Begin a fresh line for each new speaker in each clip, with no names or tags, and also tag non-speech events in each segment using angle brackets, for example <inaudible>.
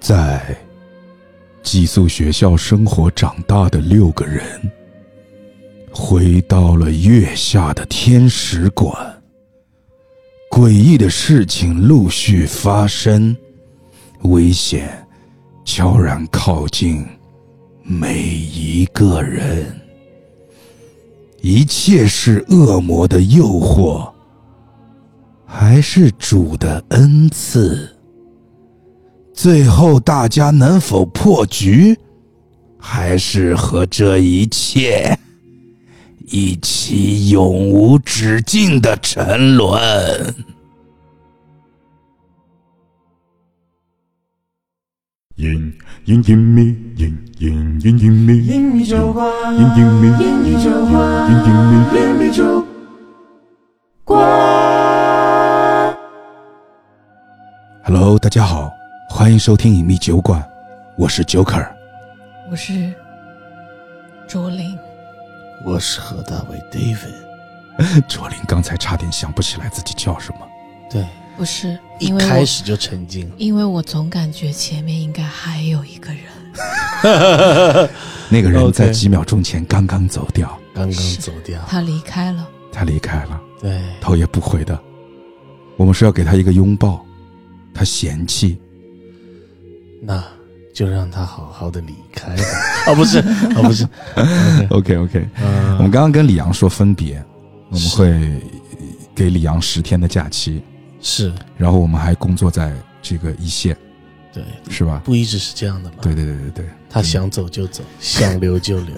在寄宿学校生活长大的六个人，回到了月下的天使馆。诡异的事情陆续发生，危险悄然靠近每一个人。一切是恶魔的诱惑，还是主的恩赐？最后大家能否破局，还是和这一切一起永无止境的沉沦？
隐隐隐秘，隐隐隐隐秘，隐
英语酒馆，
隐秘，
英语酒馆，
隐隐秘。
英语酒馆。
Hello，大家好，欢迎收听隐秘酒馆，我是 Joker。
我是卓林，
我是何大为 David。
卓林刚才差点想不起来自己叫什么。
对，
不是
一
因为
开
我，
始就沉浸了。
因为我总感觉前面应该还有一个人，
那个人
OK
在几秒钟前刚刚走掉，
刚刚
是
走
哦
掉。
他离开了，
他离开了，
对，
头也不回的。我们说要给他一个拥抱，他嫌弃。
那就让他好好的离开吧。啊，不是，啊，不是，
OK OK，
嗯、
<laughs> 我们刚刚跟李阳说分别，我们
是
会给李阳十天的假期，
是
然后我们还工作在这个一线，
对，
是吧？
不一直是这样的嘛。
对对对对对，
他想走就走，想留就留，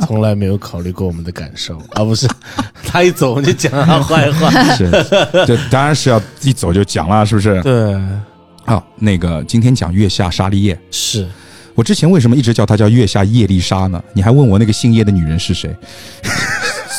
从来没有考虑过我们的感受。啊，不是， <laughs> 他一走我们就讲他坏话。
是， <laughs> 这当然是要一走就讲了，是不是？
对，
好、那个今天讲月下沙利叶，
是
我之前为什么一直叫她叫月下叶丽莎呢？你还问我那个姓叶的女人是谁？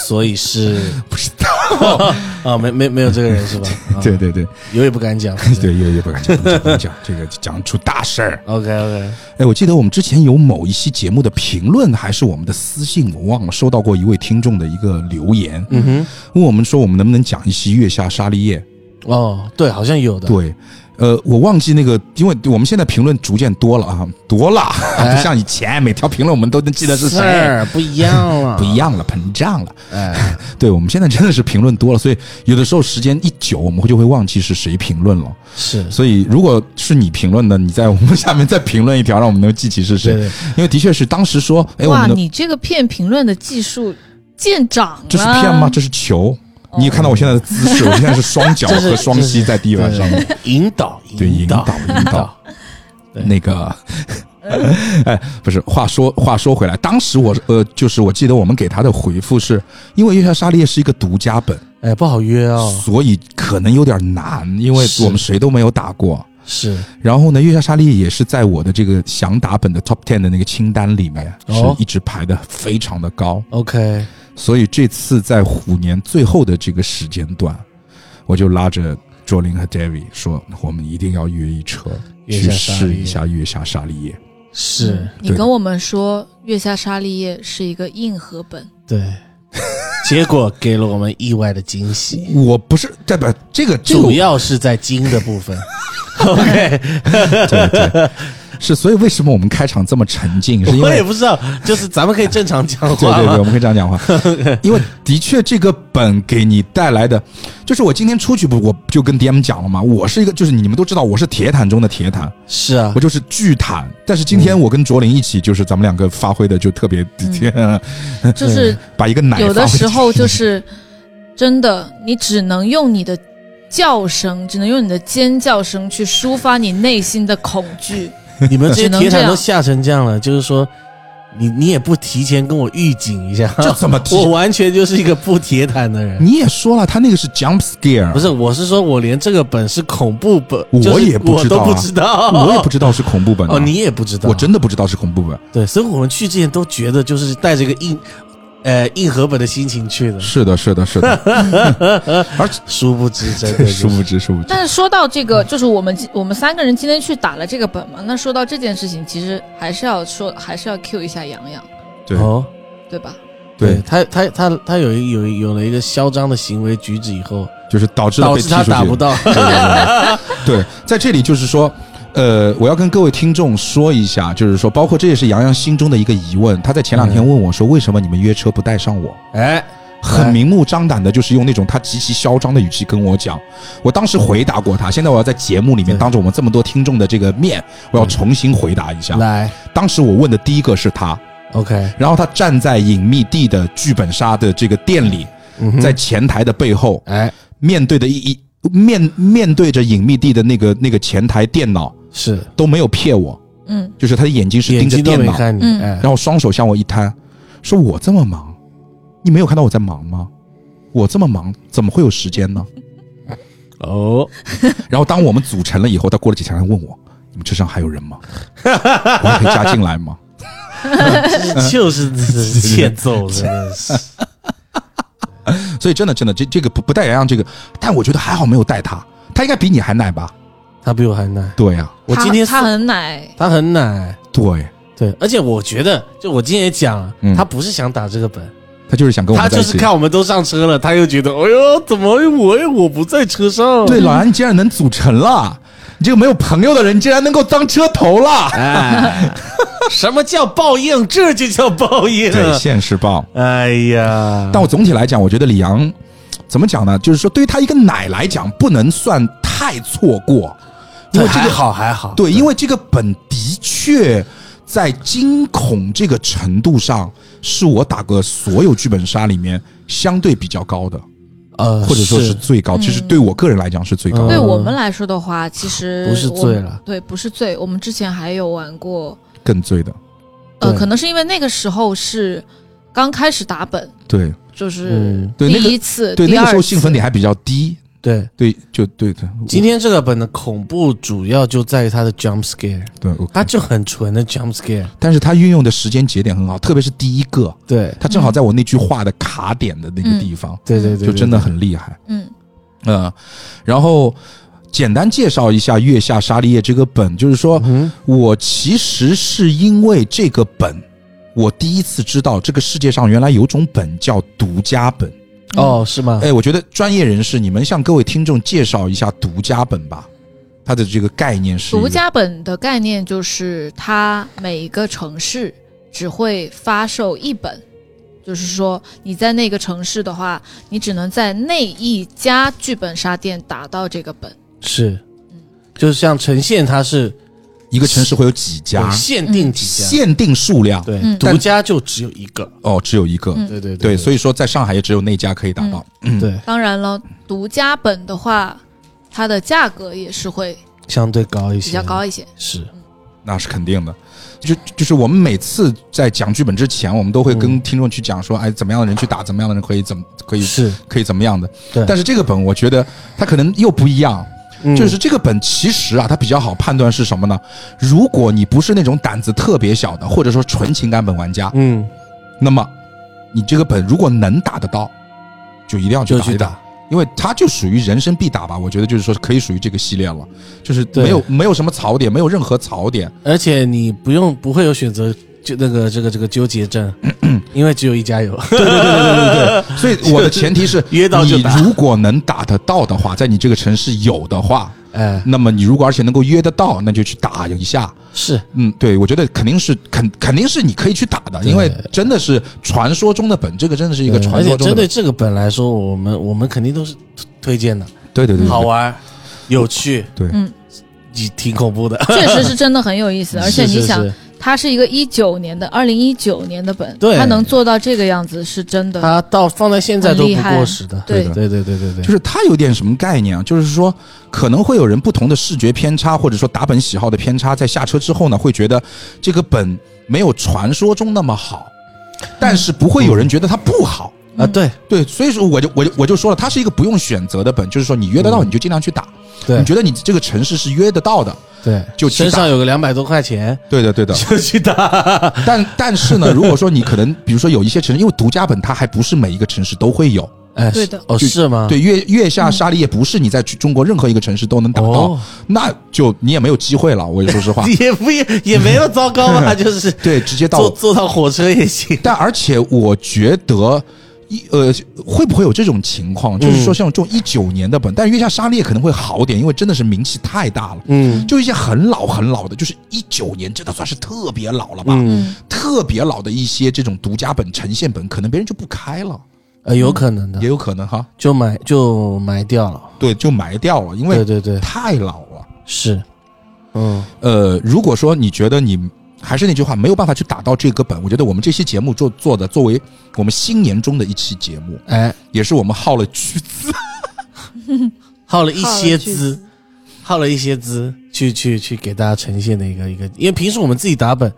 所以是
不知道。
啊，没没没有这个人是吧？啊
对，对对
有也不敢讲。
对，叶叶不敢讲，不敢讲不敢讲，这个讲出大事儿。
，OK OK，
哎，我记得我们之前有某一期节目的评论，还是我们的私信，我忘了收到过一位听众的一个留言，
嗯哼。
问我们说我们能不能讲一期月下沙利叶？
哦，对，好像有的。
对，呃，我忘记那个，因为我们现在评论逐渐多了啊，多了， <laughs> 不像以前每条评论我们都能记得是
事
谁，
儿不一样
<laughs>
了，
不一。样了，膨胀了。
哎，
对，我们现在真的是评论多了，所以有的时候时间一久，我们会就会忘记是谁评论了。
是，
所以如果是你评论的，你在我们下面再评论一条，让我们能记起是谁。
对对
因为的确是当时说，哎，我
哇，
们的
你这个骗评论的技术见长啊了，
这是骗吗？这是球。你看到我现在的姿势，我现在是双脚
这是
和双膝在地板上面。
对引导，
对，引导
导，，
引导。那个，
嗯
<laughs> 哎，不是，话说话说回来，当时我呃，就是我记得我们给他的回复是，因为《月下沙利叶》是一个独家本，
<laughs> 哎，不好约哦。
所以可能有点难，因为
是
我们谁都没有打过。
是，
然后呢，《月下沙利叶》也是在我的这个想打本的 Top Ten 的那个清单里面，
哦
是一直排的非常的高。
OK，
所以这次在虎年最后的这个时间段，我就拉着卓林和 David 说，我们一定要约一车
月
去
下沙利
试
叶
一下月下沙利叶。嗯
是
你跟我们说《月下沙利叶》是一个硬核
<laughs>
本，
对， <laughs> 结果给了我们意外的惊喜，
我不是这不这个这个
主要是在金的部
<laughs>
分。OK，
对对是，所以为什么我们开场这么沉浸，是因
我也
为。
不知道，就是咱们可以正常讲
对
话
对对，我
吗？
们可以这样讲 <laughs> 话，因为的确这个本给你带来的，就是我今天出去不我就跟 DM 讲了嘛，我是一个就是你们都知道我是铁坦中的铁坦，
是啊
我，就是巨坦。但是今天我跟卓林一起，就是咱们两个发挥的就特别，
就是
把一个奶
有
发
的
挥
时候就是真的，你只能用你的叫声，只能用你的尖叫声去抒发你内心的恐惧。
<laughs> 你们这些
只能
铁
这
塔
样
都吓成这样了，就是说。你你也不提前跟我预警一下，
这怎么提
<laughs> 我完全就是一个不铁坦
<laughs>
的人。
你也说了，他那个是 jump scare，
不是，我是说，我连这个本是恐怖本，
我
就是
也不
我
知道啊
都不知道，
我也不知道是恐怖本啊
哦，你也不知道，
我真的不知道是恐怖本。
对，所以我们去之前都觉得就是带着一个硬，呃，硬核本的心情去的，
是的，是的，是
<laughs>
的，而且
殊不知真
<laughs>
的
殊
就是
不知，殊不知，
但是说到这个，就是我们我们三个人今天去打了这个本嘛。那说到这件事情，其实还是要说，还是要 Q 一下杨洋，
对
哦，
对吧？
对，
他他他他有一有一有了一个嚣张的行为举止以后，
就是导致了
导
被
致
踢 <laughs>
他
出
打
去
不。到， <laughs>
对对对对，对在这里就是说，呃，我要跟各位听众说一下，就是说，包括这也是洋洋心中的一个疑问。他在前两天问我说，为什么你们约车不带上我？
哎，
很明目张胆的，就是用那种他极其嚣张的语气跟我讲。我当时回答过他，现在我要在节目里面
对
当着我们这么多听众的这个面，我要重新回答一下。
<laughs> 来
当时我问的第一个是他，
，OK，
然后他站在隐秘地的剧本杀的这个店里，
嗯哼
在前台的背后，
哎
面对的一一面面对着隐秘地的那个那个前台电脑
是
都没有瞥我，
嗯，
就是他的眼睛是
眼
盯着
睛都
电
没
脑，
看你，
嗯
哎，
然后双手向我一摊，说：“我这么忙，你没有看到我在忙吗？我这么忙，怎么会有时间呢
哦，？”
然后当我们组成了以后，他过了几天来问我：“你们车上还有人吗？我还可以加进来吗
<laughs> 就是欠揍，
<laughs>
真的是。？”
所以真的真的，这这个不不带洋洋这个，但我觉得还好没有带他，他应该比你还奶吧？
他比我还奶，
对呀、啊，
我
他
今天
他
送
很
嗯
奶，
他很奶，
对
对，而且我觉得，就我今天也讲了
嗯，
他不是想打这个本，
他就是想跟我
他
们在
就
一
是
起。
看我们都上车了，他又觉得，哎呦，怎么我哎我不在车上？
对，老杨，你竟然能组成了，你这个没有朋友的人，你竟然能够当车头了。
哎，什么叫报应？这就叫报应啊。
对，现实报。
<laughs> 哎呀，
但我总体来讲，我觉得李阳怎么讲呢？就是说，对于他一个奶来讲，不能算太错过，因为这
还
个
好还好，
对，因为这个本的确在惊恐这个程度上，是我打过所有剧本杀里面相对比较高的，
呃，
或者说是最高。其实对我个人来讲是最高
嗯
的
对。我们来说的话，其实
不是
我
醉了，
对，不是醉。我们之前还有玩过，
更醉的。
呃，
对
可能是因为那个时候是刚开始打本，
对
就是
嗯
对
第
那个
一次，
对，
第
那
二
个
次
时候兴奋点还比较低。
对。
对，就对对，
今天这个本的恐怖主要就在于它的 jump scare，
对，我
它就很纯的 jump scare。
但是他运用的时间节点很好，特别是第一个，
对
他正好在我那句话的卡点的那个地方，
对对对，
就真的很厉害。
嗯，
嗯，然后简单介绍一下《月下沙利叶》这个本，就是说、
嗯
我其实是因为这个本，我第一次知道这个世界上原来有种本叫独家本。
哦，是吗？
哎，我觉得专业人士，你们向各位听众介绍一下独家本吧，它的这个概念是一个
独家本的概念就是它每一个城市只会发售一本，就是说你在那个城市的话，你只能在那一家剧本杀店打到这个本。
是，
嗯
就像呈现它是
一个城市会有几家
有，限定几家，
限定数量，
对，
嗯
独家就只有一个。
哦，只有一个。
嗯
对对嗯
对，所
以
以说在上海也只有那家可以打到。
对
当然了，独家本的话，它的价格也是会
相对高一些，
比较高一些。
是
那是肯定的。就就是我们每次在讲剧本之前，我们都会跟听众去讲说，哎，怎么样的人去打，怎么样的人可以怎么可以
嗯是，
可以怎么样的。
对
但是这个本我觉得它可能又不一样，
嗯
就是这个本其实啊，它比较好判断是什么呢？如果你不是那种胆子特别小的，或者说纯情感本玩家，
嗯，
那么你这个本如果能打得到，就一定要去
就
打一
去
打。
打。
因为它就属于人生必打吧，我觉得就是说可以属于这个系列了，就是
对
没有没有什么槽点，没有任何槽
<laughs>
点，
而且你不用不会有选择就那个这个这个纠结症，
嗯
因为只有一
<laughs>
家有。，
所以我的前提是
<laughs> 约到就
你
打
如果能打得到的话，在你这个城市有的话，
<laughs> 哎，
那么你如果而且能够约得到，那就去打一下。
是
嗯，对，我觉得肯定是肯肯定是你可以去打的，因为真的是传说中的本，这个真的是一个
对
传说
而且
中的
针对
本。
这个本来说，我们我们肯定都是推推荐的，
对对对，对
好，玩、有趣，
嗯对
嗯，
也挺恐怖的。
确实是真的很有意
<laughs>
思，而且
是
你
是
想，
是
它是一个一九年的，二零一九年的本，
对
它能做到这个样子是真的。
它到放在现在都
很厉
不
害
过时的。
对
对对对对对，
就是它有点什么概念啊？就是说，可能会有人不同的视觉偏差，或者说打本喜好的偏差，在下车之后呢，会觉得这个本没有传说中那么好，但是不会有人觉得它不好。
啊，对
对，所以说我就我就我就说了，它是一个不用选择的本，就是说你约得到你就尽量去打，
对
你觉得你这个城市是约得到的，
对，
就去打
身上有个两百多块
<laughs>
钱
对的对的。
就去打。
但但是呢，如果说你可能比如说有一些城市，因为独家本它还不是每一个城市都会有，
哎，
对的
哦，
就是
吗？ <laughs>
对月月下沙利叶不是你在中国任何一个城市都能打到
嗯哦，，
那就你也没有机会了。我说实话
<laughs> 也不也也没有
<laughs>
糟糕吧，就是
对，直接
坐
到。 <laughs>
坐到火车也行。
但而且我觉得一呃，会不会有这种情况？
嗯
就是说，像这种一九年的本，但月下沙列可能会好点，因为真的是名气太大了。
嗯
就一些很老很老的，就是一九年，真的算是特别老了吧？
嗯，
特别老的一些这种独家本、呈现本，可能别人就不开了，
呃，有可能的
也，有可能哈，
就埋就埋掉了。
对，就埋掉了，因
对
为
对对，
太老了。
是，嗯，
呃，如果说你觉得你还是那句话，没有办法去打到这个本，我觉得我们这期节目做做的，作为我们新年中的一期节目，
哎，
也是我们耗了巨资，
耗了一些
耗了巨
资
资，
耗了一些资去去去给大家呈现的一个一个，因为平时我们自己打本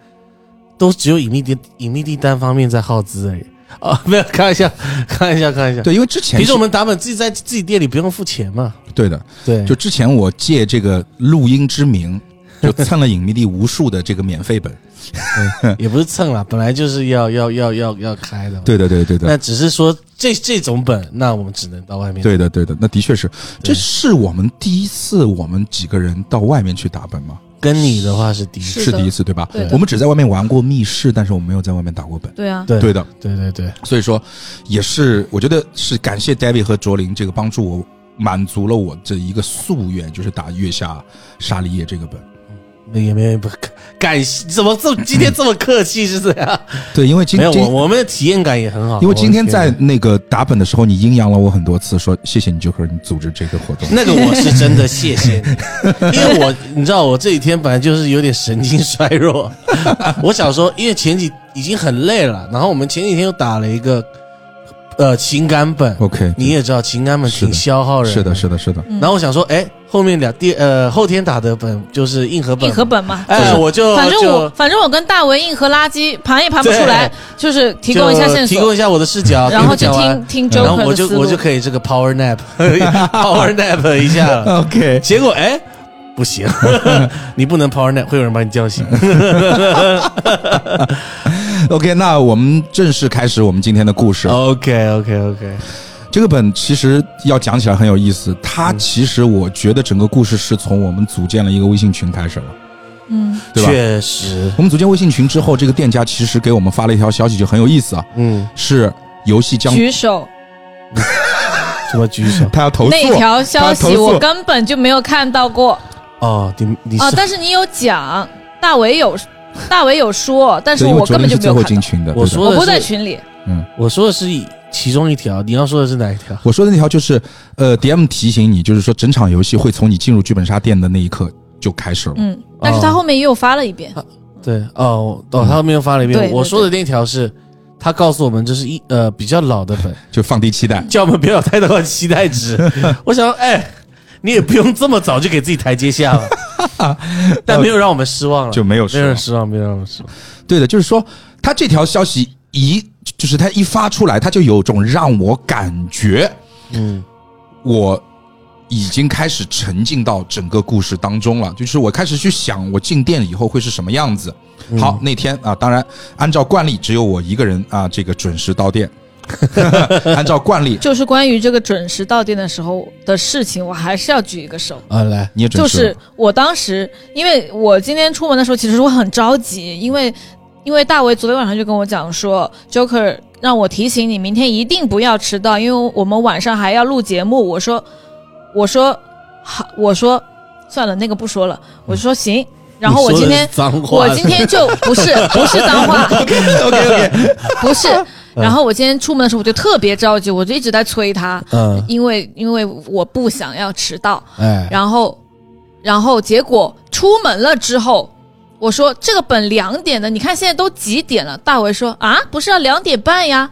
都只有隐秘地隐秘地单方面在耗资而已啊，没有开玩笑，开玩笑，开玩笑。
对，因为之前
平时
是
我们打本自己在自己店里不用付钱嘛，
对的，
对，
就之前我借这个录音之名，就蹭了隐秘地无数的这个免费本，
也不是蹭了，本来就是要要要要要开的嘛。
<laughs> 对的，对的对的，
那只是说这这种本，那我们只能到外面。，
对的，对的，那的确是，
对
这是我们第一次我们几个人到外面去打本吗？
跟你的话是第一
是
次。
的
第一次，对吧？
对的
我们只在外面玩过密室，但是我们没有在外面打过本。
对啊，
对
对的，
对对对，
所以说也是，我觉得是感谢 David 和卓林这个帮助我，满足了我这一个夙愿，就是打月下沙利叶这个本。
那也没有不感谢，怎么这么今天这么客气是这样？
对，因为今
没有，
今
我我们的体验感也很好。
因为今天在
我的
那个打本的时候，你阴阳了我很多次，说谢谢你 Joker，你组织这个活动
天。那个我是真的谢谢
<laughs>
你，因为我你知道我这几天本来就是有点神经衰弱， <laughs> 我想说，因为前几已经很累了，然后我们前几天又打了一个呃情感本，
OK，
你也知道情感本
哦是的
挺消耗人，
是的，是的，是的，
嗯
然后我想说，哎，后面两第呃后天打的本就是硬核本，
硬核，本嘛，
哎，
就是
我就 <laughs>
反正我
就
反正我跟大为硬核垃圾盘也盘不出来
对，
就是提供一下
就
线
提
索
供，一下我的视角，
然后就
讲完嗯
听听
然后
Joker
我
的
就
思
我就
路。
可以这个 power
<laughs>
nap <laughs> power nap 一下了。
OK，
结果哎，不行， <laughs> 你不能 power nap，会有人把你叫醒。
OK，那我们正式开始我们今天的故
<laughs>
事。
哦 OK OK OK，
这个本其实要讲起来很有意思，它
嗯
其实我觉得整个故事是从我们组建了一个微信群开始了，
嗯，
对吧？
确实，
我们组建微信群之后，这个店家其实给我们发了一条消息，就很有意思啊，
嗯，
是游戏将
举手
什么举手？
他要投诉，
那条消
他投
息
诉
我根本就没有看到过
哦，你你是
啊，但是你有讲，大为有大为有说，但是
对因为
我
昨
根本
天
就
最
是没有
后
看
进
到，
群的。
我
对的
说
我
的
不在
是，哦
群里，
我说的是其中一条，你要说的是哪一条？
我说的那条就是，呃，DM 提醒你，就是说整场游戏会从你进入剧本杀店的那一刻就开始了。
嗯，但是他后面也有发了一遍，
对，哦哦，他后面又发了一
对
遍，
对
我说的那条是。他告诉我们，这是一呃比较老的本， <laughs>
就放低期待。
叫我们不要有太多的期待值。我想，哎，你也不用这么早就给自己台阶下了，但没有让我们失望了，
就没有失
没
望
有人失望，没有让我们失望。
对的，就是说他这条消息一就是他一发出来，他就有种让我感觉
嗯，
我已经开始沉浸到整个故事当中了，就是我开始去想我进店以后会是什么样子。
嗯
好，那天啊，当然按照惯例只有我一个人啊，这个准时到店。按照惯例，
就是关于这个准时到店的时候的事情，我还是要举一个手。
啊，来，
你也准
就
时了
是我当时，因为我今天出门的时候，其实我很着急，因为因为大为昨天晚上就跟我讲说，Joker 让我提醒你明天一定不要迟到，因为我们晚上还要录节目。我说，我说，好，我说算了，那个不说了。我说行，然后我今天
你说的是脏话
我今天就不是不是脏话
<laughs>
OK，OK，OK
不是。
嗯
然后我今天出门的时候，我就特别着急，我就一直在催他，
嗯，
因为因为我不想要迟到。
哎，
然后，然后结果出门了之后，我说这个本两点的，你看现在都几点了？大为说啊，不是要两点半呀？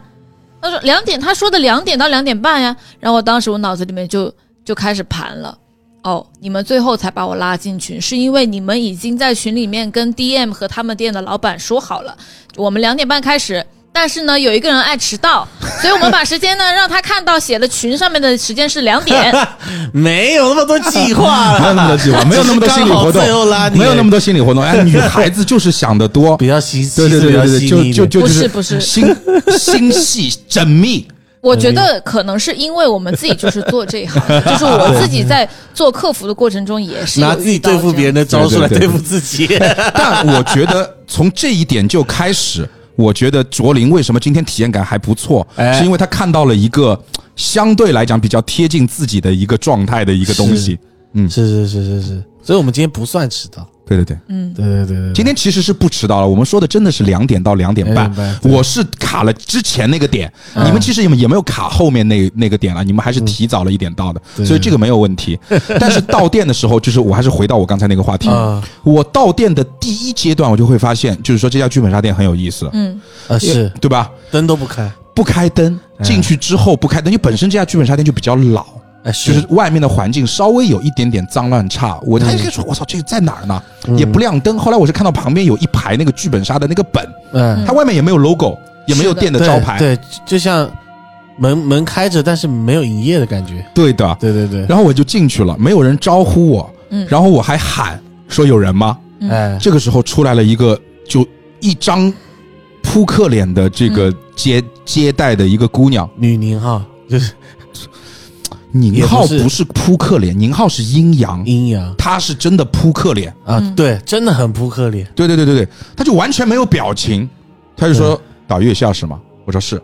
他说两点，他说的两点到两点半呀。然后我当时我脑子里面就就开始盘了。哦，你们最后才把我拉进群，是因为你们已经在群里面跟 DM 和他们店的老板说好了，我们两点半开始。但是呢，有一个人爱迟到，所以我们把时间呢让他看到写的群上面的时间是两点。
没有那么多计划
没有那么多
了，
计划，没有那么多心理活
只是刚好最后拉
动，
你
没有那么多心理活动。哎，女孩子就是想的多，
比较细，
对对对
比较
对
细
对，
腻一
就
点
就就
不
就是
不是
心心细缜密，
我觉得可能是因为我们自己就是做这一行的，就是我自己在做客服的过程中也是有
拿自己
遇到
对付
这样
别人的招数来
对对
对
对
付自己，
但我觉得从这一点就开始，我觉得卓林为什么今天体验感还不错，
哎
是因为他看到了一个相对来讲比较贴近自己的一个状态的一个东西。嗯
是是是是是，所以我们今天不算迟到。
对对对，
嗯，
对对对对
今天其实是不迟到了，我们说的真的是两点到两点半
两点哎半。对嗯
我是卡了之前那个点，你们其实也没也没有卡后面那那个点啊了，你们还是提早了一点到的，
嗯对
所以这个没有问
<laughs>
题。但是到店的时候，就是我还是回到我刚才那个话题
啊，
我到店的第一阶段，我就会发现，就是说这家剧本杀店很有意思，
嗯，
啊是哎
对吧？
灯都不开，
不开灯，进去之后不开灯，因为本身这家剧本杀店就比较老。
哎
就是外面的环境稍微有一点点脏乱差，我还说我操，这个在哪儿呢？也不亮灯。后来我是看到旁边有一排那个剧本杀的那个本，
嗯
它外面也没有 logo，也没有
是的
店的
对
招牌，
对，就像门门开着，但是没有营业的感觉。
对的。
对对对，
然后我就进去了，没有人招呼我，
嗯
然后我还喊说有人吗？
嗯
哎，
这个时候出来了一个就一张扑克脸的这个接接待的一个姑娘，
女宁哈，就是
宁浩
也不是
不是扑克脸，宁浩是阴阳，
阴阳
她是真的扑克脸。
啊
嗯，
对，真的很扑克脸。
对对对对对，他就完全没有表情，他就说打月下是吗？我说是，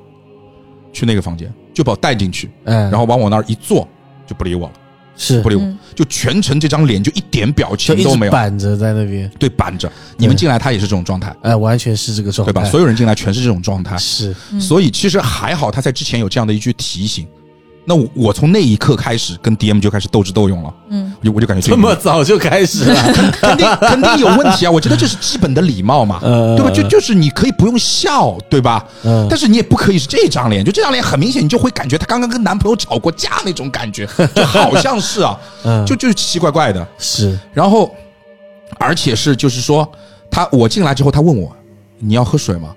去那个房间就把我带进去，
嗯，
然后往我那儿一坐，就不理我了，
是
不理我，
嗯
就全程这张脸就一点表
就
情
一
都
直
没有，
板着在那边，
对，板着。你们进来他也是这种状态，
哎，完全是这个状
对
态，
吧？所有啊人进来全是这种状态，
是
嗯
所以其实还好他在之前有这样的一句提醒。那我我从那一刻开始跟 DM 就开始斗智斗勇了，
嗯
我就我就感觉
这么早就开始
<laughs>
了，
肯
<laughs>
定肯定有问题啊！我觉得这是基本的礼貌嘛，
呃
对吧？就就是你可以不用笑，对吧？
嗯
但是你也不可以是这张脸，就这张脸很明显，你就会感觉她刚刚跟男朋友吵过架那种感觉，就好像是啊，
<laughs> 嗯
就就是奇奇怪怪的。
是
然后，而且是就是说，他我进来之后，他问我你要喝水吗？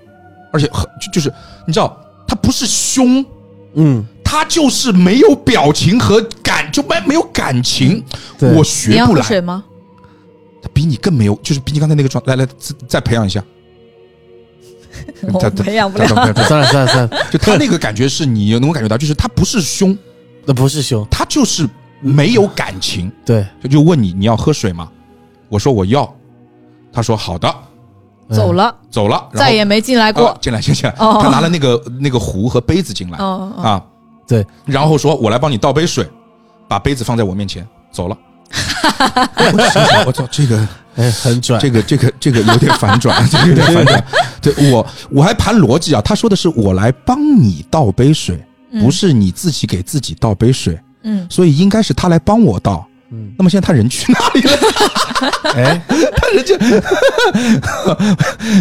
而且喝就就是你知道，他不是凶，
嗯，
他就是没有表情和感，就没没有感情，
对
我
你
学
要
不
喝
来。
水吗？
他比你更没有，就是比你刚才那个状，来来，再再培养一下。
我培养不
再再
<laughs>
再
了。
再
算了算了算了，
就他那个感觉是你能够感觉到，就是 <laughs> 他不是凶，
那呃不是凶，
他就是没有感情。
对，
他就问你你要喝水吗？我说我要，他说好的，
嗯
走了，
走了，然后
再也没进来
啊
过。
进来进来，
哦
他拿了那个那个壶和杯子进来
哦哦，
啊，
对，
然后说我来帮你倒杯水，把杯子放在我面前，走了。我心想我操，这个
哎，很拽，
这个这个这个有点反转，啊 <laughs> 这个有点反
<laughs>
转。对我我还盘逻辑啊，他说的是我来帮你倒杯水，
嗯
不是你自己给自己倒杯水，
嗯，
所以应该是他来帮我倒。
嗯
那么现在他人去哪里了？ <laughs>
哎，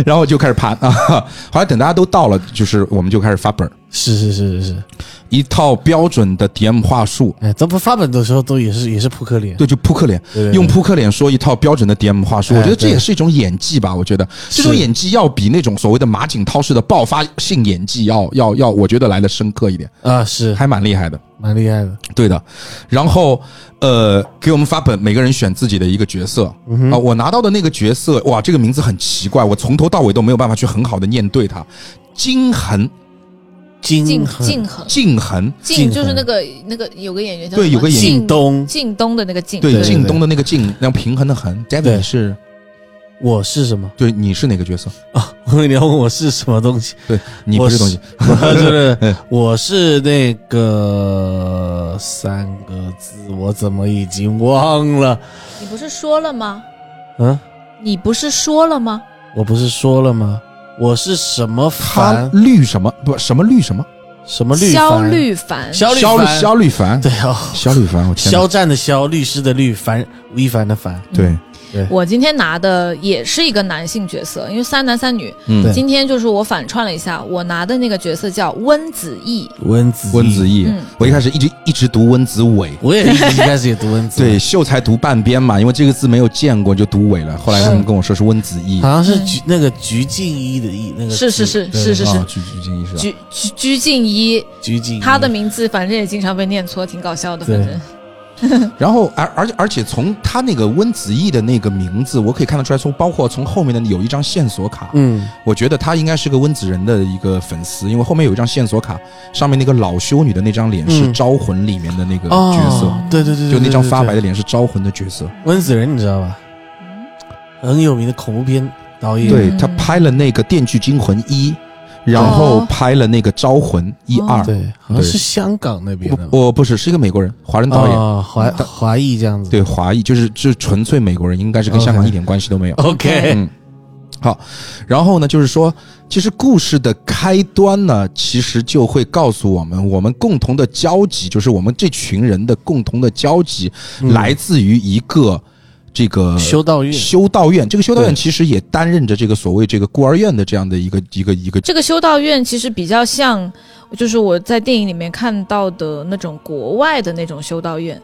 然后我就开始盘啊，后来等大家都到了，就是我们就开始发本儿，
是是是是是，
一套标准的 DM 话术，
哎，咱不发本的时候都也是也是扑克脸，
对，就扑克脸
对对，对
用扑克脸说一套标准的 DM 话术，
哎
我觉得这
对
也是一种演技吧。我觉得这种
是
演技要比那种所谓的马景涛式的爆发性演技要要要，我觉得来的深刻一点，
啊，是
还蛮厉害的。
蛮厉害的，
对的，然后呃，给我们发本，每个人选自己的一个角色啊、
嗯
我拿到的那个角色，哇，这个名字很奇怪，我从头到尾都没有办法去很好的念对它。金恒，
金
静
很
静恒，
静恒，
静
静就是
恒
那个那个有个演员叫
对
什么
有个演员
靳东
靳东的那个靳，
对，
对
靳东的那个靳，然后平衡的衡。David
对
你是，
我是什么 <laughs>
对，你是哪个角色？
啊？我以为你要问我是什么东西，
对你不是东西， <laughs>
就是 <laughs> 我是那个三个字，我怎么已经忘了？
你不是说了吗？
嗯，
你不是说了吗？
我不是说了吗？我是什么
他
凡？
绿什么不什么绿什么？
什么绿？
肖，律凡，
肖律
肖
凡，
肖律凡，
对哦，
肖律凡，我天哪，
肖战的肖，律师的律，凡吴亦凡的凡，
对，
我今天拿的也是一个男性角色，因为三男三女。
嗯
对，
今天就是我反串了一下，我拿的那个角色叫温子义。
温子
温子
义，
义
嗯，
我一开始一直一直读温子伟，
我也一开始也读温子，
对，，秀才读半边嘛，因为这个字没有见过就读伪了。后来他们跟我说是温子义，
好像是鞠那个鞠婧祎的祎，那
嗯
个
是是
字
是
对
是是
啊
是，
鞠鞠婧祎是吧？
鞠鞠鞠婧祎，
鞠婧祎，
她的名字反正也经常被念错，挺搞笑的。反
嗯对
正
然后而而且而且从他那个温子义的那个名字，我可以看得出来，从包括从后面的有一张线索卡，
嗯
我觉得他应该是个温子仁的一个粉丝，因为后面有一张线索卡，上面那个老修女的那张脸是《
嗯
招魂》里面的那个
哦
角色，
对对对，对
就那张发白。
对对
的脸是《招魂》的角色。
对温子仁你知道吧？很有名的恐怖片导演，
对他拍了那个《电锯惊魂一》，然后
哦
拍了那个《招魂》一
哦
二，
对，好像是香港那边的吧
我我不是是一个美国人，华人导演，
哦华华裔这样子。
对华裔，就是就是纯粹美国人，应该是跟香港
OK
一点关系都没有。
，OK，
嗯，好。然后呢，就是说，其实故事的开端呢，其实就会告诉我们，我们共同的交集，就是我们这群人的共同的交集，
嗯
来自于一个这个
修道院
修道院。这个修道院
对
其实也担任着这个所谓这个孤儿院的这样的一个一个一个。
这个修道院其实比较像，就是我在电影里面看到的那种国外的那种修道院，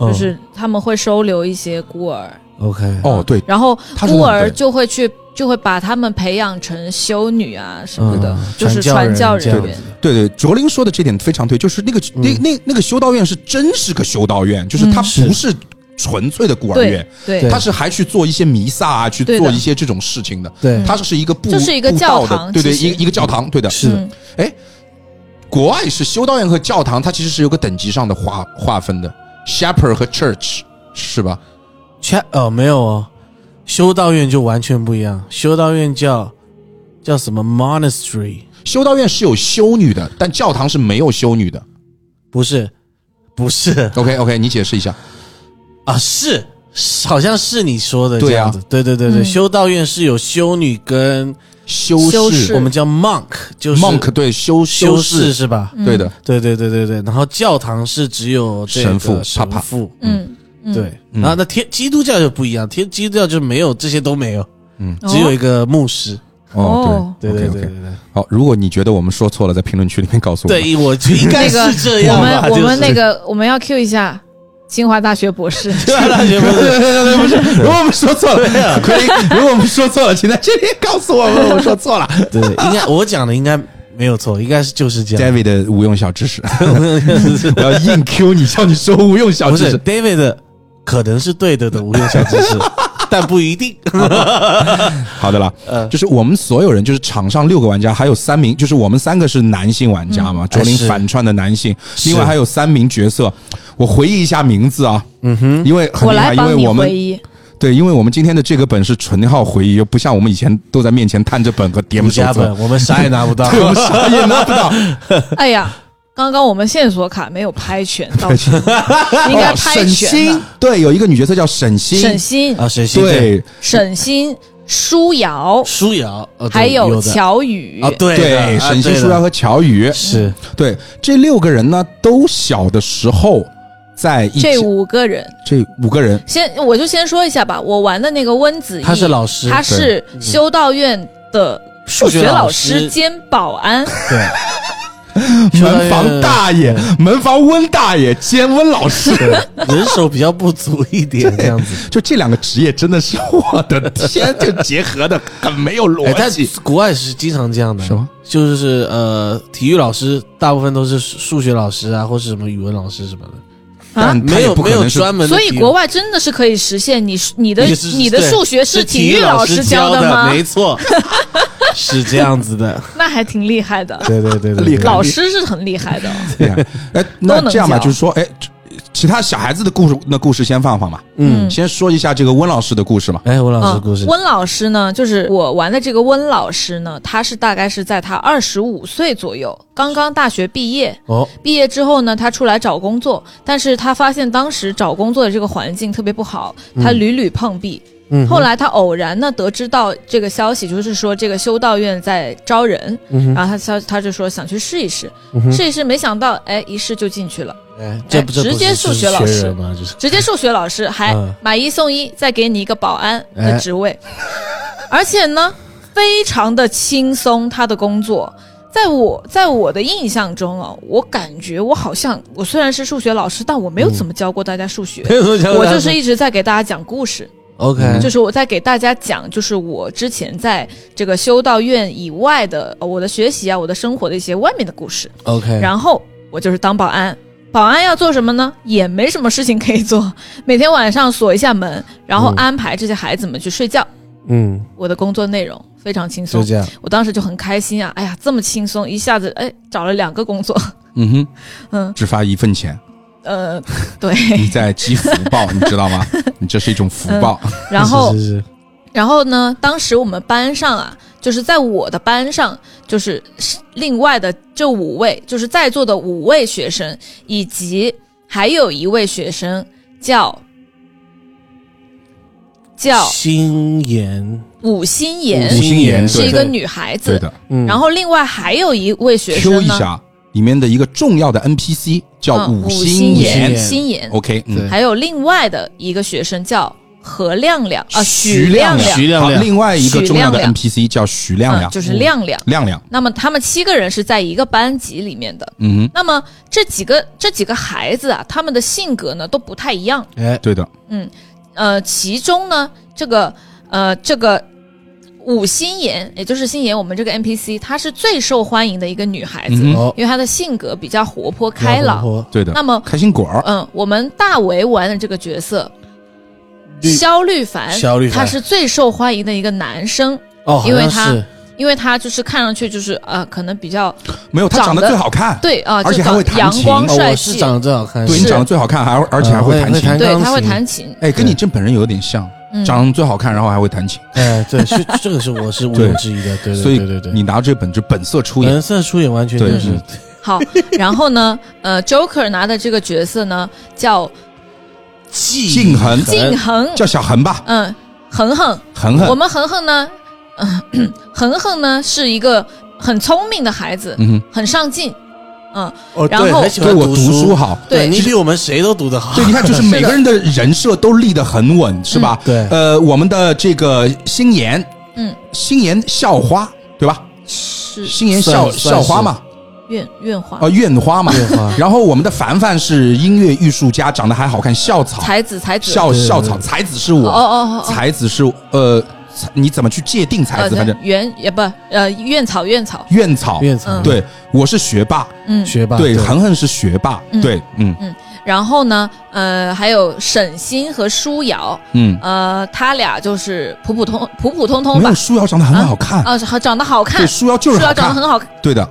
嗯
就是他们会收留一些孤儿，
OK，
哦，对，
然后
他说得
孤
很
儿
对
就会去，就会把他们培养成修女啊什么的，
嗯
就是传
传
教
教
人
人
员
这样子。
对对，卓林说的这点非常对，就是那个、那那那个修道院是真是个修道院，就是它
嗯
是
不是纯粹的孤儿院
对，对
对
它是还去做一些弥撒啊，去
对的
做一些这种事情的。
对，
它是一个布，
就是一个教堂
布道的对对，
其实
一个一个教堂，对的。
是的
嗯
国外是修道院和教堂，它其实是有个等级上的划划分的，shepherd 和 church 是吧？
全哦没有哦，修道院就完全不一样，修道院叫叫什么 monastery，
修道院是有修女的，但教堂是没有修女的。
啊
不是不是
OK OK，你解释一下。
啊是。是好像是你说的这
对啊
样子，对对对对，
嗯
修道院是有修女跟
修
修
士
士
我们叫 monk，就是
monk 对修
修士
士，
是吧？
嗯
对的，
对对对对对，然后教堂是只有这个
神父
神
帕帕
父，
嗯，嗯
对，，然后那天基督教就不一样，天基督教就没有这些都没有，
嗯
只有一个牧师，
哦
哦
对对
OK，OK
对对对，
好，如果你觉得我们说错了，在评论区里面告诉我们。
对我就应该
那个
是这
我
样吧，
们我们那
<laughs> 个
个 <laughs> 我们要 Q 一下清华大学博士，
对啊，大学不
<laughs> 对
是
对对，不是，如果我们说错
对
了，
啊
可以，如果我们说错了，请在这里告诉我们，我们说错了。 <laughs>
对，应该我讲的应该没有错，应该是就是这样。
David 的无用小知识， <laughs> 我要硬 Q 你，叫你说无用小
不
知
是
识。
David 的可能是对的的无用小知
<laughs>
识，但不一定。
好的啦，就是我们所有人，就是场上六个玩家，还有三名，就是我们三个是男性玩家嘛，卓林
是
反串的男性，
是
另外还有三名角色。我回忆一下名字啊，嗯哼，因为很
我
厉害，
来
因
帮
为
你
我
回
们
忆。
对，因为我们今天的这个本是纯靠回忆，又不像我们以前都在面前摊着本和叠
吴
手
家
册
本，，我们啥也拿不
<laughs>
到。
对，我们啥也拿不到。
哎呀，刚刚我们线索卡没有拍全，到底 <laughs> 应该
哦
拍
沈
全
星
的。，
对，有一个女角色叫沈星，
沈星、
啊，沈星对
对
沈星、舒瑶，
舒瑶，哦对
还有
的
乔宇
啊，对的啊
沈星、
对的
舒瑶和乔宇，
是
对这六个人呢，都小的时候在一起，
这五个人。
这五个
<laughs>
人
先，我就先说一下吧。我玩的那个温子义，
他是老师，
他是修道院的数学老师兼保安，
对，
门房大
<laughs>
爷、门房温大爷兼温老师，
人手比较不足
<laughs>
一点，这样子。
就这两个职业真的是我的天，就结合的很没有
哎，
逻
但
辑。
国外是经常这样的，
什么？
就是呃，体育老师大部分都是数学老师啊，或是什么语文老师什么的，
啊
但他
没
也
有
不可
没有
能是
专门的
所
体育。
以国外真的是可以实现你你的
也是
你的
对
数学是体育老师教
教
的吗？
没错，是这样子的。
那还挺厉害的，
对对对
厉害
老师是很厉害
<laughs>
的。
对 <laughs> 呀哎，
都
那
能
这样吧，
教
就是说，哎，这其他小孩子的故事，那故事先放放吧。
嗯，
先说一下这个温老师的故事嘛。
哎，吴老师故事
嗯，温老师呢，就是我玩的这个温老师呢，他是大概是在他二十五岁左右，刚刚大学毕业，
哦，
毕业之后呢，他出来找工作，但是他发现当时找工作的这个环境特别不好，他屡屡碰壁。
嗯哼
后来他偶然呢得知到这个消息，就是说这个修道院在招人，
嗯
然后他消他就说想去试一试，试一试，没想到哎一试就进去了，
哎，这不这不是
直接数学老师
就是人吗？就是 <laughs>
直接数学老师还
嗯
买一送一，再给你一个保安的
哎
职位，而且呢非常的轻松，他的工作。在我在我的印象中啊，我感觉我好像我虽然是数学老师，但我没有怎么教过大家数学，
没有什么教
我
大家
就是一直在给大家讲故事。
OK，
就是我在给大家讲，就是我之前在这个修道院以外的呃我的学习啊，我的生活的一些外面的故事。
OK，
然后我就是当保安，保安要做什么呢？也没什么事情可以做， <laughs> 每天晚上锁一下门，然后
嗯
安排这些孩子们去睡觉。
嗯，
我的工作内容非常轻
就
松，
这样，
我当时就很开心啊！哎呀，这么轻松，一下子哎找了两个工作，
嗯哼，
嗯
只发一份
<laughs>
钱，
呃，
<laughs>
对，
你在积福
<laughs>
报，你知道吗？
嗯
你这是一种福报。
然后
是是是
然后呢，当时我们班上啊，就是在我的班上，就是另外的这五位，就是在座的五位学生，以及还有一位学生叫叫
心妍，
武心
吴
妍，
心妍
是一个
对
女孩
<laughs> 对
子。
的。
嗯，
然后另外还有一位学
Q
生
一
呢，
下里面的一个重要的 NPC 叫
嗯
五
武
心
妍
妍
妍，心妍，
，OK，嗯
对，
还有另外的一个学生叫何亮亮啊，
徐
亮
亮
徐亮
好
亮
另外一个重要的
徐亮亮
NPC 叫徐亮
嗯
亮，
就是亮亮。
亮亮，
那么他们七个人是在一个班级里面的。
嗯哼，
那么这几个这几个孩子啊，他们的性格呢都不太一样。
哎，
对的，
呃，其中呢，这个呃这个武心妍，也就是心妍，我们这个 NPC，她是最受欢迎的一个女孩子，
嗯
哦，
因为她的性格比较活泼开朗。
活泼
对的
那。么，
开心果儿，
嗯，我们大为玩的这个角色
绿
肖律凡，
肖律凡
他是最受欢迎的一个男生，
哦，
因为
好像
他
是
因为他就是看上去就是呃，可能比较
没有他长
长
得
得
最好看，
对啊，
而且
就
还会
长
弹
阳
琴
光
哦，
帅
我是
气，
长得最好看，
对
是
你长得最好看，还而且还会
嗯
弹
会
琴
弹。
对，
钢
他会
琴
弹琴，
哎，跟你真本人有点像，
嗯，
长得最好看，然后还会弹琴，
哎，对，是 <laughs> 这个是我是毋
对
庸置疑的，对
所
对
以
对对对，嗯
你拿这本就本色出演，
本色出演完全
对
就是是
好。然后呢， <laughs> 呃，Joker 拿的这个角色呢叫
季
敬恒
靳恒，
哎叫小恒吧，
嗯，恒恒，
恒
我
恒，
们恒恒呢，嗯， <clears throat> 恒恒呢是一个很聪明的孩子，
嗯哼，
很上进，嗯，
哦，
然后
对，很喜
对
欢
我
读
读书，
<laughs>
好，
对
对你比我们谁都读得好
对，，你看，就是每
<laughs>
个人的人设都立得很稳，是吧？
嗯对
呃，我们的这个心妍，
嗯，
心妍校花，对吧？
是
心妍校
嗯算算
校
是啊
花嘛，
院院华
呃，院花嘛。
对吧
<laughs> 然后我们的凡凡是音乐艺术家，长得还好看，校草，
才子才子，
校
对对
校
对
草，才子是
哦
我，
哦哦哦，
才子是呃，才你怎么去界定才
呃
子？反正
园也不呃院草院草，
院草，
院长
嗯
对，我是学霸，
嗯，
学霸，
对，恒恒是学霸，
嗯
对，嗯
然后呢，呃，还有沈星和舒瑶，
嗯，
呃，他俩就是普普通普普通通
没
吧
有，舒瑶长得很好看，
啊，好长得好看
对，，舒瑶就是
舒
好
瑶长得
看，
很好看，
对的，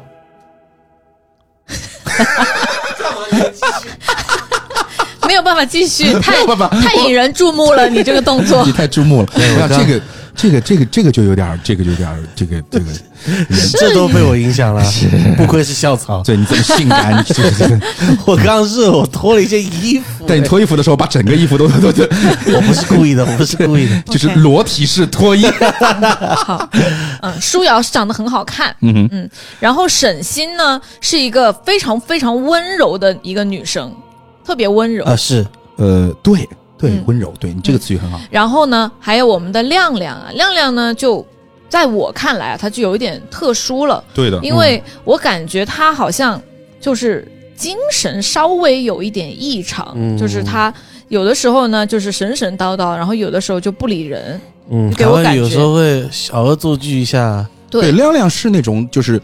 <laughs> 没有办法继续，太
办法
太引人注目了，你这个动作
你，太注目了。我想
我知道
这个这个这个这个就有点儿，这个就有点儿，这
<laughs>
个这个，
<laughs> 这都被我影响了， <laughs> 不愧是校草。
对你这么性
<laughs>
感，你这个这个，
我刚是我脱了一件衣服，哎
但你脱衣服的时候把整个衣服
嗯
都都都，
我不是故意的，我不是
<laughs>
故意的。
就是裸体式脱衣。
好，嗯，舒瑶是长得很好看，
嗯哼，
嗯，然后沈星呢是一个非常非常温柔的一个女生，特别温柔，
啊，是
呃，对对
嗯，
温柔，对你这个词语很好。
然后呢，还有我们的亮亮啊，亮亮呢就。在我看来啊，她就有一点特殊了，
对的
因为我感觉他好像就是精神稍微有一点异常，
嗯
就是他有的时候呢就是神神叨叨，然后有的时候就不理人。
嗯，
给
还
我
会
感觉
有时候会小恶作剧一下，
对，
对
亮亮是那种就是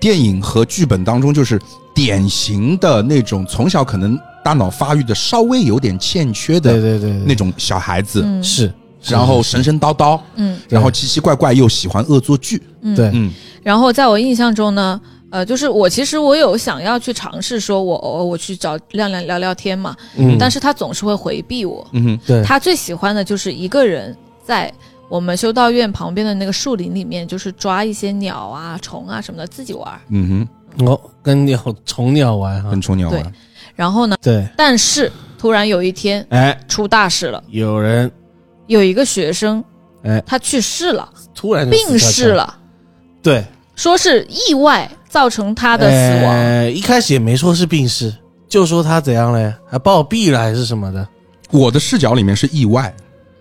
电影和剧本当中就是典型的那种从小可能大脑发育的稍微有点欠缺
对
的
对对，对
那种小孩子，
嗯
是，是
然后神神叨叨，
嗯
然后奇奇怪怪又喜欢恶作剧。
嗯
对
嗯，
然后在我印象中呢，呃，就是我其实我有想要去尝试说我呃我我去找亮亮聊聊天嘛，
嗯，
但
是
是他总是会回避我。
嗯哼，
对
他最喜欢的就是一个人在我们修道院旁边的那个树林里面，就是抓一些鸟啊、虫啊什么的自己玩儿。
嗯
我哦跟鸟虫鸟玩
哼，
哈
很，丑鸟啊
对
玩。
然后呢，
啊对，
但是突然有一天
哎，
出大事了，
有人
有一个学生，
哎
他去世了，
突然就
病
死翘翘
逝，了，
对，
说是意外造成他的死亡。
呃一开始也没说是病逝，就说他怎样嘞，还暴毙了还是什么的
我的视角里面是意外，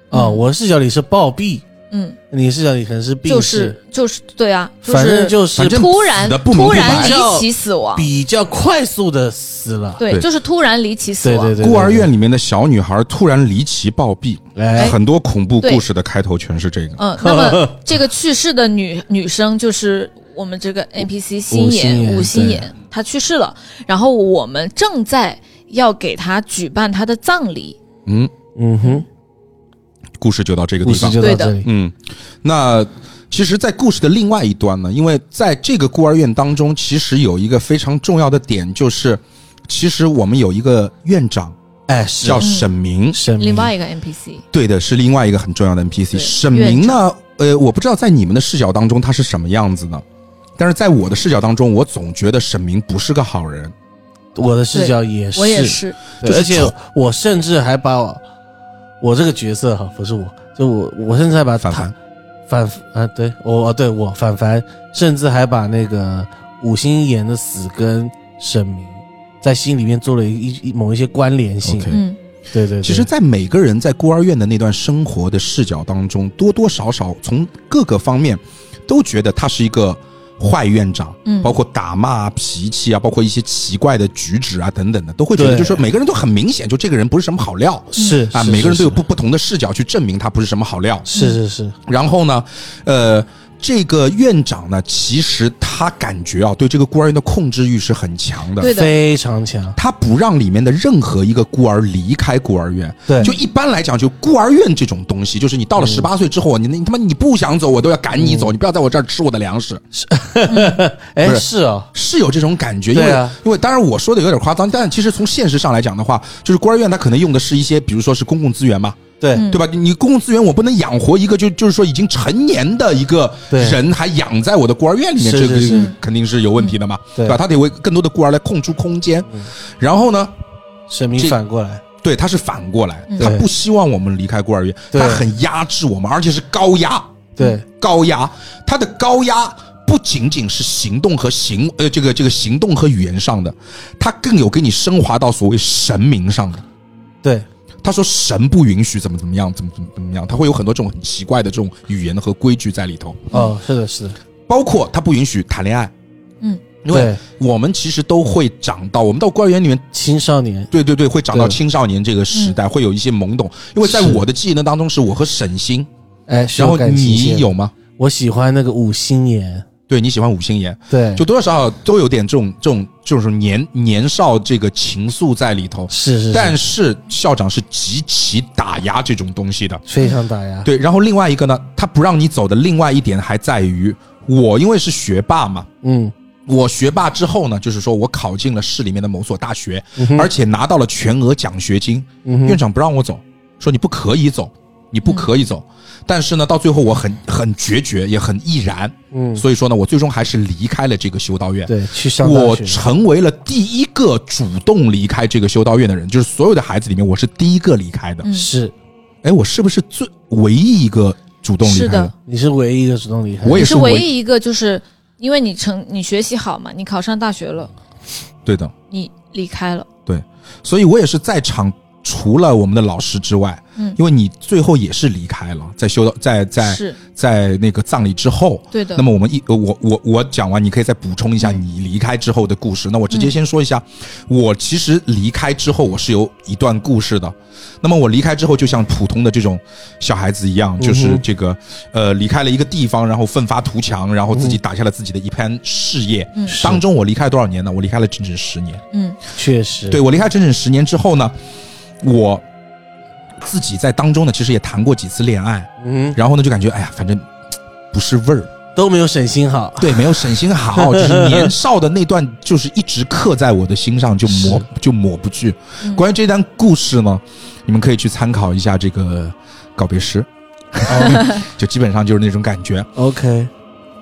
啊？
嗯
我视角里是暴毙，
嗯，
你视角里可能是病
就
逝，
是就是对啊，
反正
是
就是
反正
突然
死得不明
突
不
然
白
离奇死亡，
比较快速的死了。
对，
对
就是突然离奇死
对
亡。
对对，
孤儿院里面的小女孩突然离奇暴毙，
哎，哦
很多恐怖
对
故事的开头全是这个。 <laughs>
嗯，那么这个去世的女女生就是我们这个 NPC 心
心
妍
妍
吴心
对
妍，她去世了，然后我们正在要给她举办她的葬礼。
嗯，
嗯哼，
故事就到这个地
故事
方。
就到这里。
嗯，那其实，在故事的另外一端呢，因为在这个孤儿院当中，其实有一个非常重要的点，就是其实我们有一个院长
哎，是嗯
叫沈明，
沈明
另外一个 NPC，
对的，是另外一个很重要的 NPC。
对
沈明呢，呃，我不知道在你们的视角当中他是什么样子的，但是在我的视角当中，我总觉得沈明不是个好人。
我的视角也是，
我也是，
对
就是
而且我甚至还把我我这个角色哈，不是我，就我我甚至还把
凡
他
凡
反啊，对我啊，对我反凡，甚至还把那个五星岩的死跟沈明在心里面做了一一一某一些关联性。
OK
嗯，
对对对，
其实，在每个人在孤儿院的那段生活的视角当中，多多少少从各个方面都觉得他是一个坏院长，
嗯
包括打骂啊、脾气啊，包括一些奇怪的举止啊等等的，都会觉得
对
就是说每个人都很明显，就这个人不是什么好料
是
啊，
是
每个人
是
都有不不同的视角去证明他不是什么好料。
是是是，
然后呢，呃，这个院长呢，其实他感觉啊，对这个孤儿院的控制欲是很强的，
对的
非常强。
他不让里面的任何一个孤儿离开孤儿院。
对嗯
就一般来讲，就孤儿院这种东西，就是你到了十八岁之后，你你他妈你不想走，我都要赶你走，你不要在我这儿吃我的粮食，
哎，
是
是哦，
是有这种感觉。因
对
为、
啊
因为当然我说的有点夸张，但其实从现实上来讲的话，就是孤儿院它可能用的是一些，比如说是公共资源嘛，
对，
嗯
对吧？你公共资源我不能养活一个就就是说已经成年的一个
对
人，还养在我的孤儿院里面，这
是
个
是嗯是
肯定是有问题的嘛，
对
对吧？他得为更多的孤儿来空出空间，
嗯
然后呢，
沈明
这
反过来，
对，他是反过来，
嗯
他不希望我们离开孤儿院，
对
他很压制我们，而且是高压，
对
嗯
高压，他的高压不仅仅是行动和行呃这个这个行动和语言上的，他更有给你升华到所谓神明上的。
对，
他说神不允许怎么怎么样，怎么怎么怎么样，他会有很多这种很奇怪的这种语言和规矩在里头，
哦，是的，是的，
包括他不允许谈恋爱，
嗯，
因为
对
我们其实都会长到我们到孤儿院里面
青少年，
对对对，会长
对嗯
到青少年这个时代，会有一些懵懂，因为在
是
我的记忆呢当中，是我和沈星，
哎，是
然后
感情
你
线
有吗？
我喜欢那个五星岩，
对你喜欢五星岩，
对，
就多多少少都有点这种这种这种年年少这个情愫在里头，
是是，
但
是
是校长是极其打压这种东西的。
非常打压，
对，然后另外一个呢，他不让你走的另外一点还在于我，因为是学霸嘛，
嗯，
我学霸之后呢，就是说我考进了市里面的某所大学，
嗯
而且拿到了全额奖学金。院长不让我走，说你不可以走，你不可以
嗯
走。但是呢，到最后我很很决绝，也很毅然。
嗯
所以说呢，我最终还是离开了这个修道院。
对，去上大
我
学，
成为了第一个主动离开这个修道院的人，就是所有的孩子里面，我是第一个离开
嗯
的。
是，
哎，我是不是最唯一一个主动离开
是的，
你是唯一一个主动离开，
我也
你
是
是唯
唯
一一个就是因为你成你学习好嘛，你考上大学了，
对的。
你离开了，
所以我也是在场，除了我们的老师之外，
嗯
因为你最后也是离开了，在修道，在在
是
在那个葬礼之后。
对的。
那么我们一呃我我我讲完，你可以再补充一下
嗯
你离开之后的故事。那我直接先说一下，我其实离开之后我是有一段故事的。那么我离开之后，就像普通的这种小孩子一样，
嗯
就是这个呃离开了一个地方，然后奋发图强，然后自己打下了自己的一番事业。
嗯
是
当中我离开了多少年呢？我离开了整整十年。
嗯
确实，
对，我离开整整十年之后呢，我自己在当中呢，其实也谈过几次恋爱，
嗯，
然后呢就感觉哎呀，反正嘖不是味儿，
都没有沈星好，
对，没有沈星好，就是年少的那段，就是一直刻在我的心上，就抹就抹不去。
嗯
关于这段故事呢，你们可以去参考一下这个告别诗，
哦
<laughs> 就基本上就是那种感觉。嗯
OK，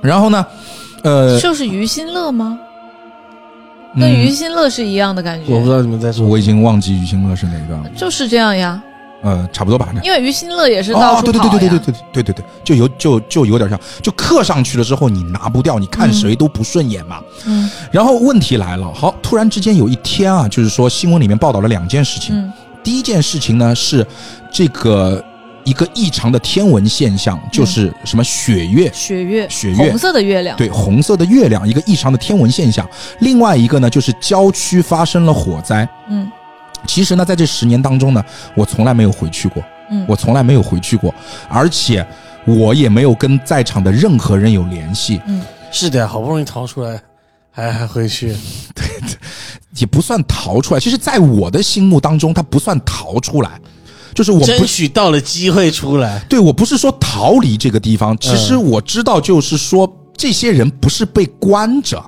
然后呢，呃，
就是于心乐吗？
嗯
跟于心乐是一样的感
我不知
觉，
道你们在说，
我已经忘记于心乐是哪一段了，
就是这样呀。
呃，差不多吧。那
因为于心乐也是到处
哦对对
跑
对
呀，
对对对对对对对，就有就就有点像，就刻上去了之后你拿不掉，你看谁都不顺眼嘛。
嗯
然后问题来了，好，突然之间有一天啊，就是说新闻里面报道了两件事情。
嗯
第一件事情呢是这个一个异常的天文现象，
嗯
就是什么雪月。
雪月，
雪月
红色的月亮，
对，红色的月亮，一个异常的天文现象。另外一个呢，就是郊区发生了火灾。
嗯
其实呢，在这十年当中呢，我从来没有回去过。
嗯，
我从来没有回去过，而且我也没有跟在场的任何人有联系，
是的，好不容易逃出来，还还回去，
也不算逃出来。其实，在我的心目当中，他不算逃出来，就是我不
争取到了机会出来，
对我不是说逃离这个地方，其实我知道，嗯就是说这些人不是被关着，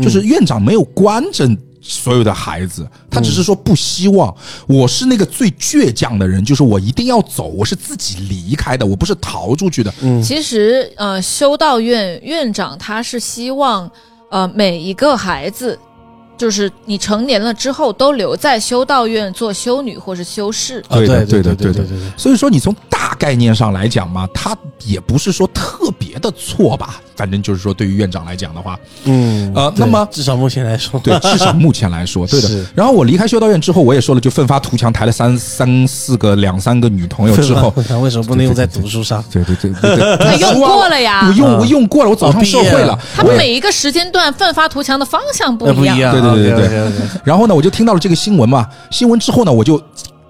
就是院长没有关着所有的孩子，他只是说不希望。我是那个最倔强的人，就是我一定要走，我是自己离开的，我不是逃出去的。
其实，呃，修道院院长他是希望，呃，每一个孩子，就是你成年了之后都留在修道院做修女或是修士。
啊
对的
对
呃对的
对
对的
对对，
所以说，你从大概念上来讲嘛，他也不是说特别的错吧。反正就是说，对于院长来讲的话，
嗯
呃
对
那么
至少目前来说， <laughs>
对，至少目前来说，对的
是。
然后我离开修道院之后，我也说了，就奋发图强，谈了三三四个、两三个女朋友之
<laughs>
后，
他为什么不能用在读书上？
对对对对对，
他用过了
我
呀，
用我用过了，我走上
哦毕
社
业
会
了
了。
他每一个时间段奋发图强的方向不
那 <laughs> 不
一
一
样。
样，
对对对对对
OK，OK，OK
然后呢，我就听到了这个新闻嘛，新闻之后呢，我就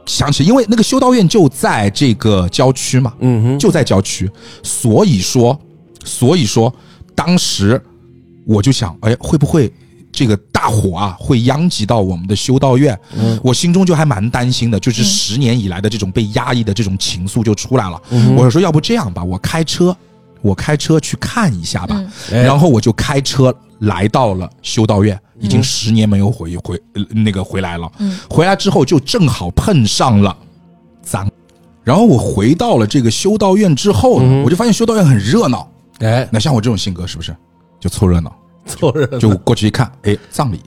想起，因为那个修道院就在这个郊区嘛，
嗯哼，
就在郊区，所以说，所以说，当时我就想，哎，会不会这个大火啊会殃及到我们的修道院？我心中就还蛮担心的，就是十年以来的这种被压抑的这种情愫就出来了。我说，要不这样吧，我开车，我开车去看一下吧。
嗯
哎
然后我就开车来到了修道院，已经十年没有回回呃那个回来了。
嗯
回来之后就正好碰上了咱，然后我回到了这个修道院之后呢，
嗯
我就发现修道院很热闹。
哎，
那像我这种性格是不是就凑热闹？
错人
就过去一看，哎，葬礼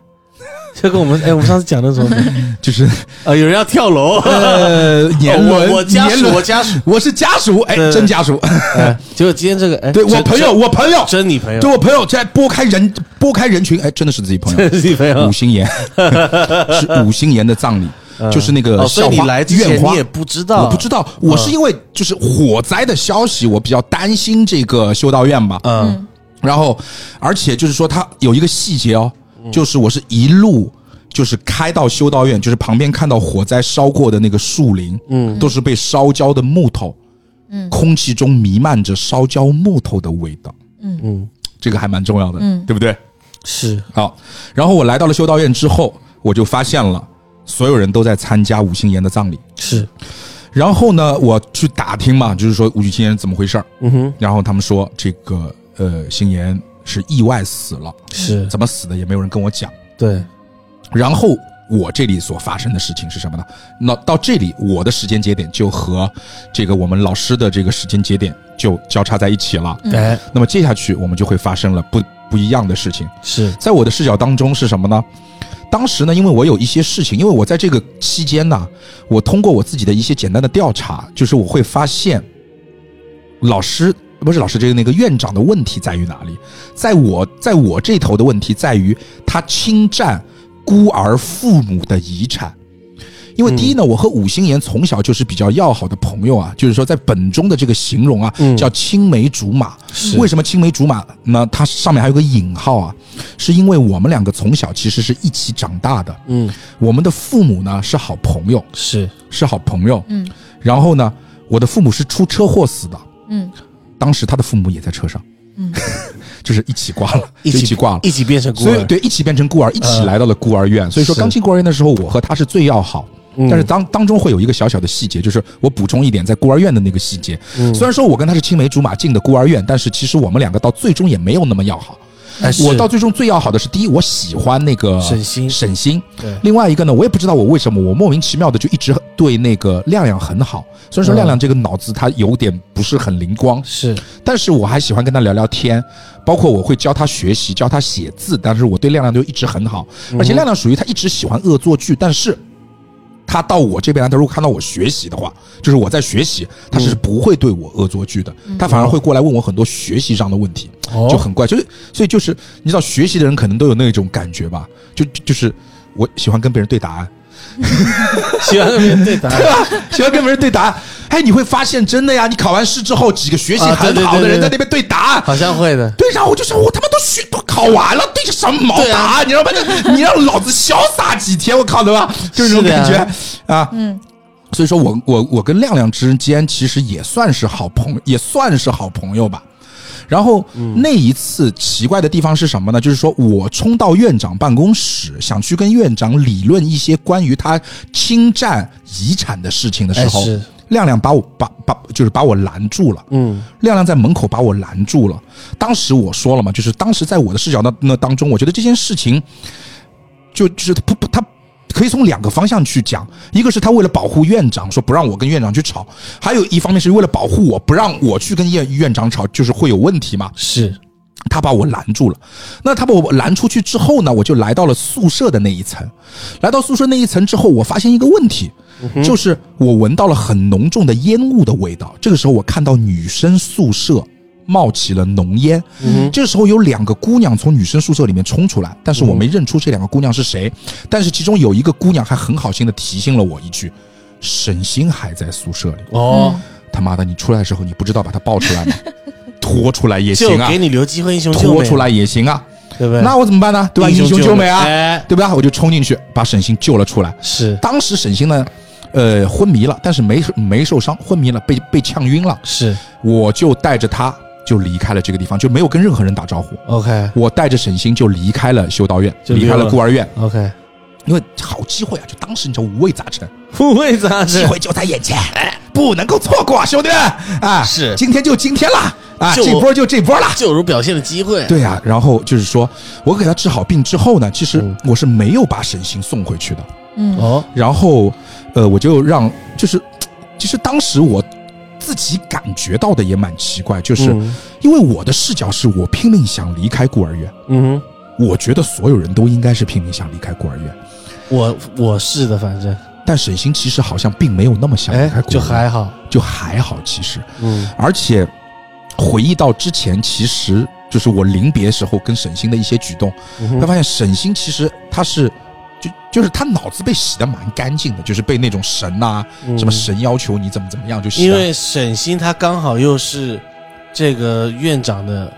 这跟我们哎，我们上次
<laughs>
讲的什么？
就是
啊，有人要跳楼，
呃年轮，
我我家
年
属，
轮
我家属，
我是家属，哎，
对
真家属，
哎，结果今天这个哎，
对
真
我朋友，我朋友
真，真你朋友，
对我朋友在拨开人拨开人群，哎，真的是自己朋友，
真是你朋友
五，星岩 <laughs> 是五星岩的葬礼，就是那个
哦，所以
校
你
花
来之
院
前
花
你也。不知道，嗯
我不知道，我是因为就是火灾的消息，我比较担心这个修道院嘛。
嗯，
然后，而且就是说，它有一个细节哦，就是我是一路就是开到修道院，就是旁边看到火灾烧过的那个树林，嗯，都是被烧焦的木头，嗯，空气中弥漫着烧焦木头的味道，
嗯
嗯，
这个还蛮重要的，
嗯
对不对？
是
好，然后我来到了修道院之后，我就发现了所有人都在参加吴心妍的葬礼。
是，
然后呢，我去打听嘛，就是说吴心妍怎么回事儿。
嗯哼，
然后他们说这个呃，心妍是意外死了，
是
怎么死的也没有人跟我讲。
对，
然后我这里所发生的事情是什么呢？那到这里我的时间节点就和这个我们老师的这个时间节点就交叉在一起了。
嗯
哎，
那么接下去我们就会发生了不不一样的事情。
是，
在我的视角当中是什么呢？当时呢，因为我有一些事情，因为我在这个期间呢，我通过我自己的一些简单的调查，就是我会发现，老师不是老师，这个那个院长的问题在于哪里？在我在我这头的问题在于他侵占孤儿父母的遗产。因为第一呢，我和五星岩从小就是比较要好的朋友啊，就是说在本中的这个形容啊，
嗯
叫青梅竹马。
是
为什么青梅竹马呢？它上面还有个引号啊，是因为我们两个从小其实是一起长大的，
嗯，
我们的父母呢是好朋友，
是
是好朋友。
嗯，
然后呢，我的父母是出车祸死的，
嗯，
当时他的父母也在车上，
嗯，
<laughs> 就是一起挂了，就一起挂了。
一起变成孤
所以
儿，
对，一起变成孤儿，一起来到了孤儿院。所以说，
是
刚进孤儿院的时候，我和他是最要好。
嗯
但是当当中会有一个小小的细节，就是我补充一点，在孤儿院的那个细节，
嗯
虽然说我跟他是青梅竹马进的孤儿院，但是其实我们两个到最终也没有那么要好。
哎是
我到最终最要好的是，第一，我喜欢那个
沈星
沈星。
对
另外一个呢，我也不知道我为什么，我莫名其妙的就一直对那个亮亮很好。虽然说
嗯
亮亮这个脑子他有点不是很灵光，
是
但是我还喜欢跟他聊聊天，包括我会教他学习，教他写字。但是我对亮亮就一直很好，
嗯
而且亮亮属于他一直喜欢恶作剧，但是他到我这边来，他如果看到我学习的话，就是我在学习，他是不会对我恶作剧的，他反而会过来问我很多学习上的问题，
嗯哦
就很怪。就是所以就是你知道，学习的人可能都有那种感觉吧，就就就是我喜欢跟别人对答案。
喜欢跟别人对答，
对吧？喜欢跟别人对答案，哎，你会发现真的呀，你考完试之后，几个学习
啊对
很
对
好的
对
人
对
在那边对答案，
好像会的，
对，啊然后我就想，我他妈都学都考完了，对着什么毛
对
答
啊
案？你让妈的，你让老子潇洒几天，我靠，对吧？就是这种
是的
感
呀
觉啊。嗯，所以说我我我跟亮亮之间其实也算是好朋友，也算是好朋友吧。然后那一次奇怪的地方是什么呢？就是说我冲到院长办公室，想去跟院长理论一些关于他侵占遗产的事情的时候
哎是，
亮亮把我把把就是把我拦住了。
嗯，
亮亮在门口把我拦住了。当时我说了嘛，就是当时在我的视角那那当中，我觉得这件事情就就是不不，他可以从两个方向去讲，一个是他为了保护院长，说不让我跟院长去吵；还有一方面是为了保护我，不让我去跟院院长吵，就是会有问题嘛。
是
他把我拦住了。那他把我拦出去之后呢，我就来到了宿舍的那一层。来到宿舍那一层之后，我发现一个问题，就是我闻到了很浓重的烟雾的味道。这个时候，我看到女生宿舍。冒起了浓烟，这时候有两个姑娘从女生宿舍里面冲出来，但是我没认出这两个姑娘是谁，但是其中有一个姑娘还很好心的提醒了我一句：“沈星还在宿舍里。”
哦，
他妈的，你出来的时候你不知道把她抱出来吗？拖出来也
就
行啊
给，你留机会，英雄救
拖
美，
出来也行啊。
对不对？
那我怎么办呢？对吧？英雄救美啊，
哎，
对吧？我就冲进去把沈星救了出来。
是
当时沈星呢，呃，昏迷了，但是没没受伤，昏迷了，被被呛晕了。
是
我就带着他就离开了这个地方，就没有跟任何人打招呼。
，OK
我带着沈星就离开了修道院，
就
离
溜
开
了
了孤儿院，
OK，
因为好机会啊！就当时你知道五味杂陈，
不会咋
机
是
会就在眼前，哎不能够错过，兄弟们啊！
是
今天就今天了啊，
就
这波就这波了。
就有表现的机会，
对呀、然后就是说我给他治好病之后呢，其
嗯
实我是没有把沈星送回去的。
嗯
哦，
然后，呃，我就让就是，其实当时我自己感觉到的也蛮奇怪，就是、
嗯
因为我的视角是我拼命想离开孤儿院，
嗯哼，
我觉得所有人都应该是拼命想离开孤儿院，
我我是的，反正
但沈星其实好像并没有那么想离
哎
开孤儿院，
就还好，
就还好，其实，
嗯
而且回忆到之前，其实就是我临别时候跟沈星的一些举动，
嗯
他
哼
发现沈星其实他是就就是他脑子被洗的蛮干净的，就是被那种神呐、
嗯
什么神要求你怎么怎么样就洗
因
了。
为沈星他刚好又是这个院长的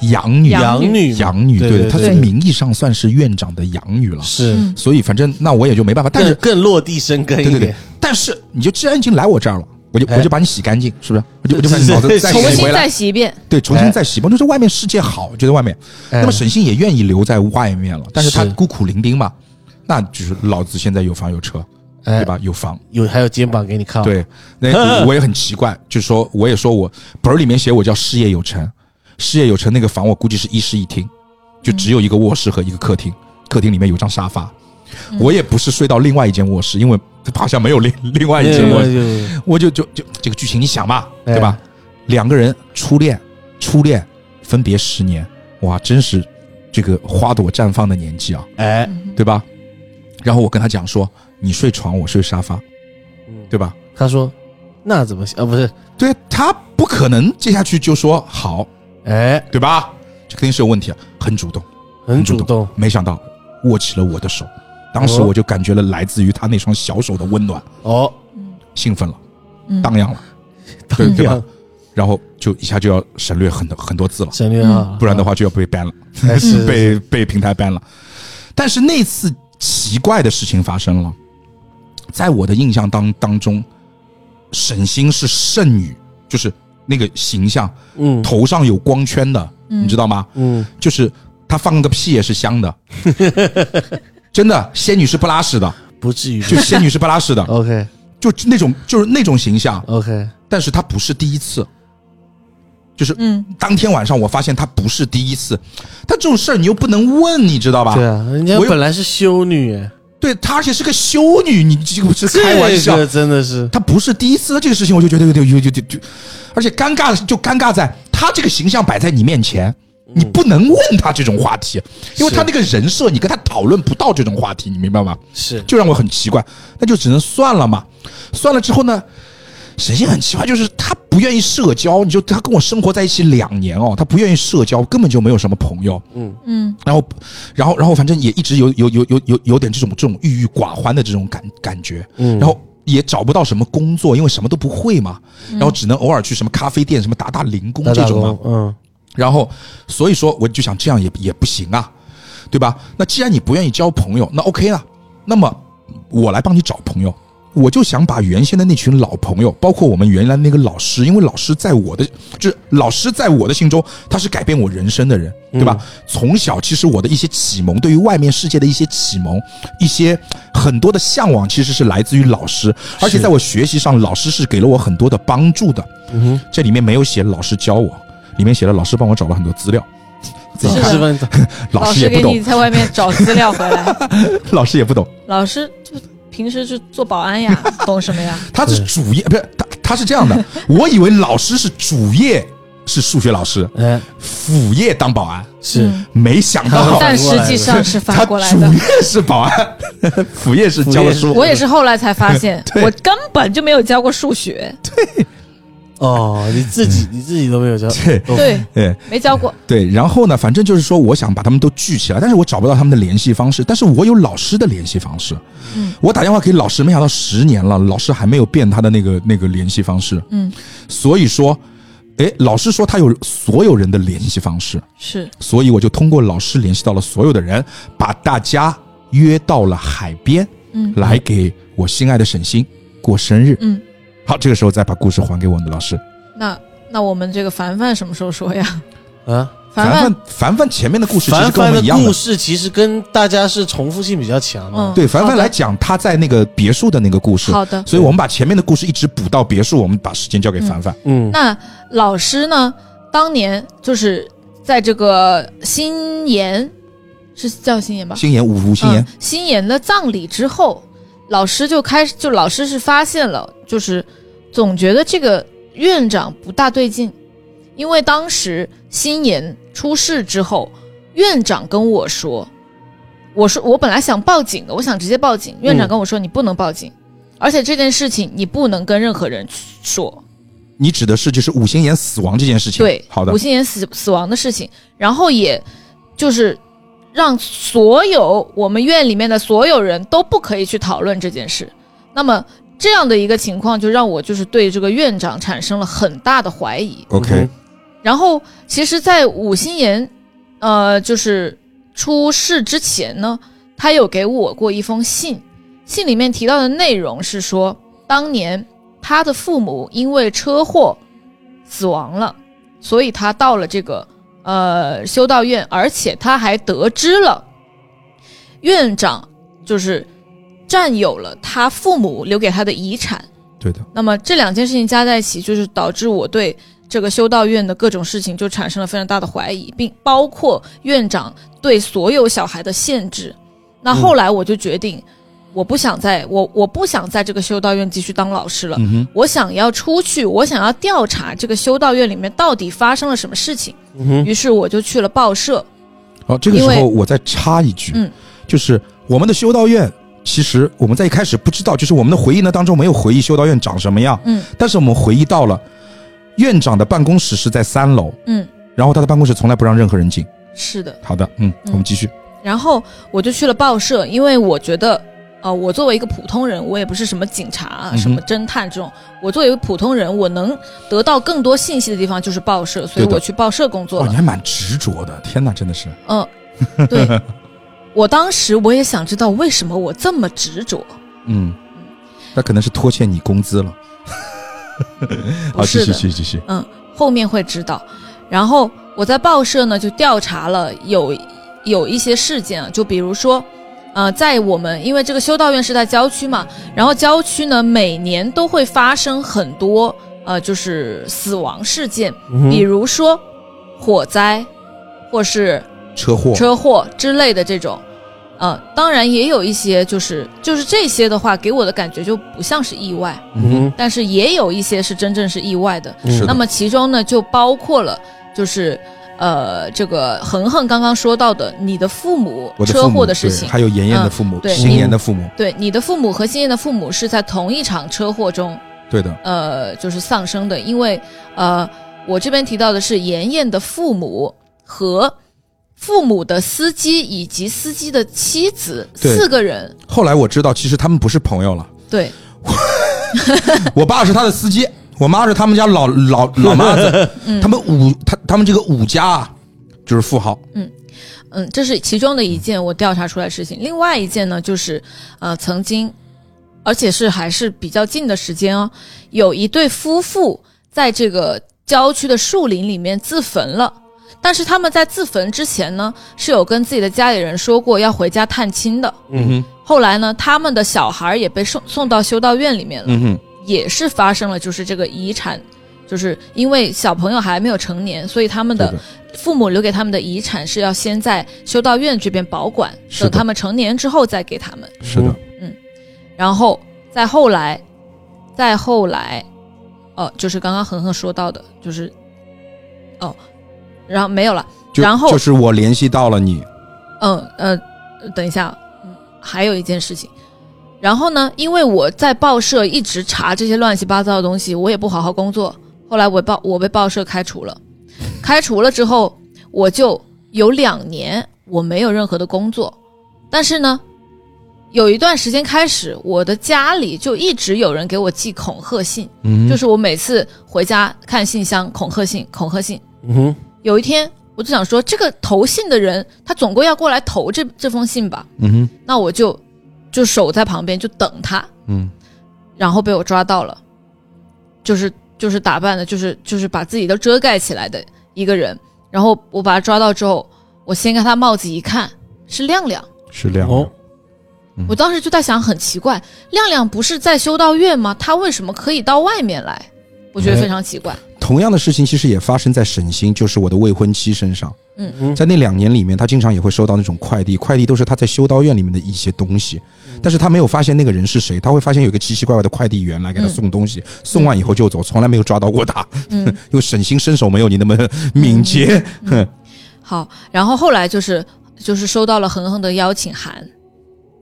养女，啊
养
养女嘛，
养女，
对
对，
对
她
对
在名义上算是院长的养女了，
是
嗯
所以反正那我也就没办法。但
更
是，
更落地生根
对
一
对对
点，，
但是你就既然已经来我这儿了。我就
哎
我就把你洗干净，是不是？我就我就把你
对
脑子
对
再
重
重
洗
新
回来
再，洗一遍，
对，重新
哎
再洗。我就是外面世界好，就在外面。
哎
那么沈星也愿意留在外面了，但是他
是
孤苦伶仃嘛，那就是老子现在有房有车，
哎
对吧？有房，
有还有肩膀给你靠，
对，那我也很奇怪，就是说，我也说我本儿里面写我叫事业有成，事业有成那个房我估计是一室一厅，就只有一个卧室和一个客厅，客厅里面有张沙发。我也不是睡到另外一间卧室，因为好像没有另 <laughs> 另外
哎，
一间卧室，
我
嗯
我就就就这个剧情你想嘛，
哎
对吧？两个人初恋，初恋分别十年，哇，真是这个花朵绽放的年纪啊，
哎，
对吧？然后我跟他讲说，你睡床，我睡沙发，
嗯
对吧？
他说那怎么行啊？不是，
对他不可能接下去就说好，
哎，
对吧？这肯定是有问题啊，很主动，
很主动，
没想到握起了我的手，当时
哦
我就感觉了来自于他那双小手的温暖，
哦，
兴奋了，
嗯
荡漾了，对对吧？然后就一下就要省略很多很多字了，
省略
嗯
啊，
不然的话就要被 ban 了，
哎是
被被平台 ban 了。但是那次奇怪的事情发生了，在我的印象当当中，沈星是圣女，就是那个形象，
嗯
头上有光圈的，你知道吗？
嗯，
就是她放个屁也是香的， <laughs> 真的，仙女是不拉屎的，
不至于 <laughs>
就仙女是不拉屎的，
，OK
就那种就是那种形象，
OK，
但是她不是第一次，就是
嗯
当天晚上我发现她不是第一次，但这种事儿你又不能问，你知道吧？
对啊，人家
我有
本来是修女，哎
对她而且是个修女，你这个是开玩笑
这，个真的是
她不是第一次这个事情，我就觉得有点有点有点，而且尴尬的是就尴尬在她这个形象摆在你面前，你不能问她这种话题，因为
嗯是
她那个人设，你跟她讨论不到这种话题，你明白吗？
是
就让我很奇怪，那就只能算了嘛。算了之后呢，沈星很奇怪，就是她不愿意社交，你就她跟我生活在一起两年哦，她不愿意社交，根本就没有什么朋友。
嗯
然后，然后，然后，反正也一直有有有有有有点这种这种郁郁寡欢的这种感感觉，嗯，然后也找不到什么工作，因为什么都不会嘛，然后只能偶尔去什么咖啡店什么打打零工
打
这
打
种嘛
工，，嗯，
然后，所以说我就想这样也也不行啊，对吧？那既然你不愿意交朋友，那 OK 啊，那么我来帮你找朋友。我就想把原先的那群老朋友，包括我们原来那个老师，因为老师在我的，就是老师在我的心中，他是改变我人生的人，对吧？从小其实我的一些启蒙，对于外面世界的一些启蒙，一些很多的向往，其实是来自于老师，而且在我学习上，老师是给了我很多的
嗯
帮助的。这里面没有写老师教我，里面写了老师帮我找了很多资料，
是的
十分钟
老师也不
给你
懂，
在外面找资料回来，
老师也不懂，
老师就平时就做保
<laughs>
安呀，懂什么呀？
他是主业，不是他他是这样
<laughs>
的，我以为老师是主业是数学老师，
哎，
副业当保安，
是
没想
<laughs>
到
反
但
过
实
来
际
的
上是
他
反过来
主
的。
业是保安， <laughs> 副业是教
副业是
书。
我也是后来才发现
<laughs> ，对
我根本就没有教过数学，
哦，你自己你自己都没有教，
对
哦，
对，
<laughs> 对
没教过。
对，然后呢，反正就是说，我想把他们都聚起来，但是我找不到他们的联系方式，但是我有老师的联系方式。
嗯，
我打电话给老师，没想到十年了，老师还没有变他的那个那个联系方式。
嗯，
所以说，诶，老师说他有所有人的联系方式，
是
所以我就通过老师联系到了所有的人，把大家约到了海边，
嗯
来给我心爱的沈星过生日。
嗯，
好，这个时候再把故事还给我们的老师。
那那我们这个凡凡什么时
<laughs>
候说呀？
啊，
凡
凡凡凡前面的故事其实
凡
跟我
凡
们
的
一样
故事其实跟大家是重复性比较强的，
嗯，
对，凡
好
凡
的
来讲他在那个别墅的那个故事，
好的。
所以我们把前面的故事一直补到别墅，我们把时间交给凡凡。
嗯，
那老师呢？当年就是在这个新颜，是叫新颜吧？
心妍，五如心妍
嗯，新妍的葬礼之后，老师就开始，就老师是发现了，就是总觉得这个院长不大对劲，因为当时新妍出事之后，院长跟我说，我说我本来想报警的，我想直接报警，院长跟我说你不能报警，而且这件事情你不能跟任何人去说，
你指的是就是五心妍死亡这件事情。
对，
好的
吴，心妍死死亡的事情，然后也就是让所有我们院里面的所有人都不可以去讨论这件事。那么这样的一个情况，就让我就是对这个院长产生了很大的怀疑。
嗯
OK
然后，其实，在武心妍，呃，就是出事之前呢，他有给我过一封信，信里面提到的内容是说，当年他的父母因为车祸死亡了，所以他到了这个呃修道院，而且他还得知了院长就是占有了他父母留给他的遗产。
对的，
那么这两件事情加在一起，就是导致我对这个修道院的各种事情就产生了非常大的怀疑，并包括院长对所有小孩的限制。那后来我就决定，我不想在我我不想在这个修道院继续当老师了，
嗯哼，
我想要出去，我想要调查这个修道院里面到底发生了什么事情。
嗯哼，
于是我就去了报社。
好，这个时
因
候
为
我再插一句，
嗯
就是我们的修道院，其实我们在一开始不知道，就是我们的回忆呢当中没有回忆修道院长什么样，
嗯
但是我们回忆到了院长的办公室是在三楼，
嗯，
然后他的办公室从来不让任何人进。
是的。
好的，嗯，我们继续。
然后我就去了报社，因为我觉得，呃，我作为一个普通人，我也不是什么警察、啊、
嗯哼
什么侦探这种，我作为一个普通人，我能得到更多信息的地方就是报社，所以
对的
我去报社工作
哇，你
了。
还蛮执着的，天哪，真的是。
嗯，对，
<laughs>
我当时我也想知道为什么我这么执着，
嗯，那可能是拖欠你工资了。好，啊
不
继续，继
是的
续，继续。
嗯，后面会知道。然后我在报社呢就调查了有有一些事件啊，就比如说，呃，在我们因为这个修道院是在郊区嘛，然后郊区呢每年都会发生很多呃就是死亡事件，
嗯哼
比如说火灾或是
车祸，
车祸之类的这种。呃，当然也有一些，就是就是这些的话，给我的感觉就不像是意外，
嗯
但是也有一些是真正是意外的。
哼，
是的
那么其中呢，就包括了就是呃，这个恒恒刚刚说到的你的父母
我的
车
父母
祸的事
对
情，嗯
还有妍妍的父母，
对
心妍的父母，
对你的父母和新燕的父母是在同一场车祸中
对的，
呃就是丧生的，因为呃我这边提到的是妍妍的父母和。父母的司机以及司机的妻子
对
四个人，
后来我知道，其实他们不是朋
<laughs>
友了。
对，
我爸是他的司机，我妈是他们家老老老妈子。
嗯
他们五，他他们这个五家啊，就是富豪。
嗯，这是其中的一件我调查出来的事情。另外一件呢，就是呃，曾经，而且是还是比较近的时间哦，有一对夫妇在这个郊区的树林里面自焚了。但是他们在自焚之前呢，是有跟自己的家里人说过要回家探亲的。
嗯
后来呢，他们的小孩也被送送到修道院里面了，
嗯哼，
也是发生了就是这个遗产就是因为小朋友还没有成年，所以他们的
对
父母留给他们的遗产是要先在修道院这边保管，
是
等
的
他们成年之后再给他们。
是
嗯
的，
然后再后来，再后来，哦，就是刚刚恒恒说到的，就是哦，然后没有了，
就
然后
就是我联系到了你，
嗯呃，等一下，嗯还有一件事情。然后呢，因为我在报社一直查这些乱七八糟的东西，我也不好好工作。后来我报我被报社开除了，开除了之后，我就有两年我没有任何的工作。但是呢，有一段时间开始，我的家里就一直有人给我寄恐吓信，
嗯
就是我每次回家看信箱，恐吓信，恐吓信，
嗯哼，
有一天，我就想说，这个投信的人，他总归要过来投这这封信吧？
嗯哼
那我就就守在旁边，就等他。
嗯，
然后被我抓到了，就是就是打扮的，就是就是把自己都遮盖起来的一个人。然后我把他抓到之后，我掀开他帽子一看，是亮亮。
是这样的。
哦，
我当时就在想，很奇怪，亮亮不是在修道院吗？他为什么可以到外面来？我觉得非常奇怪。
同样的事情其实也发生在沈星，就是我的未婚妻身上。
嗯
嗯
在那两年里面，她经常也会收到那种快递，快递都是她在修道院里面的一些东西，但是她没有发现那个人是谁，她会发现有一个奇奇怪怪的快递员来给她
嗯
送东西，送完以后就走，从来没有抓到过他。
嗯
<laughs> 因为沈星身手没有你那么敏捷。哼
好，然后后来就是就是收到了恒恒的邀请函，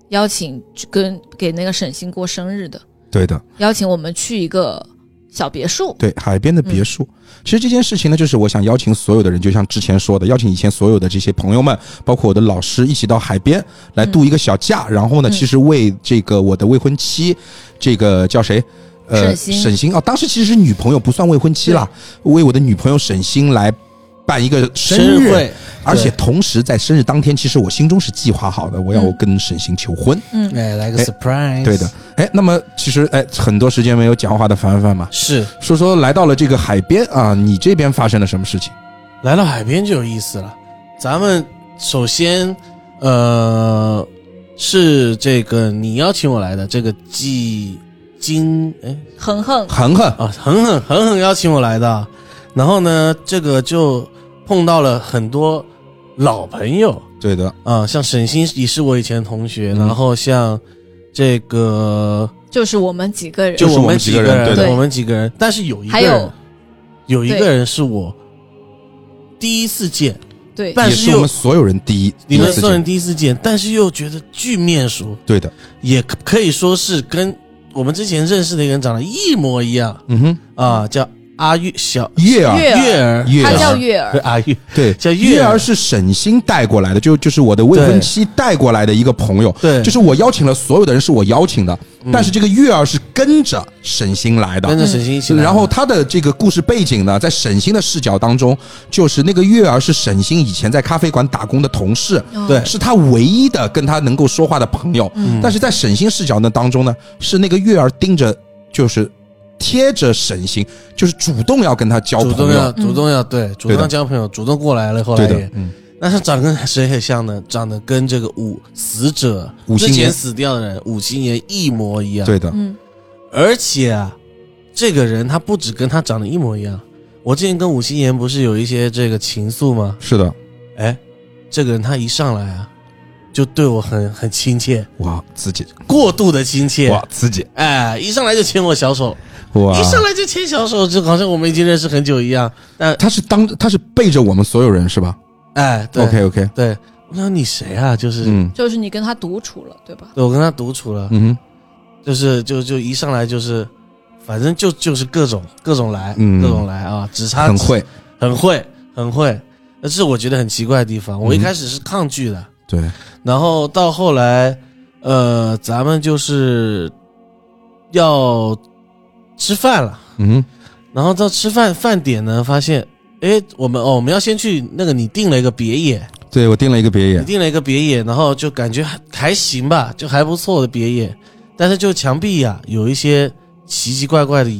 邀请去跟给那个沈星过生日的，
<laughs> 对的，
邀请我们去一个小别墅。
对海边的
嗯
别墅。其实这件事情呢，就是我想邀请所有的人，就像之前说的，邀请以前所有的这些朋友们，包括我的老师，一起到海边来度一个小假。然后呢，
嗯
其实为这个我的未婚妻，这个叫谁？呃，
沈星
沈星啊，当时其实是女朋友不算未婚妻啦，为我的女朋友沈星来办一个生
生日
日，
会，
而且同时在生日当天，其实我心中是计划好的，我要
嗯
跟沈星求婚。
嗯，
哎，来个
哎
surprise，
对的，，哎，那么其实哎，很多时间没有讲话的凡凡嘛，
是
说说来到了这个海边啊，你这边发生了什么事情？
来到海边就有意思了。咱们首先，呃，是这个你邀请我来的，这个季金，哎
恒恒，
恒恒，
啊，恒恒恒恒邀请我来的。然后呢，这个就碰到了很多老朋友
对的，
啊，像沈星也是我以前的同学，
嗯
然后像这个
就是我们几个人，
就是
我
我们
几
几个
个
人对
的
我们几个人，但是有一个
还有
人，有一
对
个人是我第一次见，
对，
但
也
是
是
又
我们所有人第一，
你
第
们
一次
所有人
见
第一次见，但是又觉得巨面熟，
对的，
也可可以说是跟我们之前认识的一个人长得一模一样
嗯哼，
啊，叫阿月小
月儿，
月儿，
儿，
月
他
儿
叫月
不是
哎
儿，
阿月，
对，
叫
月
月
儿是沈星带过来的，就就是我的未婚妻带过来的一个朋友，
对嗯
就是我邀请了所有的人是我邀请的，但是这个月儿是跟着沈星来的
跟，着沈星一起来的，
然后他的这个故事背景呢，在沈星的视角当中，就是那个月儿是沈星以前在咖啡馆打工的同事，
嗯
对嗯
是他唯一的跟他能够说话的朋友。但是在沈星视角呢当中呢，是那个月儿盯着，就是贴着沈星，就是主动要跟他交
主动
朋
要
友。嗯
主动要对主动要交朋友，主动过来了，后来
对的嗯
也，那他长得跟谁很像呢？长得跟这个五死者
五星
之
爷
前死掉的人五星爷一模一样。，
对的，
嗯，
而且啊，这个人他不止跟他长得一模一样。我之前跟五星爷不是有一些这个情愫吗？
是的，
哎，这个人他一上来啊，就对我很很亲切，
哇，刺激，
过度的亲切。
哇，刺激，
哎，一上来就牵我小手，
哇！
一上来就牵小手，就好像我们已经认识很久一样。但
他是当他是背着我们所有人是吧
哎，对
？OK OK，
对，我想你谁啊？就是、
嗯
就是你跟他独处了，对吧？
对我跟他独处了，
嗯
就是就就一上来就是，反正就就是各种各种来，
嗯
各种来啊，只差
哼，很会，
很会很会，这是我觉得很奇怪的地方。我一
嗯
开始是抗拒的，
对，
然后到后来，呃，咱们就是要吃饭了，
嗯
然后到吃饭饭点呢，发现，哎，我们哦，我们要先去那个你订了一个别野，
哼，对我订了一个别
你
野，
订了一个别野，然后就感觉还还行吧，就还不错的别野，但是就墙壁呀、有一些奇奇怪怪的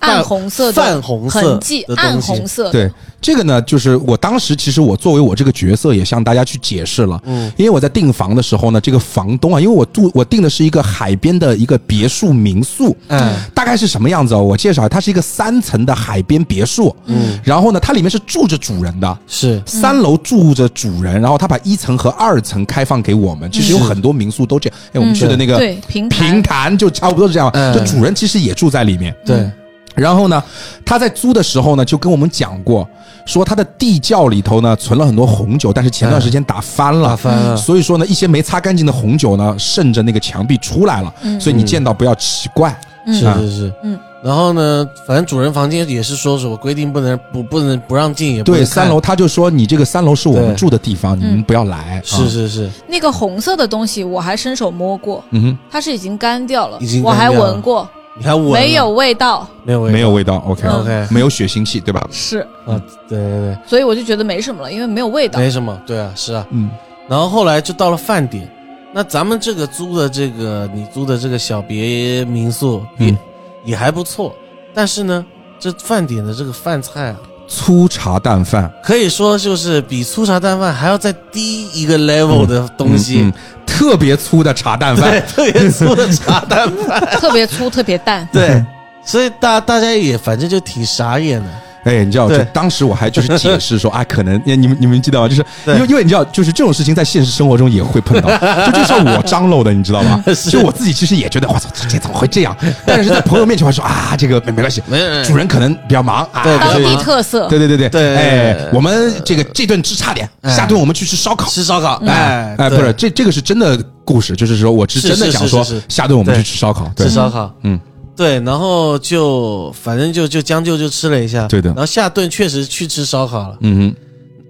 暗红色的
泛红色
痕迹，
的
暗
东西
红色的，
对这个呢，就是我当时其实我作为我这个角色也向大家去解释了，嗯，因为我在订房的时候呢，这个房东啊，因为我住我订的是一个海边的一个别墅民宿，
哎
嗯，大概是什么样子哦？我介绍，它是一个三层的海边别墅，嗯，然后呢，它里面是住着主人的。
是
三楼住着主人，然后他把一层和二层开放给我们。其实有很多民宿都这样，哎，我们去的那个
对平潭
平潭就差不多是这样，
嗯
就主人其实也住在里面。
对，
然后呢，他在租的时候呢，就跟我们讲过，说他的地窖里头呢存了很多红酒，但是前段时间打翻了，
打翻了
所以说呢，一些没擦干净的红酒呢，渗着那个墙壁出来了，
嗯
所以你见到不要奇怪。
是是是，
嗯。
然后呢，反正主人房间也是说什么规定不能不不能不让进，也不能
对，
看
三楼他就说你这个三楼是我们
对嗯
住的地方，你们不要来。
是
啊，
是是，
那个红色的东西我还伸手摸过，
嗯
它是已经干掉了，
已经
我
干
还
掉了
闻过，
你还闻了
没有味道，
没有
哼，没
有
有味道，OK，
嗯
OK
没有血腥气，对吧？
是，
啊？对对
所以我就觉得没什么了，因为没有味道
对，。没什么，对啊是啊。
嗯，
然后后来就到了饭点，那咱们这个租的这个你租的这个小别民宿也、
嗯
也还不错，但是呢，这饭点的这个饭菜啊，
粗茶淡饭，
可以说就是比粗茶淡饭还要再低一个 level 的东西。
嗯嗯特别粗的茶淡
对
饭，，
特别粗的茶蛋
<laughs>
饭。
特别
<laughs>
粗，特别淡。
对，所以大大家也反正就挺傻眼的。
哎，你知道，
对
就当时我还就是解释
<laughs>
说啊，可能哎你们你们记得吗？就是因
对
为因为你知道，就是这种事情在现实生活中也会碰
<laughs>
到，就就像我张罗的，你知道吧？
是
就我自己其实也觉得，我操，这这怎么会这
<laughs>
样？但是在朋友面前我说啊，这个没没关系，
没有没有
主人可能比较忙啊，
对
当
对
地特色，
对对对对
对
哎，我们这个这顿吃差点，
哎
下顿我们去吃烧烤。
吃烧烤，
哎
哎
哎，不
对
是，这这个是真的故事，就是说我是
是
真的
是
想
是
说
是是，
下顿我们去
对
吃烧烤，对
吃，烧烤，
嗯，
对，然后就反正就就将就就吃了一下，
对的
然后下顿确实去吃烧烤了，
嗯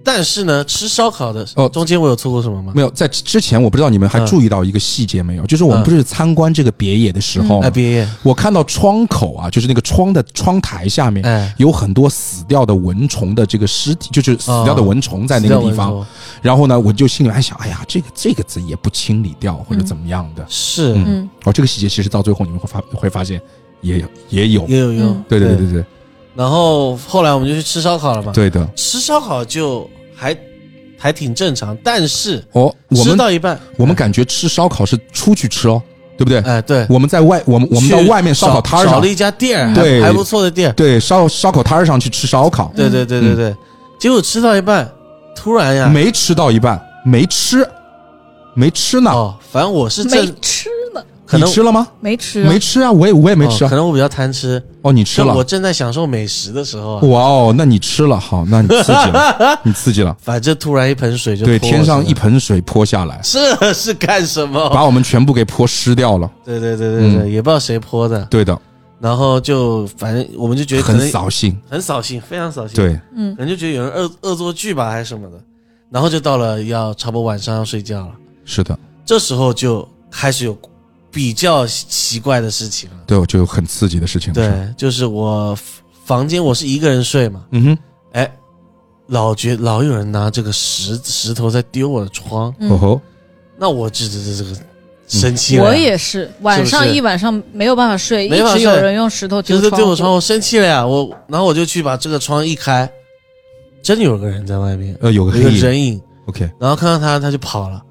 但是呢，吃烧烤的
哦
中间我有错过什么吗
哼，？没有，在之前我不知道你们还
嗯
注意到一个细节没有，就是我们
嗯
不是参观这个别野的时候，
哎，别野，
我看到窗口啊，就是那个窗的窗台下面，
哎
有很多死掉的蚊虫的这个尸体，就是死掉的蚊虫在那个地
死掉
方
蚊虫。
然后呢，我就心里还想，哎呀，这个这个字也不清理掉
嗯
或者怎么样的。
是
嗯哦，这个细节其实到最后你们会发会发现也有也有，
也有用
嗯，
对对对对对
然后后来我们就去吃烧烤了嘛，，
对的。
吃烧烤就还还挺正常，但是
哦，我
吃
们
到一半，
我们感觉吃烧烤是出去吃哦，对不对？
哎，对，
我们在外我们我们到
去
外面烧烤摊儿
找
上
了，一家店，还
对
还不错的店，
对烧烧烤摊儿上去吃烧烤，
对对对对对，结果吃到一半，突然呀，
嗯没吃到一半，没吃，没吃呢。
哦，反正我是
没
正
吃呢，
可能
你吃了吗？
没吃，
没吃啊，我也我也没吃
哦可
啊。
能我比较贪吃，
哦，你吃
就我
了，
正在享受美食的时候啊，
哇哦，那你吃了，好，那你刺激
<laughs>
了，你刺激了。
反正突然一盆水就
对，
泼我
天上
身
一盆水泼下来，
这是干什
<laughs>
么？
把我们嗯全部给泼湿掉了。
对对对对对，也不知道谁泼的，
对的，
然后就反正我们 <laughs> 就觉得可
很
能
扫兴。
很扫兴，非常扫兴，，
对，
可能就觉得有人恶恶作剧吧还是什么的，然后就到了要差不多晚上要睡觉了，
是的，
这时候就开始有比较奇怪的事情了。
对，我就有很刺激的事情。是吧，
对，就是我房间我是一个人睡嘛，
嗯哼，
哎，老觉老有人拿这个石石头在丢我的窗，
嗯
哦吼，
那我这这这这个生气了呀，
我也是，晚上一晚上没有办法睡，
没办法
一直
睡
有人用石头
就
丢
是
户
对我窗，我生气了呀，我然后我就去把这个窗一开，真的有个人在外面，
呃，有个
有
黑
一个
影
人影，
，OK。
然后看到他他就跑了，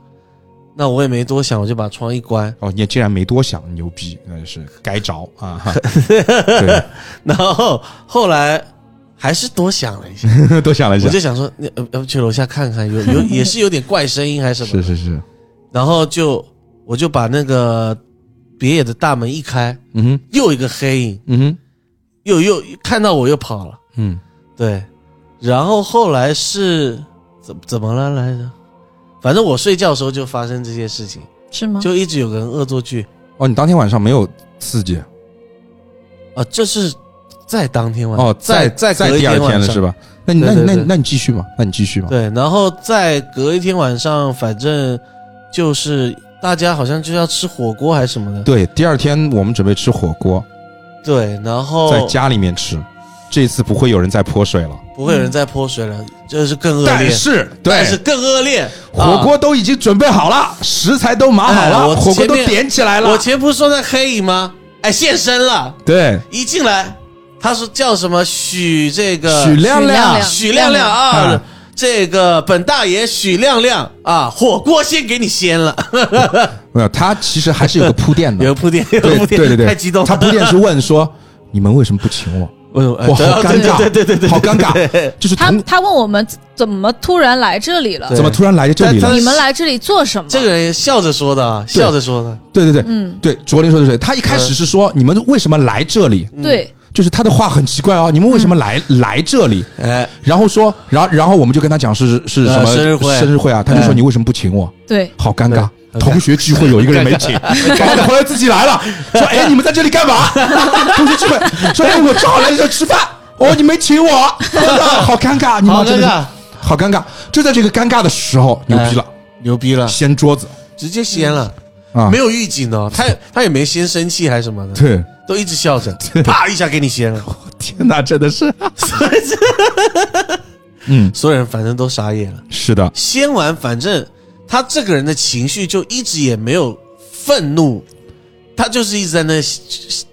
那我也没多想，我就把窗一关，
哦，你竟然没多想，牛逼，那是该着啊！
<laughs>
哈对，
然后后来还是多想了一下，
多想了一
我
下，
就想说，那要要不去楼下看看，有有也是有点怪声音还是什么的
是，是是，
然后就我就把那个别野的大门一开，
嗯哼，
又一个黑影，
嗯哼，
又又看到我又跑了，
嗯，
对，然后后来是怎怎么了来着？反正我睡觉的时候就发生这些事情，
是吗？
就一直有个人恶作剧
哦，你当天晚上没有刺激
啊，这是在当天晚上
哦，再
嗯再
再
隔一
第二
晚
天了
上
是？吧？那你那你
对对
那你
对
那你继续嘛，那你继续嘛。
对，然后再隔一天晚上，反正就是大家好像就要吃火锅还是什么的，
对，第二天我们准备吃火锅，
对，然后
在家里面吃。这次不会有人再泼水了，
不会有人再泼水了，这是更恶劣。
是
但是更恶劣。
火
啊
锅都已经准备好了，食材都码好
哎
了，
我
火锅
前
都
面
点起来
我
了。
前不是说那黑影吗？哎，现身了，
对，
一进来，他是叫什么许这个
许亮
亮
亮
亮
许亮亮啊
啊，
这个本大爷许亮亮啊，火锅先给你掀了，
没有，他其实还是有个铺垫的
<laughs> 有。铺垫，有
对
铺垫，
对对对，
太激动了，
他铺垫是问说，你们为什么不请我？
为什么？
哇，好尴尬，
哎对对对对，
好尴尬，就是
他
同
他问我们怎么突然来这里了
对，
怎么突然来这里
但
了
他？
你们来这里做什么？
这个人笑着说的，啊，
对
笑着说的，
对对对，
嗯，
对，卓林说的对，他一开始是说你们为什么来这里？
嗯
对，嗯
就是他的话很奇怪哦，你们为什么来来这里？
哎，
然后说，然后然后我们就跟他讲是是什
呃
么
生日会
生日会啊，他就说
哎
你为什么不请我？
对，
好尴尬。
对
同学聚会有一个人没请，然后他后来自己来了，说：“哎，你们在这里干嘛？”同学聚会说：“哎，我正好来这吃饭，哦，你没请我，好尴尬，你
好
们
尴
真的是
尬，
好尴尬。”就在这个尴尬的时候，牛逼了，
牛逼了，
掀桌子
直接掀了，
啊！
嗯没有预警的哦，他也他也没先生气还是什么的，
对，
都一直笑着，啪一下给你掀了，
天哪，真的是，嗯，
所有人反正都傻眼了。
是的，
掀完，反正他这个人的情绪就一直也没有愤怒，他就是一直在那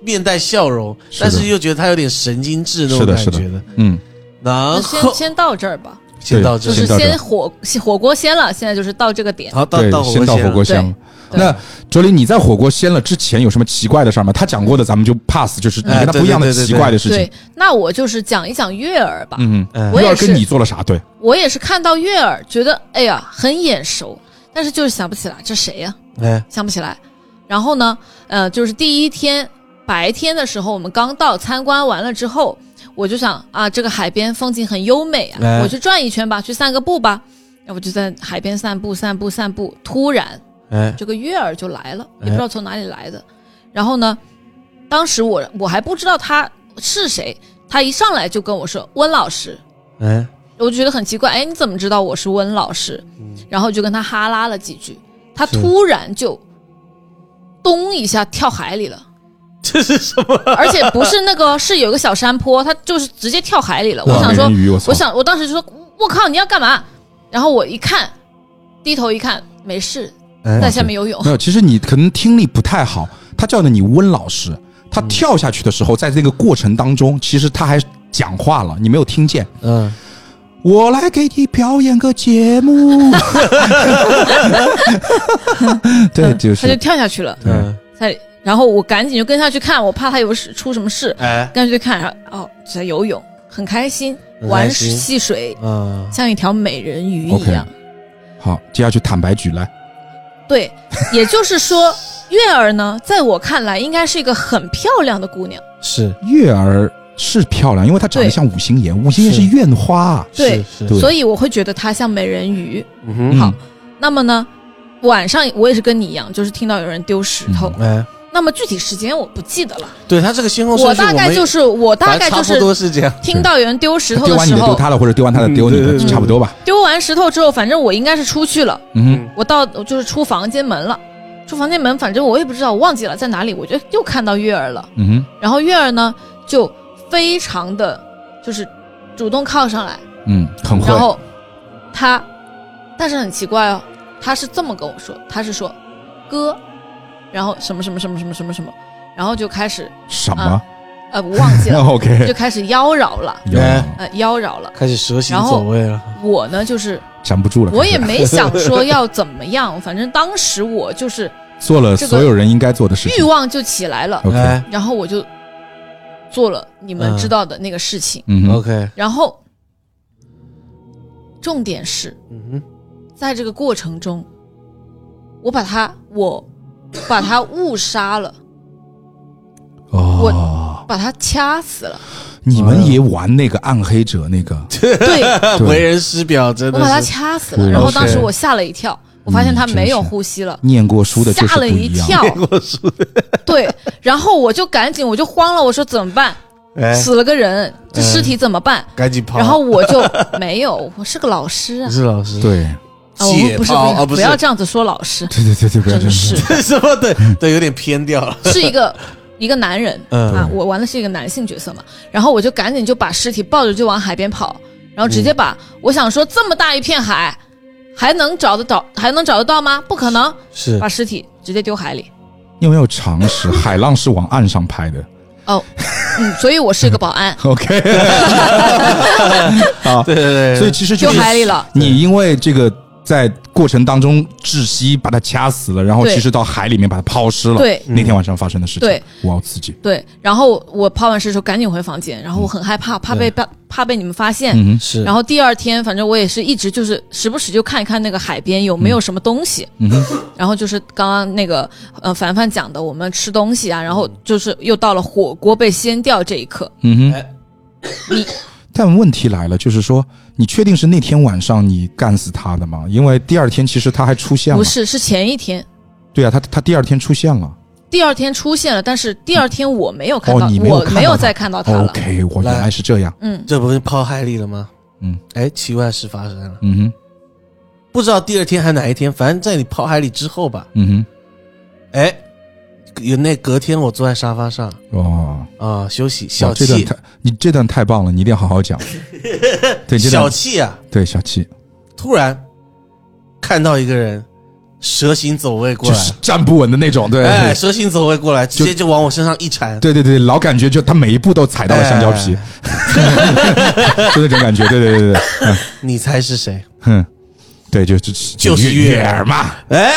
面带笑容，
是的
但是又觉得他有点神经质那
是
种
的
感
是的
觉的。
嗯，
然
那
后
先先到这儿吧，
<laughs> 先到这啊
就是
里，
先到这儿
先火火锅先了，现在就是到这个点。
好到
对，
到
先
火
到
锅
火
先
锅
了，
香。
对
那卓林，你在火锅掀了之前有什么奇怪的事儿吗？他讲过的，咱们就 pass，就是你
哎
跟他
对
不一样的
对对对
奇怪的事情
对。，那我就是讲一讲月儿吧。
嗯
嗯
嗯，
我
月
也
儿跟
是
你做了啥？对，
我也是看到月儿，觉得哎呀很眼熟，但是就是想不起来这谁呀、
哎，
想不起来。然后呢，呃，就是第一天白天的时候，我们刚到参观完了之后，我就想啊，这个海边风景很优美啊，
哎
我去转一圈吧，去散个步吧。要不就在海边散步，散步，散步。突然，
哎，
这个月儿就来了，也
哎
不知道从哪里来的。然后呢，当时我我还不知道他是谁，他一上来就跟我说温老师，
哎， <laughs>
我就觉得很奇怪，哎，你怎么知道我是温老师？然后就跟他哈拉了几句，他
嗯是
突然就咚一下跳海里
<laughs>
了，
这是什么？
而且不是那个，是有一个小山坡，他就是直接跳海里了。我
哇
想说
美人，鱼，我操
我，想，我当时就说，我靠，你要干嘛？然后我一看，低头一看，没事，
哎
在下面游泳。
没有。其实你可能听力不太好，他叫的你温老师，
嗯
他跳下去的时候，在这个过程当中，其实他还讲话了，你没有听见。
嗯，
我来给你表演个节
<laughs>
目，对，就
他就是跳下去了，
嗯，
他然后我赶紧就跟下去看，我怕他有事出什么
嗯
事，
哎，
跟下去看，然后哦，在游泳，很开心，
很开心
玩戏水，
嗯，
像一条美人鱼一
OK
样。
好。接下去坦白举来，
对，也就是说，月儿呢，在我看来应该是一个很漂亮的姑娘。
是，
月儿是漂亮，因为她长得
对
像五行岩，五行岩
是
是院花啊。
对
是，
对
是
所以我会觉得她像美人鱼。
嗯哼，
好，那么呢，晚上我也是跟你一样，就是听到有人丢石头。
哎，
那么具体时间我不记得了，
对他这个先后顺
我
序，
大概
们
就是我大
反
概
正
就
差
是
不多是这样，
听到有人丢石头
丢
的
完你
时
的丢
候，
他的，或者丢完他的丢你
嗯对
的，
对对
差不多吧。
丢完石头之后，反正我应该是出去了。
嗯
我到我就是出房间门了，出房间门，反正我也不知道我忘记了在哪里，我就又看到月儿了。
哼嗯
然后月儿呢就非常的就是主动靠上来，
哼嗯，很
然
会。
后他，但是很奇怪哦，他是这么跟我说，他是说哥，然后什么什么什么什么什么什么，然后就开始
什么 <laughs>
啊呃我忘记了，
？OK，
就开始妖娆了，
有
哎
呃妖娆了。
开始蛇形
然后
走位了，
我呢就是
站不住了。
我也
开始
没想说要怎么样， <laughs> 反正当时我就是
做了
这个
所有人应该做的事
欲
情。
望就起来了，
OK，
哎
然后我就做了你们
嗯
知道的那个事情。
嗯哼
，OK，
然后，重点是
嗯
在这个过程中，我把他，我把他误杀了，
哦，
把他掐死了，
你们也玩那个暗黑者那
<laughs>
个？
对
哼，为人师表真
我把他
的是，
掐死
我
了。然后
是
当时我吓了一跳，我发现他没有呼吸了。
念过书的就是
吓
不
了一
一样。
跳，
<laughs>
对，然后我就赶紧，我就慌了，我说怎么办？
哎，
死了个人，这
嗯
尸体怎么办？
赶紧跑，
然后我就没有，我是个老师啊
不，是老师，
对
啊，我
解
不是
剖啊
不
不
是，
是
不要这样子说老师，
对对对对，不要这样
真是
说。
什么对 <laughs>
嗯
对，有点偏掉了。
是一个一个男人，
嗯
啊，我玩的是一个男性角色嘛，然后我就赶紧就把尸体抱着就往海边跑，然后直
嗯
接把、我想说这么大一片海，还能找得到，还能找得到吗？不可能，
是
把尸体直接丢海里。
你有没有尝试？海浪是往岸上拍的， <laughs>
哦，嗯，所以我是个保安，
OK，啊，
对对对，
所以其实就
丢
是
海里了。
你因为这个在过程当中窒息，把它掐死了，然后
对
其实到海里面把它抛尸了。
对
那天晚上发生的事情，
对，
哇，好刺激。
对，然后我抛完尸的时候赶紧回房间，然后我很害怕，怕被怕怕被你们发现。
嗯
是，
然后第二天，反正我也是一直就是时不时就看一看那个海边有没有什么东西。
嗯哼，
然后就是刚刚那个呃凡凡讲的，我们吃东西啊，然后就是又到了火锅被掀掉这一刻。
嗯哼
哎。
<laughs> 你
但问题来了，就是说，你确定是那天晚上你干死他的吗？因为第二天其实他还出现了
不。是是前一天，
对啊，他他第二天出现了。
第二天出现了，但是第二天我没有看到，
哦，你没有
我
看到
没有
他
再看到他了。
OK，我原来是这样。
嗯，
这不是抛海里了吗？
嗯，
哎，奇怪的事发生了，
嗯哼，
不知道第二天还哪一天，反正在你抛海里之后吧，
嗯
哎，有那隔天我坐在沙发上
哼，哦，
啊休息，
哇
小
这段
气，
太你这段太棒了，你一定要好好
<laughs>
讲。对，这
小
段
气啊！
对小七，
突然看到一个人蛇形走位过
就
来，
是站不稳的那种，对，
哎，蛇形走位过来，直接就往我身上一缠，
对对对，老感觉就他每一步都踩到了香蕉皮，
哎
就那种感觉，对对对对，
你猜是谁？
哼，对，就就是
就是
月
月
儿嘛，
哎，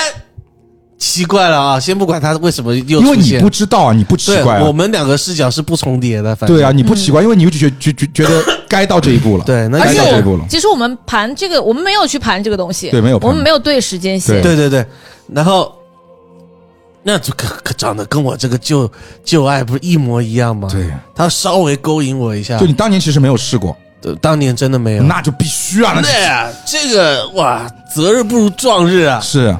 奇怪了啊！先不管他为什么又
因为
出
你
现
不知道啊，你不奇
对
怪，
我
啊，
们两个视角是不重叠的，反正
对啊，你不奇怪，因为你就觉觉觉觉得该到这一步了，
对那
该
而且
到这一步
我
了，
其实我们盘这个，我们没有去盘这个东西，
对没有盘
我们没有对时间线，
对对对，然后那就可可长得跟我这个旧旧爱不是一模一样吗？
对，
他稍微勾引我一下
就，你当年其实没有试过，
呃当年真的没有。
那就必须啊，那
对啊，这个哇，择日不如撞日啊，
是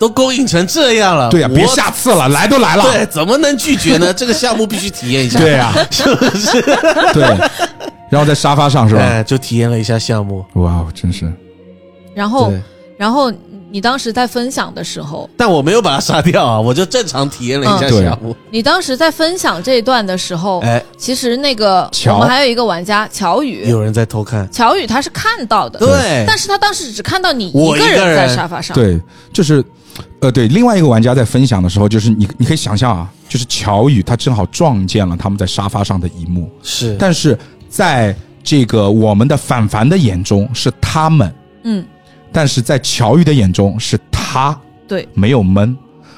都勾引成这样了，
对啊，别
我
下次了，来都来了， <laughs>
对，怎么能拒绝呢？这个项目必须体验一下，
对
<laughs>
啊，
是不是？
对，然后在沙发上是吧？
哎，就体验了一下项目，
哇，真是
然后
对，
然后你当时在分享的时候，
但我没有把他杀掉啊，我就正常体验了一下
嗯对
项目，
你当时在分享这一段的时候，
哎，
其实那个
乔
我们还有一个玩家乔宇，
有人在偷看，
乔宇他是看到的，
对
但是他当时只看到你
我
一个
一个
人
人
在沙发上，
对，就是，呃，对，另外一个玩家在分享的时候，就是你你可以想象啊，就是乔宇他正好撞见了他们在沙发上的一幕，
是，
但是在这个我们的反凡的眼中是他们，
嗯，
但是在乔宇的眼中是他
对
没有闷。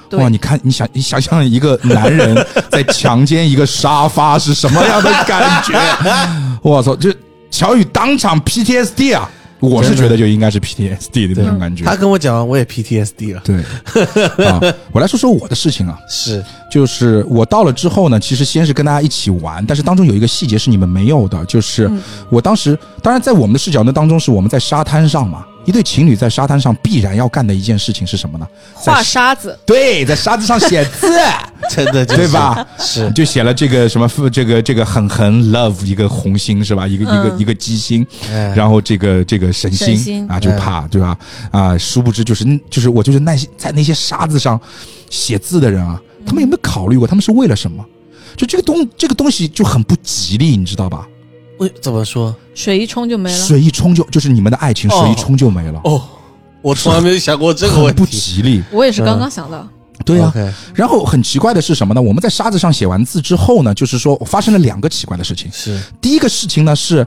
对
哇！你看，你想，你想象一个男人在强奸一个沙发是什么样的感觉？ <laughs> 我操！就乔宇当场 PTSD 啊！我是
真的
觉得就应该是 PTSD 的那种
嗯
感觉。
他跟我讲完，我也 PTSD 了，
对，啊，我来说说我的事情啊，
是
就是我到了之后呢，其实先是跟大家一起玩，但是当中有一个细节是你们没有的，就是我当时，当然在我们的视角那当中是我们在沙滩上嘛，一对情侣在沙滩上必然要干的一件事情是什么呢？
画沙子，
对，在沙子上写 <laughs> 字，
真的、就是，
对？吧？
是
就写了这个什么这个这个很横 love 一个红心是吧？一个一个
嗯
一个鸡心，
哎
然后这个这个神
神
心
心
啊，
嗯
就怕对吧？啊，殊不知就是嗯就是我就是那些在那些沙子上写字的人啊，他们有没有考虑过他们是为了什么？就这个东这个东西就很不吉利，你知道吧？
为怎么说？
水一冲就没了。
水一冲就就是你们的爱情，
哦
水一冲就没了，
哦，我从来没有想过这个
很
问
不
题。
吉利。
我也是刚刚想到，
对呀、
OK，
然后很奇怪的是什么呢？我们在沙子上写完字之后呢，就是说发生了两个奇怪的事情。
是
第一个事情呢是，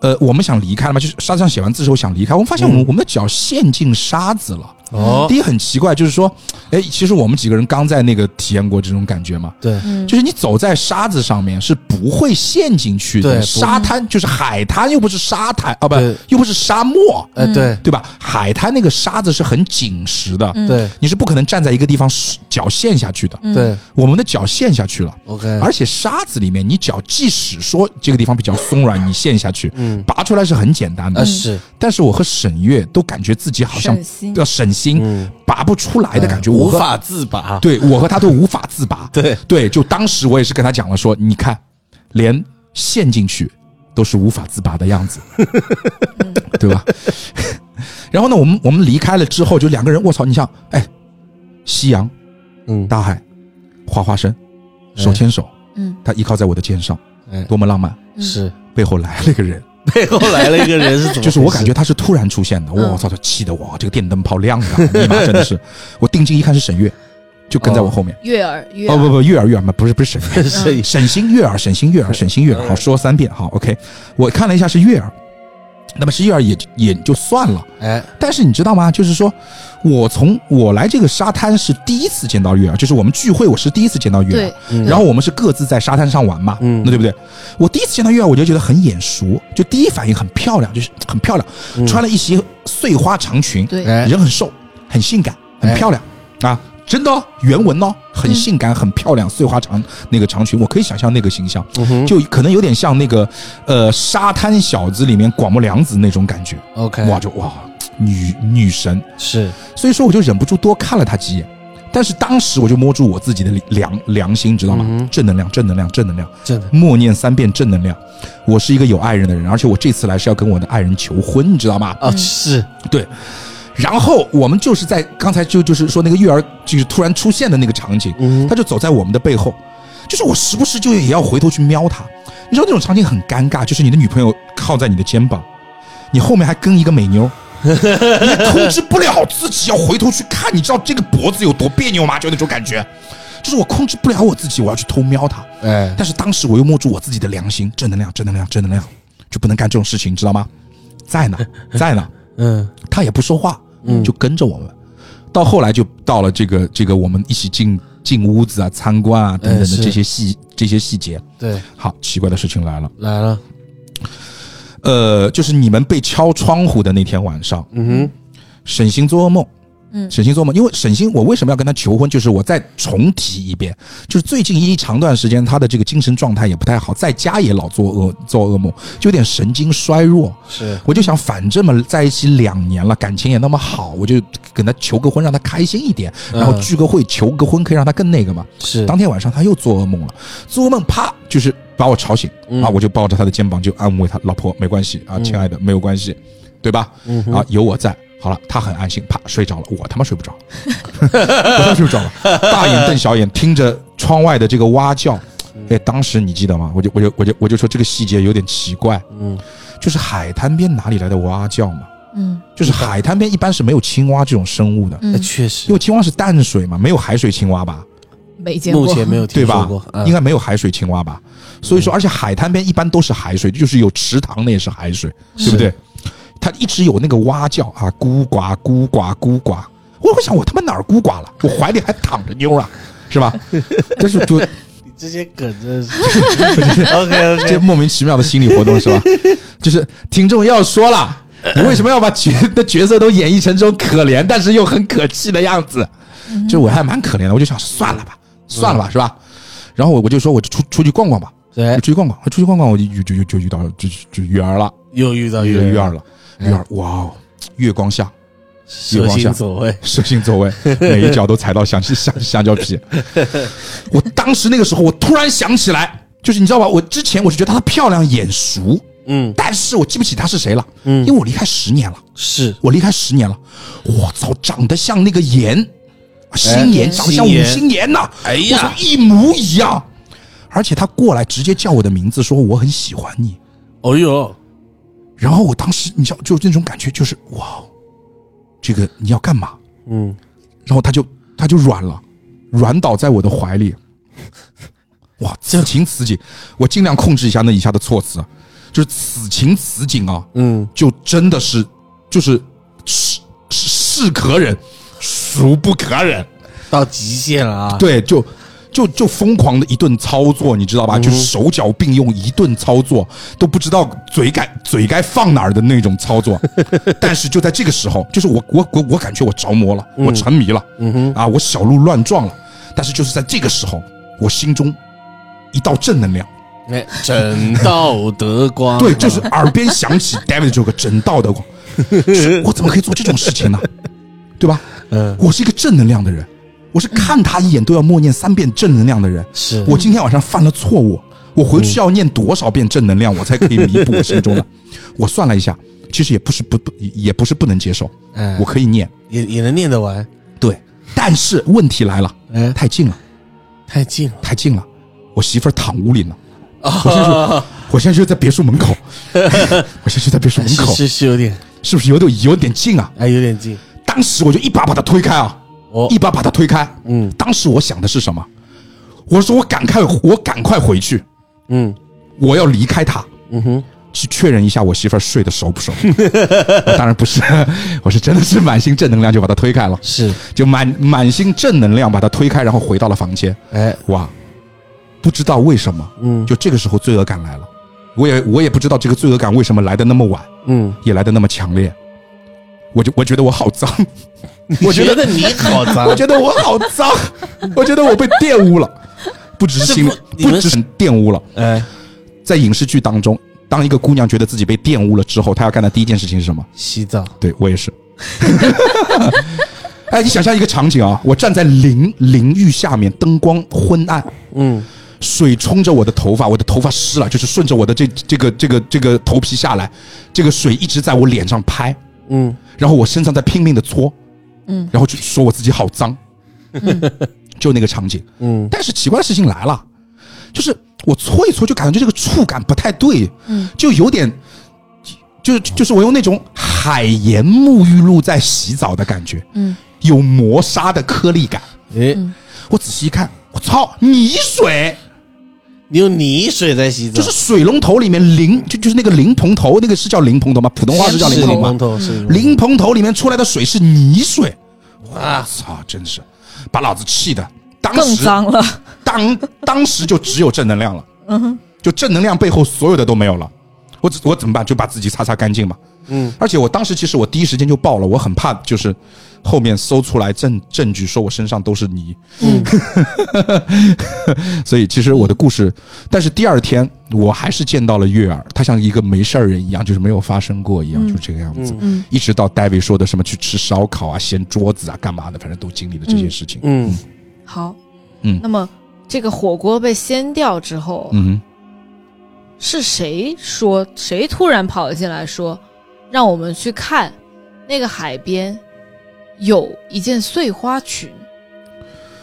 呃，我们想离开了嘛，就是沙子上写完字之后想离开，我们发现我们、我们的脚陷进沙子了。
哦
第，一很奇怪，就是说，哎，其实我们几个人刚在那个体验过这种感觉嘛，
对，
就是你走在沙子上面是不会陷进去的，
对
沙滩就是海滩，又不是沙滩啊，不
对，
又不是沙漠，嗯
哎对
对吧？海滩那个沙子是很紧实的，
对
你是不可能站在一个地方脚陷下去的。
对
我们的脚陷下去了。
，OK，
而且沙子里面，你脚即使说这个地方比较松软，你陷下去，
嗯
拔出来是很简单的。
啊是，
但是我和沈月都感觉自己好像
沈心
要沈心、
嗯
拔不出来的感觉，
无
我和
法自拔。
对我和他都无法自拔。
<laughs> 对
对，就当时我也是跟他讲了说，你看，连陷进去都是无法自拔的样
<laughs>
子，对吧？ <laughs> 然后呢，我们我们离开了之后，就两个人，我操，你想，哎，夕阳、
嗯，
大海、花花生，手牵手，
嗯，
他依靠在我的肩上，
哎
多么浪漫！
是
背后来了一个人，
背后来了一个人是怎么回事？
就是我感觉他是突然出现的，
嗯
我操，就气得我这个电灯泡亮的，立马真的是，我定睛一看是沈月，就跟在我后面。
悦耳悦
哦
耳，
不不，悦耳悦耳嘛，不是不是沈
这是
沈星悦耳，沈星悦耳，沈星悦耳，好说三遍好 OK，我看了一下是悦耳，那么是悦耳也也就算了，
哎，
但是你知道吗？就是说我从我来这个沙滩是第一次见到悦耳，就是我们聚会我是第一次见到悦
对
耳，，
嗯
然后我们是各自在沙滩上玩嘛，
嗯
那对不对？我第一次见到悦耳，我就觉得很眼熟，就第一反应很漂亮，就是很漂亮，
嗯
穿了一袭碎花长裙，
对
哎
人很瘦，很性感，很漂亮、啊！真的、哦，原文哦，很性感，很漂亮，碎花长那个长裙，我可以想象那个形象，
嗯哼
就可能有点像那个呃沙滩小子里面广木凉子那种感觉。
OK，
哇，就哇，女女神，
是
所以说我就忍不住多看了她几眼。但是当时我就摸住我自己的良良心，知道
嗯
吗
哼？
正能量，正能量，正能量，
真的，
默念三遍正能量。我是一个有爱人的人，而且我这次来是要跟我的爱人求婚，你知道吗？
哦，是
对。然后我们就是在刚才就就是说那个月儿就是突然出现的那个场景，
嗯
他就走在我们的背后，就是我时不时就也要回头去瞄他。你知道那种场景很尴尬，就是你的女朋友靠在你的肩膀，你后面还跟一个美妞，你控制不了自己要回头去看，你知道这个脖子有多别扭吗？就那种感觉，就是我控制不了我自己，我要去偷瞄他。
哎，
但是当时我又摸住我自己的良心，正能量，正能量，正能量，就不能干这种事情，你知道吗？在呢，在呢。
嗯
他也不说话，就跟着我们。到后来就到了这个这个我们一起进进屋子啊、参观啊等等
哎
的
是
这些细、这些细节。
对，
好，奇怪的事情来了，
来了，
呃，就是你们被敲窗户的那天晚上，
嗯
沈星做噩梦。
嗯
沈星做梦，因为沈星，我为什么要跟他求婚？就是我再重提一遍，就是最近一长段时间，他的这个精神状态也不太好，在家也老做噩做噩梦，就有点神经衰弱。
哼，是
我就想，反正嘛，在一起两年了，感情也那么好，我就跟他求个婚，让他开心一点，
嗯
然后聚个会，求个婚可以让他更那个嘛。
是，
当天晚上他又做噩梦了，做噩梦啪就是把我吵醒
嗯
啊，我就抱着他的肩膀就安慰他，老婆没关系啊，亲爱的没有关系，对吧？
嗯哼
啊，有我在。好了，他很安心，啪睡着了，我他妈睡不着， <laughs> 我他妈睡不着了，大眼瞪小眼，听着窗外的这个蛙叫，
嗯
哎，当时你记得吗？我就我就我就我就说这个细节有点奇怪，
嗯
就是海滩边哪里来的蛙叫嘛？
嗯
就是海滩边一般是没有青蛙这种生物的，
那
嗯，
哎确
因
实
为青蛙是淡水嘛，没有海水青蛙吧？
没见过，
目前没有
对
听说
吧
过，？嗯
应该没有海水青蛙吧？所以说，而且海滩边一般都是海水，就是有池塘那也是海水，对不对？它一直有那个蛙叫啊，咕呱咕呱咕呱。我会想，我他妈哪儿咕呱了？我怀里还躺着妞啊，是
<laughs>
吧？但是就
你这些梗真是 OK
这
OK，
莫名其妙的心理活动 <laughs> 是吧？就是听众要说了，你为什么要把角 <laughs> 的角色都演绎成这种可怜但是又很可气的样子？就是我还蛮可怜的，我就想算了吧，算了吧，是吧？然后我我就说，我就出出去逛逛吧，
对
我，出去逛逛，出去逛逛，我就就就就遇到就就鱼儿了，
又遇到
遇
月
鱼儿了，鱼儿，哇哦，月光下。
蛇形走位，
蛇形走
<laughs>
位，每一脚都踩到香香香蕉皮。我当时那个时候，我突然想起来，就是你知道吧？我之前我就觉得她漂亮眼熟，
嗯
但是我记不起她是谁了，
嗯
因为我离开十年了，
是
我离开十年了，我操，长得像那个盐，星
哎
盐长得像
星
五
妍
星盐呐，
哎
我操
呀，
一模一样，而且她过来直接叫我的名字，说我很喜欢你，
哦呦，
然后我当时你知道，就是那种感觉，就是哇哦，这个你要干嘛？
嗯，
然后他就他就软了，软倒在我的怀里。 <laughs> 哇，此情此景，我尽量控制一下那以下的措辞，啊就是此情此景啊，
嗯，
就真的是就是是是是可忍，孰不可忍。
到极限了啊！
对，就就就疯狂的一顿操作，你知道吧？就是手脚并用一顿操作，都不知道嘴该嘴该放哪儿的那种操作。但是就在这个时候，就是我我我我感觉我着魔了，我沉迷了，啊，我小鹿乱撞了。但是就是在这个时候，我心中一道正能量，
哎，整道德光，
<laughs> 对，就是耳边响起 <laughs> David 这个整道的光，就是我怎么可以做这种事情呢？ <laughs> 对吧？
嗯，
我是一个正能量的人，我是看他一眼都要默念三遍正能量的人。
是嗯
我今天晚上犯了错误，我回去要念多少遍正能量，我才可以弥补我心
<laughs>
中的？我算了一下，其实也不是不不，也不是不能接受，
哎
我可以念。
也也能念得完，
对，但是问题来了，
哎，
太近了，
太近了
太近了，我媳妇儿躺屋里呢，
啊！
我现在就在别墅门
<laughs>
口，我现在就在别墅门
是
口，
是是有点，
是不是有点有点近啊？
哎，有点近，
当时我就一把把她推开啊，
我
一把把他推开。
嗯
当时我想的是什么？我说我赶快，我赶快回去，
嗯
我要离开他，
嗯哼，
去确认一下我媳妇儿睡得熟不熟。我当然不是， <laughs> 我是真的是满心正能量就把他推开了，
是，
就满满心正能量把他推开，然后回到了房间。
哎，
哇，不知道为什么，
嗯
就这个时候罪恶感来了。我也我也不知道这个罪恶感为什么来的那么晚，
嗯，
也来的那么强烈。我就我觉得我好脏，
我
我觉
觉
得
得你好脏
我，觉得我好脏， <laughs> 我觉得我被玷污了，不只是心，
这不你
不
们
只是玷污了。
哎，
在影视剧当中，当一个姑娘觉得自己被玷污了之后，她要干的第一件事情是什么？
洗澡，
对我也是。 <laughs> 哎，你想象一个场景啊，我站在淋淋浴下面，灯光昏暗，
嗯
水冲着我的头发，我的头发湿了，就是顺着我的这这个这个这个头皮下来，这个水一直在我脸上拍，
嗯
然后我身上在拼命的搓，
嗯，
然后就说我自己好脏， <laughs> 就那个场景。
嗯
但是奇怪的事情来了，就是我搓一搓就感觉这个触感不太对，
嗯，
就有点，就就是我用那种海盐沐浴露在洗澡的感觉，
嗯，
有磨砂的颗粒感。
哎，
我仔细一看，我操，泥水！
你用泥水在洗澡，
就是水龙头里面淋，就就是那个淋蓬头，那个是叫淋蓬头吗？普通话是叫淋
是
蓬头吗
龙？头，是
淋蓬头里面出来的水是泥水，我
啊，
操，真是把老子气的，当
更
时
脏了。
当当时就只有正能量了，嗯就正能量背后所有的都没有了，我只我怎么办？就把自己擦擦干净嘛。
嗯，
而且我当时其实我第一时间就爆了，我很怕就是后面搜出来证证据说我身上都是泥，
嗯，
嗯
<laughs> 所以其实我的故事，但是第二天我还是见到了月儿，她像一个没事儿人一样，就是没有发生过一样，就这个样子。
嗯
一直到戴维说的什么去吃烧烤啊、掀桌子啊、干嘛的，反正都经历了这些事情。
嗯
好，
嗯
那么这个火锅被掀掉之后，
嗯哼
是谁说谁突然跑进来说，让我们去看那个海边有一件碎花裙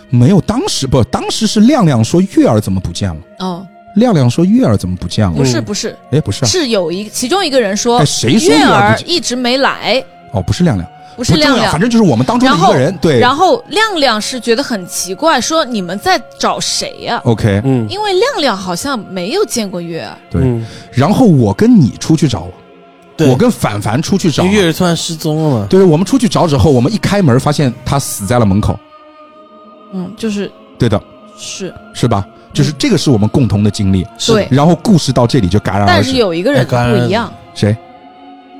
没有，当时不，当时是亮亮说月儿怎么不见了。
哦，
亮亮说月儿怎么不见
不
了？
是
嗯
不是，
哎，不是啊，
是有一其中一个人说
哎，谁说
月
月儿
儿
不见？
一直没来，
哦，不是亮亮，
不
不
是亮
重要，
亮
反。正就是我们当中的一个人。对
然后亮亮是觉得很奇怪，说你们在找谁呀、
，OK，
嗯
因为亮亮好像没有见过月儿，
对
嗯
然后我跟你出去找我，
对，
我跟凡凡出去找
因为。月儿突然失踪了嘛，
对，我们出去找之后，我们一开门发现他死在了门口。
嗯，就是
对的，
是
是吧？就是这个是我们共同的经历。
嗯
是
对，
然后故事到这里就戛然而
但是
止。
有一个人
哎感染
不一样，
谁？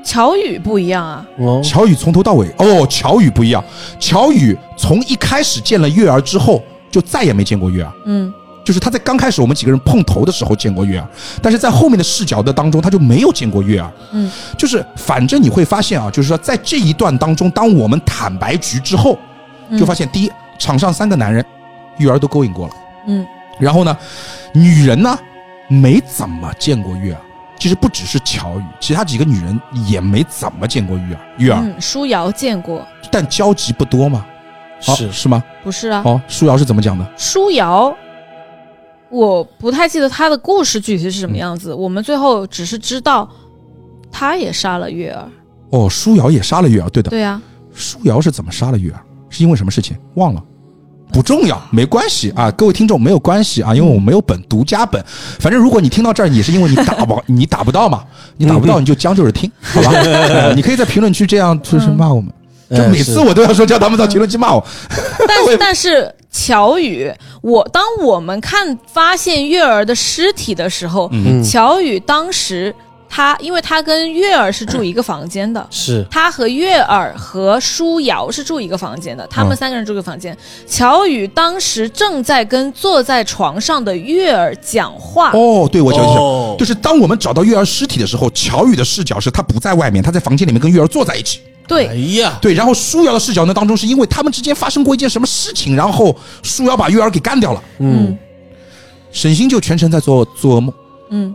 乔宇不一样啊，
哦，
乔宇从头到尾哦，乔宇不一样。乔宇从一开始见了月儿之后，就再也没见过月儿。
嗯
就是他在刚开始我们几个人碰头的时候见过月儿，但是在后面的视角的当中，他就没有见过月儿。
嗯，
就是反正你会发现啊，就是说在这一段当中，当我们坦白局之后，
嗯
就发现第一，场上三个男人，月儿都勾引过了。
嗯
然后呢，女人呢没怎么见过月儿，其实不只是乔雨，其他几个女人也没怎么见过月儿。月儿，
嗯，舒瑶见过，
但交集不多嘛，哦
是
是吗？
不是啊？
哦，舒瑶是怎么讲的？
舒瑶，我不太记得她的故事具体是什么样子，我们最后只是知道她也杀了月儿，
哦，舒瑶也杀了月儿，对的。
对啊，
舒瑶是怎么杀了月儿？是因为什么事情？忘了。不重要，没关系啊，各位听众没有关系啊，因为我没有本独家本，反正如果你听到这儿，也是因为你打不 <laughs> 你打不到嘛，你打不
嗯
到你就将就着听，好
<laughs>
吧？呃你可以在评论区这样就是骂我们，就
哎
每
嗯是
次我都要说叫他们到评论区骂我，
但是但是乔宇，我当我们看发现月儿的尸体的时候，
嗯。
乔宇当时他因为他跟月儿是住一个房间的
是
他和月儿和舒瑶是住一个房间的，他们
嗯
三个人住一个房间。乔宇当时正在跟坐在床上的月儿讲话，
哦，对，我想起来
嗯哦
就是当我们找到月儿尸体的时候，乔宇的视角是他不在外面，他在房间里面跟月儿坐在一起。
对
哎，呀，
对，然后舒瑶的视角呢，当中是因为他们之间发生过一件什么事情，然后舒瑶把月儿给干掉了。
嗯
沈星就全程在做做噩梦，
嗯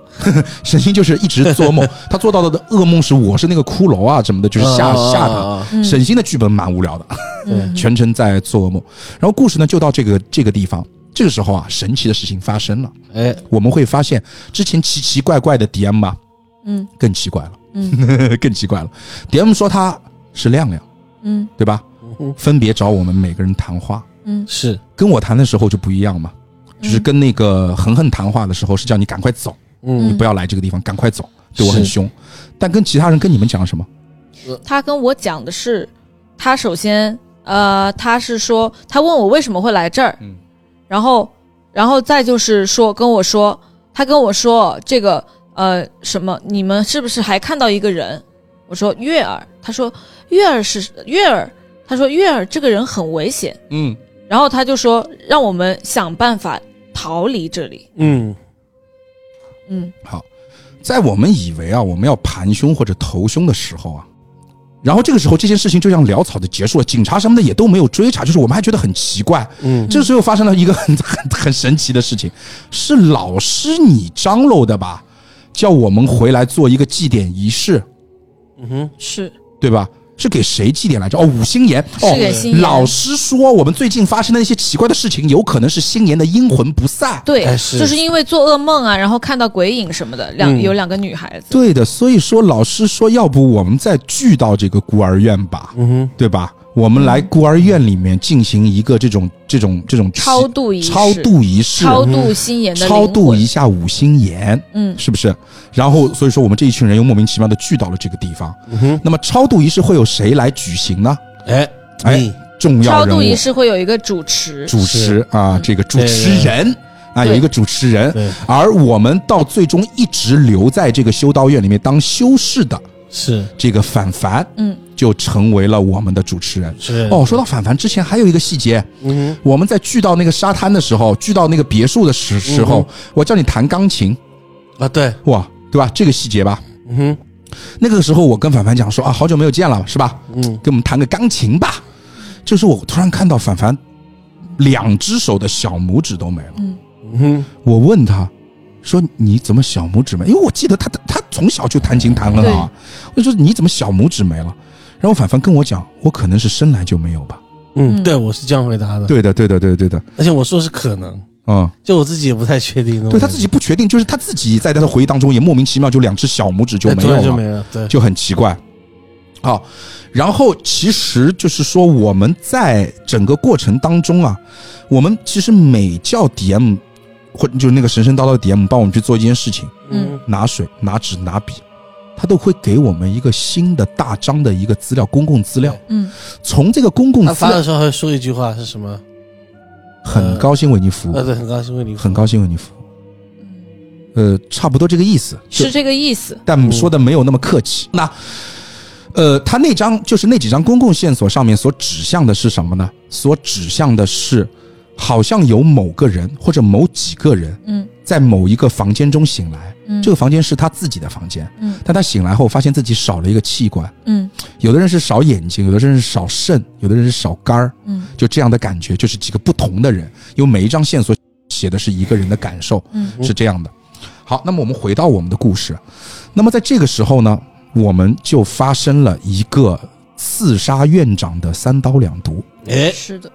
沈星就是一直做噩
<laughs>
梦，他做到的噩梦是我是那个骷髅啊什么的，就是吓
啊
吓
啊
他
啊。
嗯
沈星的剧本蛮无聊的，
嗯
<laughs> 全程在做噩梦。然后故事呢就到这个这个地方，这个时候啊，神奇的事情发生了，
哎，
我们会发现之前奇奇怪怪的 DM 啊，
嗯
嗯
<laughs> 更奇怪了，更奇怪了。DM 说他是亮亮，
嗯
对吧？分别找我们每个人谈话。
嗯
是，
跟我谈的时候就不一样嘛，就是跟那个恒恒谈话的时候是叫你赶快走，
嗯
嗯
不要来这个地方，赶快走，对我很
是
凶。但跟其他人跟你们讲什么？
他跟我讲的是，他首先呃，他是说他问我为什么会来这儿，
嗯
然后然后再就是说跟我说，他跟我说这个呃什么，你们是不是还看到一个人？我说月儿，他说月儿是月儿，他说月儿这个人很危险，
嗯，
然后他就说让我们想办法逃离这里，
嗯
嗯
在我们以为啊我们要盘凶或者投凶的时候啊，然后这个时候这件事情就像潦草的结束了，警察什么的也都没有追查，就是我们还觉得很奇怪。
嗯，
这时候发生了一个很很很神奇的事情，是老师你张罗的吧？叫我们回来做一个祭奠仪式，
嗯哼，
是
对吧？是给谁祭奠来着？哦，五星岩哦
是，给心妍
老师说，我们最近发生的一些奇怪的事情，有可能是星妍的阴魂不散。
对，
哎是
就是因为做噩梦啊，然后看到鬼影什么的，两、
嗯
有两个女孩子，
对的，所以说老师说，要不我们再聚到这个孤儿院吧，
嗯哼，
对吧？我们来孤儿院里面进行一个这种这种这种
超度仪式，
超度仪式，
超度心妍的灵
超度
魂
一下五星岩，
嗯
是不是？然后所以说我们这一群人又莫名其妙的聚到了这个地方。那么超度仪式会有谁来举行呢？
嗯哎
哎
你
重要
超
人物
度仪式会有一个主持，
主持啊，这个主持人啊，
对
有一个主持人
对，
而我们到最终一直留在这个修道院里面当修士的
是
这个反凡，
嗯，
就成为了我们的主持人。
是
哦，，说到反凡之前还有一个细节，
嗯
我们在聚到那个沙滩的时候，聚到那个别墅的时时
嗯
候，我叫你弹钢琴，
哼啊对，
哇，对吧？这个细节吧，
嗯哼
那个时候我跟反凡讲说啊，好久没有见了，是吧？
嗯
给我们弹个钢琴吧。这时候我突然看到反凡两只手的小拇指都没了。
嗯
嗯哼
我问他说：“你怎么小拇指没？”因为我记得他他从小就弹琴弹很好啊。我就说：“你怎么小拇指没了？”然后反凡跟我讲：“我可能是生来就没有吧。
嗯，对我是这样回答”的，
对的，对的，对的，对的，
而且我说是可能，
嗯，
就我自己也不太确定，
对他自己不确定，就是他自己在他的回忆当中也莫名其妙就两只小拇指就
哎
没
突
有
然就
了
没，了，对，
就很奇怪。好，然后其实就是说，我们在整个过程当中啊，我们其实每叫 DM 或者就是那个神神叨叨的 DM 帮我们去做一件事情，
嗯
拿水、拿纸、拿笔，他都会给我们一个新的大章的一个资料，公共资料。
嗯
从这个公共
他
资
发
料
的，时候还说一句话是什么？
很高兴为你服
啊
务，
对，很高兴为你服
嗯
务
很高兴为你服务。呃，差不多这个意思，就是
这个意思，
但说的没有那么客气。那，呃，他那张就是那几张公共线索上面所指向的是什么呢？所指向的是，好像有某个人或者某几个人
嗯
在某一个房间中醒来，
嗯，
这个房间是他自己的房间，
嗯
但他醒来后发现自己少了一个器官，
嗯
有的人是少眼睛，有的人是少肾，有的人是少肝儿，
嗯
就这样的感觉，就是几个不同的人，因为每一张线索写的是一个人的感受。
嗯
是这样的。好，那么我们回到我们的故事，那么在这个时候呢，我们就发生了一个刺杀院长的三刀两毒。
哎
是的，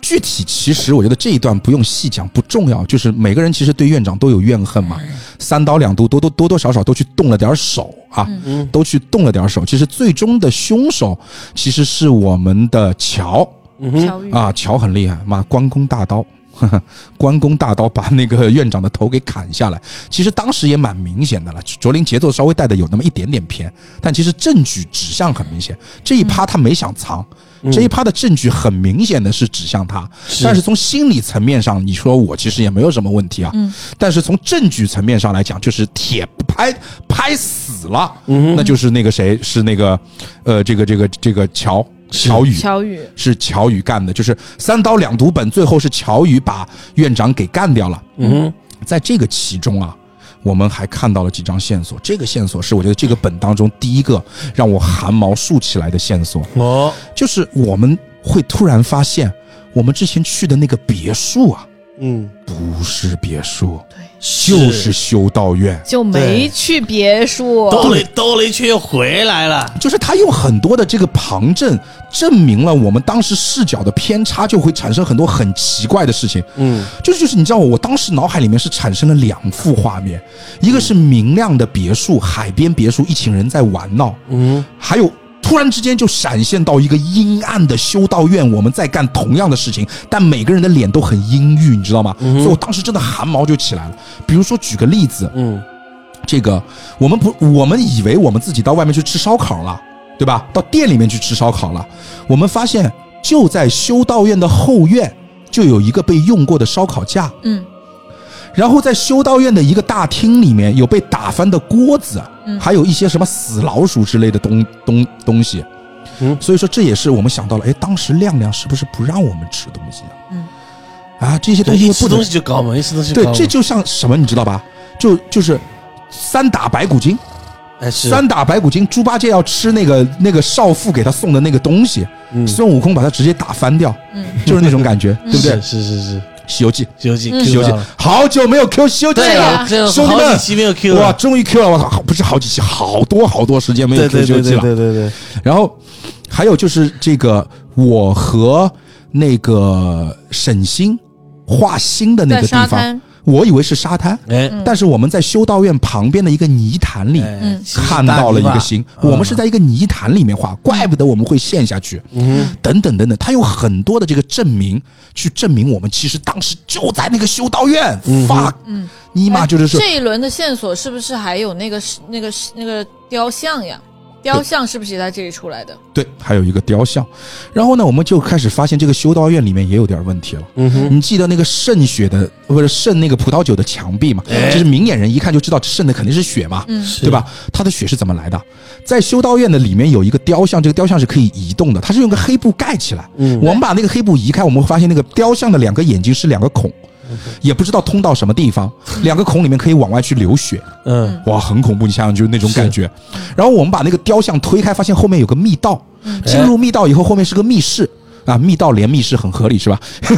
具体其实我觉得这一段不用细讲，不重要，就是每个人其实对院长都有怨恨
嗯
嘛，三刀两毒多多多多少少都去动了点手啊。
嗯
嗯
都去动了点手，其实最终的凶手其实是我们的乔，
嗯哼
乔宇
啊，乔很厉害，妈关公大刀， <laughs> 呵呵关公大刀把那个院长的头给砍下来。其实当时也蛮明显的了，卓林节奏稍微带的有那么一点点偏，但其实证据指向很明显。这一趴他没想藏，
嗯
这一趴的证据很明显的是指向他，但是从心理层面上，你说我其实也没有什么问题啊。
嗯
但是从证据层面上来讲，就是铁拍拍死了，
嗯
那就是那个谁是那个，呃，这个这个这个乔乔宇
乔宇，
是乔宇干的，就是三刀两毒本，最后是乔宇把院长给干掉了。
嗯哼
在这个其中啊，我们还看到了几张线索，这个线索是我觉得这个本当中第一个让我汗毛竖起来的线索，
哦
就是我们会突然发现，我们之前去的那个别墅啊，
嗯
不是别墅，
就
就是修道院。
就没去别墅，
兜了哦兜了一圈又回来了，
就是他用很多的这个旁证证明了我们当时视角的偏差，就会产生很多很奇怪的事情。
嗯
就是就是，你知道我，我当时脑海里面是产生了两幅画面，一个是明亮的别墅，海边别墅，一群人在玩闹，
嗯
还有。突然之间就闪现到一个阴暗的修道院，我们在干同样的事情，但每个人的脸都很阴郁，你知道吗？所以我当时真的汗毛就起来了。比如说举个例子，
嗯，
这个我们不，我们以为我们自己到外面去吃烧烤了，对吧？到店里面去吃烧烤了，我们发现就在修道院的后院就有一个被用过的烧烤架，
嗯
然后在修道院的一个大厅里面有被打翻的锅子，啊
嗯
还有一些什么死老鼠之类的东东东西。
嗯
所以说这也是我们想到了，哎，当时亮亮是不是不让我们吃东西啊？
嗯，
啊，这些
对，
东西
一
又
吃
不
东
能
西就高嘛，一吃东西就
对
高，嘛。
这就像什么，你知道吧？就就是三打白骨精，
哎是
三打白骨精，猪八戒要吃那个那个少妇给他送的那个东西，
嗯
孙悟空把他直接打翻掉，
<laughs> 嗯，
就是那种感觉，对不对？
是
《
是是是，《
西游记》
西游记
嗯》
Q
西游记
到了，
好久没有 Q《西游记》
对
啊
啊，这
兄弟
好
们
几期没有 Q
哇，
了，
终于 Q 了！我操，不是好几期，好多好多时间没有
对
Q
对
西游
对
记
对
了。
对对对，
然后还有就是这个，我和那个沈星画心的那
在
个
沙
地方，
滩，
我以为是沙滩，
哎
但是我们在修道院旁边的一个泥潭里。
哎嗯
嗯，
看到了一个
星
星，，我们是在一个泥潭里面画，怪不得我们会陷下去，
嗯
等等等等，他有很多的这个证明去证明我们其实当时就在那个修道院
嗯哼
，fuck，尼玛就是说
哎这一轮的线索是不是还有那个那个那个雕像呀？雕像是不是也在这里出来的？
对，还有一个雕像。然后呢，我们就开始发现这个修道院里面也有点问题了。
嗯哼，
你记得那个渗血的，不是渗那个葡萄酒的墙壁嘛？
哎
就是明眼人一看就知道渗的肯定是血嘛，
嗯
对吧？它的血是怎么来的？在修道院的里面有一个雕像，这个雕像是可以移动的，它是用个黑布盖起来。
嗯
我们把那个黑布移开，我们会发现那个雕像的两个眼睛是两个孔。也不知道通到什么地 <laughs> 方，两个孔里面可以往外去流血，
嗯
哇，很恐怖！你想想，就是那种感觉。然后我们把那个雕像推开，发现后面有个密道，进入密道以后，后面是个密室啊，密道连密室很合理是吧？ <laughs>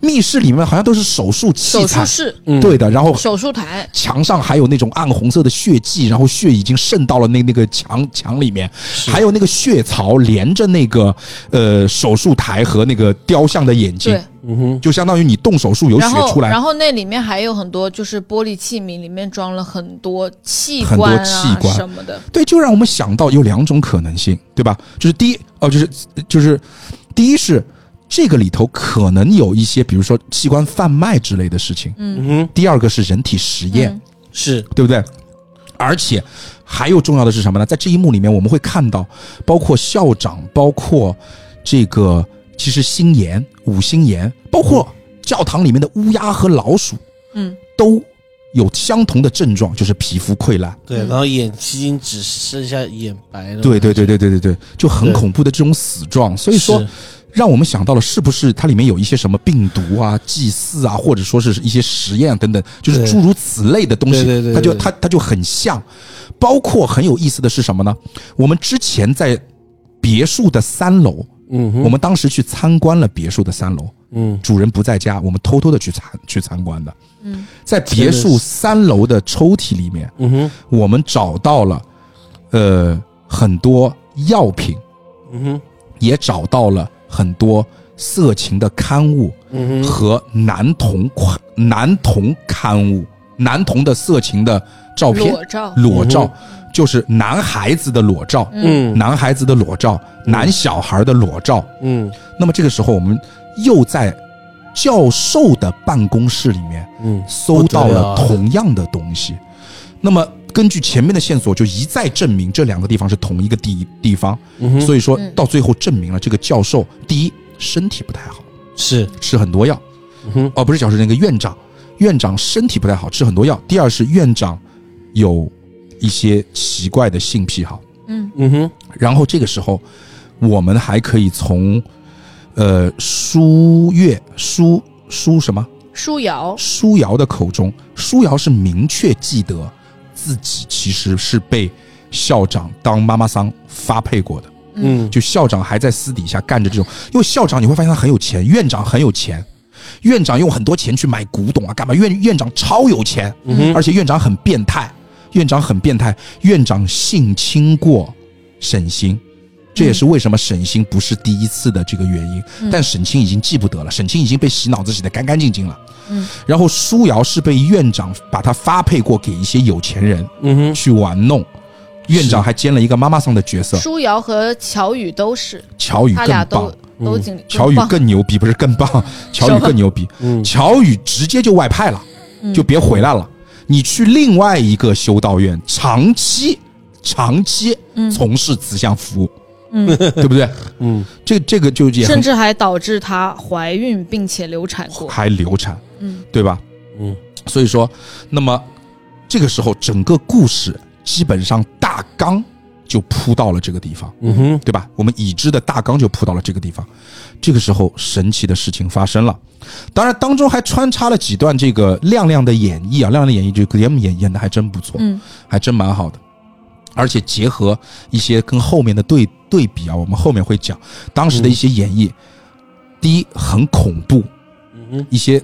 密室里面好像都是手术器
手
材
术，室、
嗯
对的。然后
手术台，
墙上还有那种暗红色的血迹，然后血已经渗到了那那个墙墙里面，还有那个血槽连着那个呃手术台和那个雕像的眼睛
对，，
嗯哼，
就相当于你动手术有血
然后
出来
然，后那里面还有很多就是玻璃器皿，里面装了很多器
很多
官啊
器官
什么的。
对，就让我们想到有两种可能性，对吧？就是第一，哦、就是就是，第一是这个里头可能有一些，比如说器官贩卖之类的事情；
嗯哼，
第二个是人体实验，
嗯
是
对不对？而且还有重要的是什么呢？在这一幕里面，我们会看到，包括校长，包括这个其实星岩、五星岩，包括教堂里面的乌鸦和老鼠，
嗯，
都有相同的症状，就是皮肤溃烂。
对，然后眼睛只剩下眼白了，
对对对对对对对，就很
对
恐怖的这种死状，所以说
是
让我们想到了是不是它里面有一些什么病毒啊、祭祀啊，或者说是一些实验等等，就是
对
诸如此类的东西，
对对对对
它就
对
它它就很像。包括很有意思的是什么呢？我们之前在别墅的三楼，
嗯哼，
我们当时去参观了别墅的三楼，
嗯
主人不在家，我们偷偷的去参去参观的。
嗯，
在
真
别
的
墅
是
三楼的抽屉里面，
嗯哼
我们找到了，呃，很多药品，
嗯哼
也找到了很多色情的刊物
嗯哼，
和男童款、男童刊物、男童的色情的照片、
裸照，
裸照，就是男孩子的裸照、
嗯
男孩子的裸照、男小孩的裸照。
嗯
那么这个时候，我们又在教授的办公室里面
嗯，
搜到
不得
了
了
同样的东西。那么根据前面的线索，就一再证明这两个地方是同一个地地方，
嗯哼
所以说
嗯
到最后证明了这个教授第一身体不太好，
是
吃很多药，
嗯哼
哦，不是教授，那个院长，院长身体不太好，吃很多药。第二是院长有一些奇怪的性癖好，
嗯
嗯哼
然后这个时候，我们还可以从，呃，舒月舒舒什么
舒瑶，
舒瑶的口中，舒瑶是明确记得自己其实是被校长当妈妈桑发配过的，
嗯
就校长还在私底下干着这种，因为校长你会发现他很有钱，院长很有钱。院长用很多钱去买古董啊，干嘛？院院长超有钱，
嗯哼
而且院长很变态，院长很变态，院长性侵过沈星，这也是为什么沈星不是第一次的这个原因。
嗯
但沈清已经记不得了，沈清已经被洗脑子洗得干干净净了。
嗯，
然后舒瑶是被院长把他发配过给一些有钱人
嗯哼
去玩弄，院长还兼了一个妈妈桑的角色，
舒瑶和乔羽都是，
乔宇
他
更
俩
棒嗯
都，都经历，
乔宇
棒
更牛逼，不是更
<laughs>
棒，乔宇更牛逼，
嗯，
乔宇直接就外派了，
嗯
就别回来了。你去另外一个修道院，长期长期从事慈祥服务，
嗯，
对不对？
嗯，
这这个就也
甚
很
至还导致她怀孕并且流产过。
还流产，
嗯，
对吧？
嗯，
所以说，那么这个时候整个故事基本上大纲就铺到了这个地方，
嗯哼，
对吧？我们已知的大纲就铺到了这个地方。这个时候，神奇的事情发生了。当然，当中还穿插了几段这个亮亮的演绎啊，亮亮的演绎，这个节目演演的还真不错，
嗯，
还真蛮好的。而且结合一些跟后面的对对比啊，我们后面会讲当时的一些演绎。第一，很恐怖，
嗯哼，
一些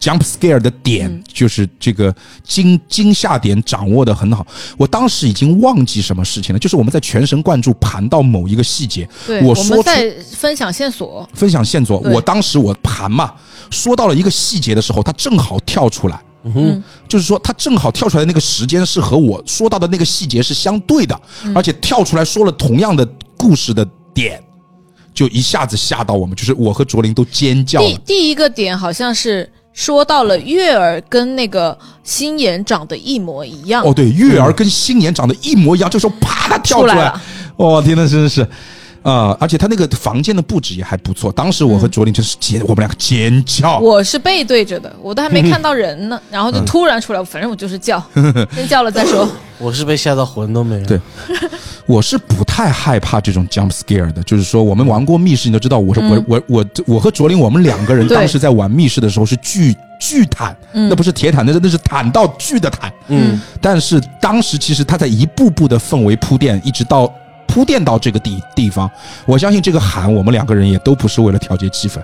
jump scare 的点，
嗯
就是这个惊惊吓点掌握的很好。我当时已经忘记什么事情了，就是我们在全神贯注盘到某一个细节，
对，
我
我
说
们
出
在分享线索，
分享线索。
对
我当时我盘嘛，说到了一个细节的时候，它正好跳出来。
嗯哼，
就是说，它正好跳出来的那个时间是和我说到的那个细节是相对的，
嗯
而且跳出来说了同样的故事的点，就一下子吓到我们，就是我和卓林都尖叫
第
了。
第一个点好像是说到了月儿跟那个心眼长得一模一样。
哦，对，月儿跟星年长得一模一样，这时候啪，它跳
出
出
来
来
了，
哦，天呐，真的是，啊、而且他那个房间的布置也还不错。当时我和卓林就是尖，我们两个尖叫，
嗯我是背对着的，我都还没看到人
<laughs>
呢，然后就突然出来，反正我就是叫，
嗯
<laughs> 先叫了再
<laughs>
说。
我是被吓到魂都没了。
对我是不太害怕这种 jump scare 的，就是说我们玩过密室，你都知道我是、
嗯
我我我我和卓林，我们两个人
对
当时在玩密室的时候是巨巨坦，
嗯
那不是铁坦，那是那是坦到巨的坦。
嗯，
但是当时其实他在一步步的氛围铺垫，一直到铺垫到这个地地方，我相信这个喊我们两个人也都不是为了调节气氛，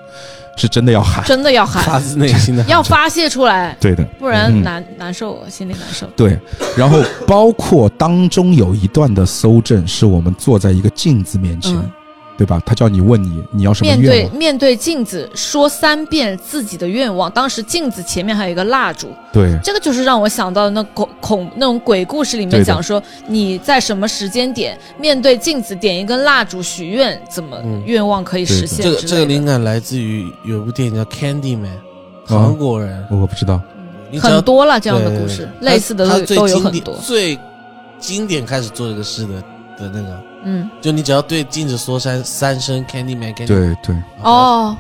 是真的要喊。
真的要
发
<laughs>
喊，
自内心的
要发泄出来，
对的，嗯
不然难、难受，心里难受。
对，然后包括当中有一段的搜证，是我们坐在一个镜子面前，
嗯
对吧？他叫你问你你要什么
面
愿
对
望，
面对镜子说三遍自己的愿望，当时镜子前面还有一个蜡烛，
对
这个就是让我想到那恐恐那种鬼故事里
对
面
的
讲说，你在什么时间点面对镜子点一根蜡烛许愿，怎么
嗯
愿望可以实现
这个
之类的
这个灵感来自于有一部电影叫《Candyman》，
啊
韩国人，
我不知道，
你只要
很多了这样的
对
故事，
对对
类似的
他
都
他最
都有
经
很
典
多。
最经典开始做这个事的的那个，
嗯，
就你只要对镜子说三三声 Candyman Candy，，
对对。
然后
哦，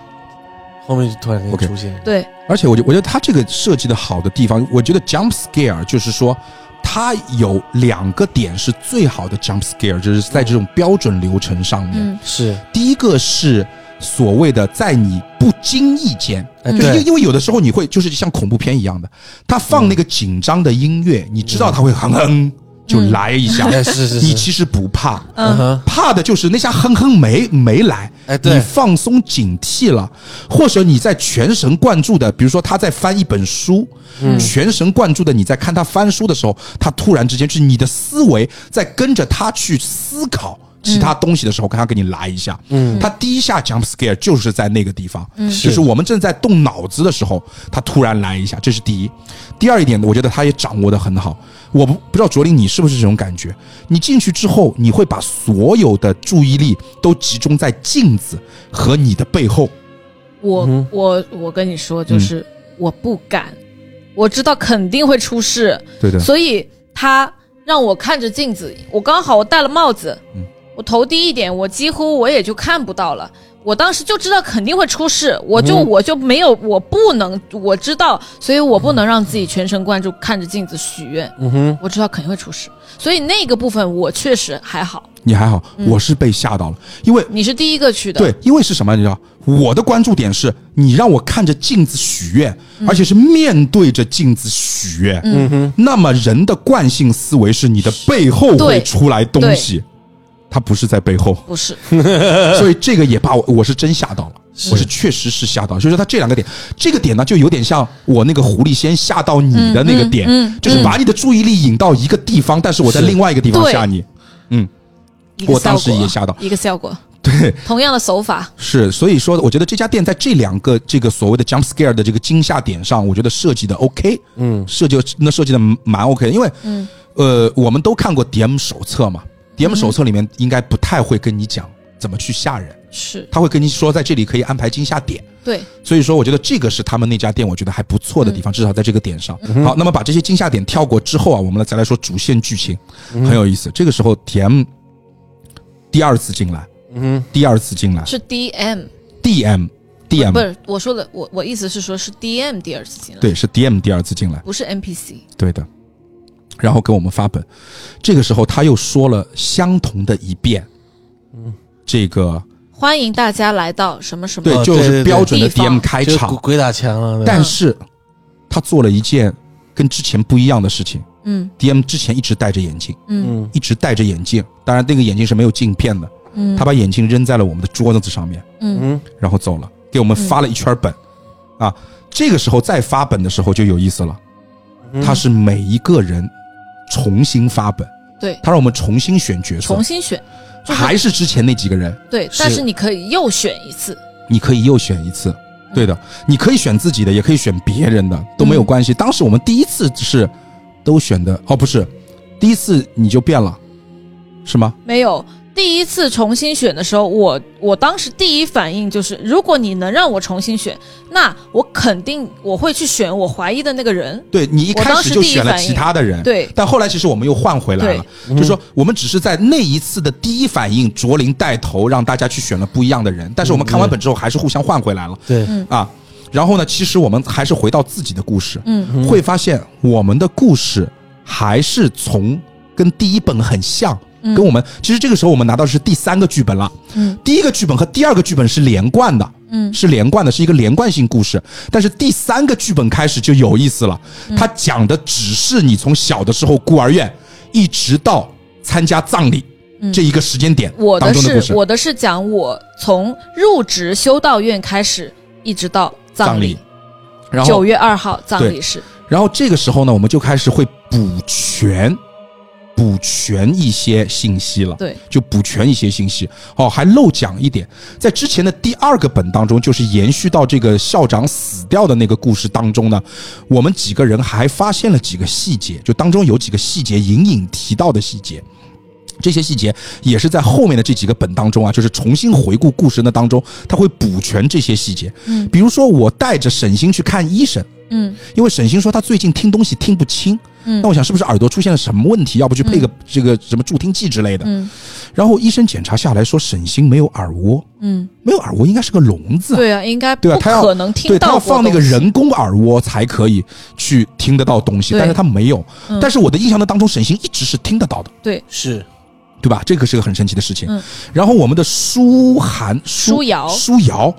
后面就突然给你
OK
出现，
对，
而且我觉我觉得他这个设计的好的地方，我觉得 jump scare 就是说，它有两个点是最好的 jump scare，就是在这种标准流程上面。
嗯
是，
第一个是所谓的在你不经意间，
哎
就是因为
对，
因为有的时候你会就是像恐怖片一样的，他放那个紧张的音乐，你知道他会哼哼就来 <laughs> 一下，
哎是是
你
是，
其实不怕，
嗯
嗯，
哼，
怕的就是那下哼哼没没来，
哎
你
对，
放松警惕了，或者你在全神贯注的，比如说他在翻一本书，全神贯注的你在看他翻书的时候，他突然之间就是你的思维在跟着他去思考。其他东西的时候，看他给你来一下，嗯，他第一下 jump scare 就是在那个地方，嗯，就是我们正在动脑子的时候，他突然来一下，这是第一。第二一点，我觉得他也掌握的很好。我不不知道卓林你是不是这种感觉？你进去之后，你会把所有的注意力都集中在镜子和你的背后，
我
嗯
我我跟你说，就是我不敢，我知道肯定会出事，
对的
所以他让我看着镜子，我刚好我戴了帽子，
嗯
我头低一点，我几乎我也就看不到了。我当时就知道肯定会出事，我就、
嗯
我就没有，我不能，我知道，所以我不能让自己全神贯注看着镜子许愿。
嗯哼，
我知道肯定会出事，所以那个部分我确实还好。
你还好，我是被吓到了，因为
你是第一个去的，
嗯对，因为是什么？你知道，我的关注点是你让我看着镜子许愿，而且是面对着镜子许愿。嗯哼，那么人的惯性思维是你的背后会
对
出来东西，它不是在背后，<laughs>
不是，
所以这个也把我我是真吓到了。我呃是确实是吓到，就是他这两个点，这个点呢就有点像我那个狐狸先吓到你的那个点，
嗯嗯嗯
就是把你的注意力引到一个地方，但是我在另外一个地方
对
吓你。
一个
我当
效果
时也吓到
一个效果，
对，
同样的手法，
是，所以说，我觉得这家店在这两个这个所谓的 jump scare 的这个惊吓点上，我觉得设计的 OK，嗯，设计那设计的蛮 OK 的，因为，嗯，呃，我们都看过 DM 手册嘛，DM 手册里面应该不太会跟你讲怎么去吓人，
是
他会跟你说在这里可以安排惊吓点。
对，
所以说，我觉得这个是他们那家店，我觉得还不错的地方，至少在这个点上。好，那么把这些惊吓点跳过之后啊，我们来再来说主线剧情，很有意思。这个时候，TM 第二次进来，
嗯
第二次进来
是 DM
，DM
不
DM
是我说的，我我意思是说是 DM 第二次进
嗯
来，
对，是 DM 第二次进来，
不是 NPC。
对的。然后给我们发本，这个时候他又说了相同的一遍，
嗯
这个
欢迎大家来到什么什么
对，
哦
就
对
是
对对
标准的
地方
DM 开
就嗯
场
鬼，鬼打墙了，对
但是他做了一件跟之前不一样的事情。
嗯
DM 之前一直戴着眼镜，
嗯
嗯
一直戴着眼镜，当然那个眼镜是没有镜片的，
嗯，
他把眼镜扔在了我们的桌子上面，
嗯
嗯
然后走了，给我们发了一圈本，啊，这个时候再发本的时候就有意思了，
嗯
他是每一个人重新发本，
对
他让我们重新选角色
重，新选，就是
还是之前那几个人，
对，
是
但是你可以又选一次，
你可以又选一次，
嗯
对的，你可以选自己的，也可以选别人的，都没有关系。
嗯
当时我们第一次是都选的，哦，不是，第一次你就变了，是吗？
没有。第一次重新选的时候，我我当时第一反应就是，如果你能让我重新选，那我肯定我会去选我怀疑的那个人。
对你一
我
开
当
始
时
就
第一
选了
反
其
应
他的人，
对
但后来其实我们又换回来了，就是说我们只是在那一次的第一反应卓林带头让大家去选了不一样的人，但是我们看完本之后还是互相换回来了
对，
嗯
啊。然后呢，其实我们还是回到自己的故事，
嗯
会发现我们的故事还是从跟第一本很像，跟我们其实这个时候我们拿到的是第三个剧本了。
嗯，
第一个剧本和第二个剧本是连贯的，
嗯
是连贯的，是一个连贯性故事。但是第三个剧本开始就有意思了，
嗯
它讲的只是你从小的时候孤儿院一直到参加葬礼。这一个时间点
嗯我
当
的
中的故
是
事，
我的是讲我从入职修道院开始，一直到
葬
葬礼，
然后
九月二号葬
对
礼是，
然后这个时候呢，我们就开始会补全，补全一些信息了。
对，
就补全一些信息。哦，还漏讲一点，在之前的第二个本当中，就是延续到这个校长死掉的那个故事当中呢，我们几个人还发现了几个细节，就当中有几个细节隐隐提到的细节。这些细节也是在后面的这几个本当中啊，就是重新回顾故事的当中，他会补全这些细节。
嗯
比如说我带着沈星去看医生，
嗯
因为沈星说他最近听东西听不清，
嗯
那我想是不是耳朵出现了什么问题？要不去配个这个什么助听器之类的。
嗯
然后医生检查下来说沈星没有耳蜗，
嗯，
没有耳蜗应该是个聋子啊，
对啊，应该
对
不
啊他要
可能听
对他
到
要
过
放那个
东西
人工耳蜗才可以去听得到东西，
对
但是他没有。
嗯
但是我的印象的当中，沈星一直是听得到的，
对
是
对吧？这个是个很神奇的事情。
嗯
然后我们的舒涵舒
舒瑶
舒瑶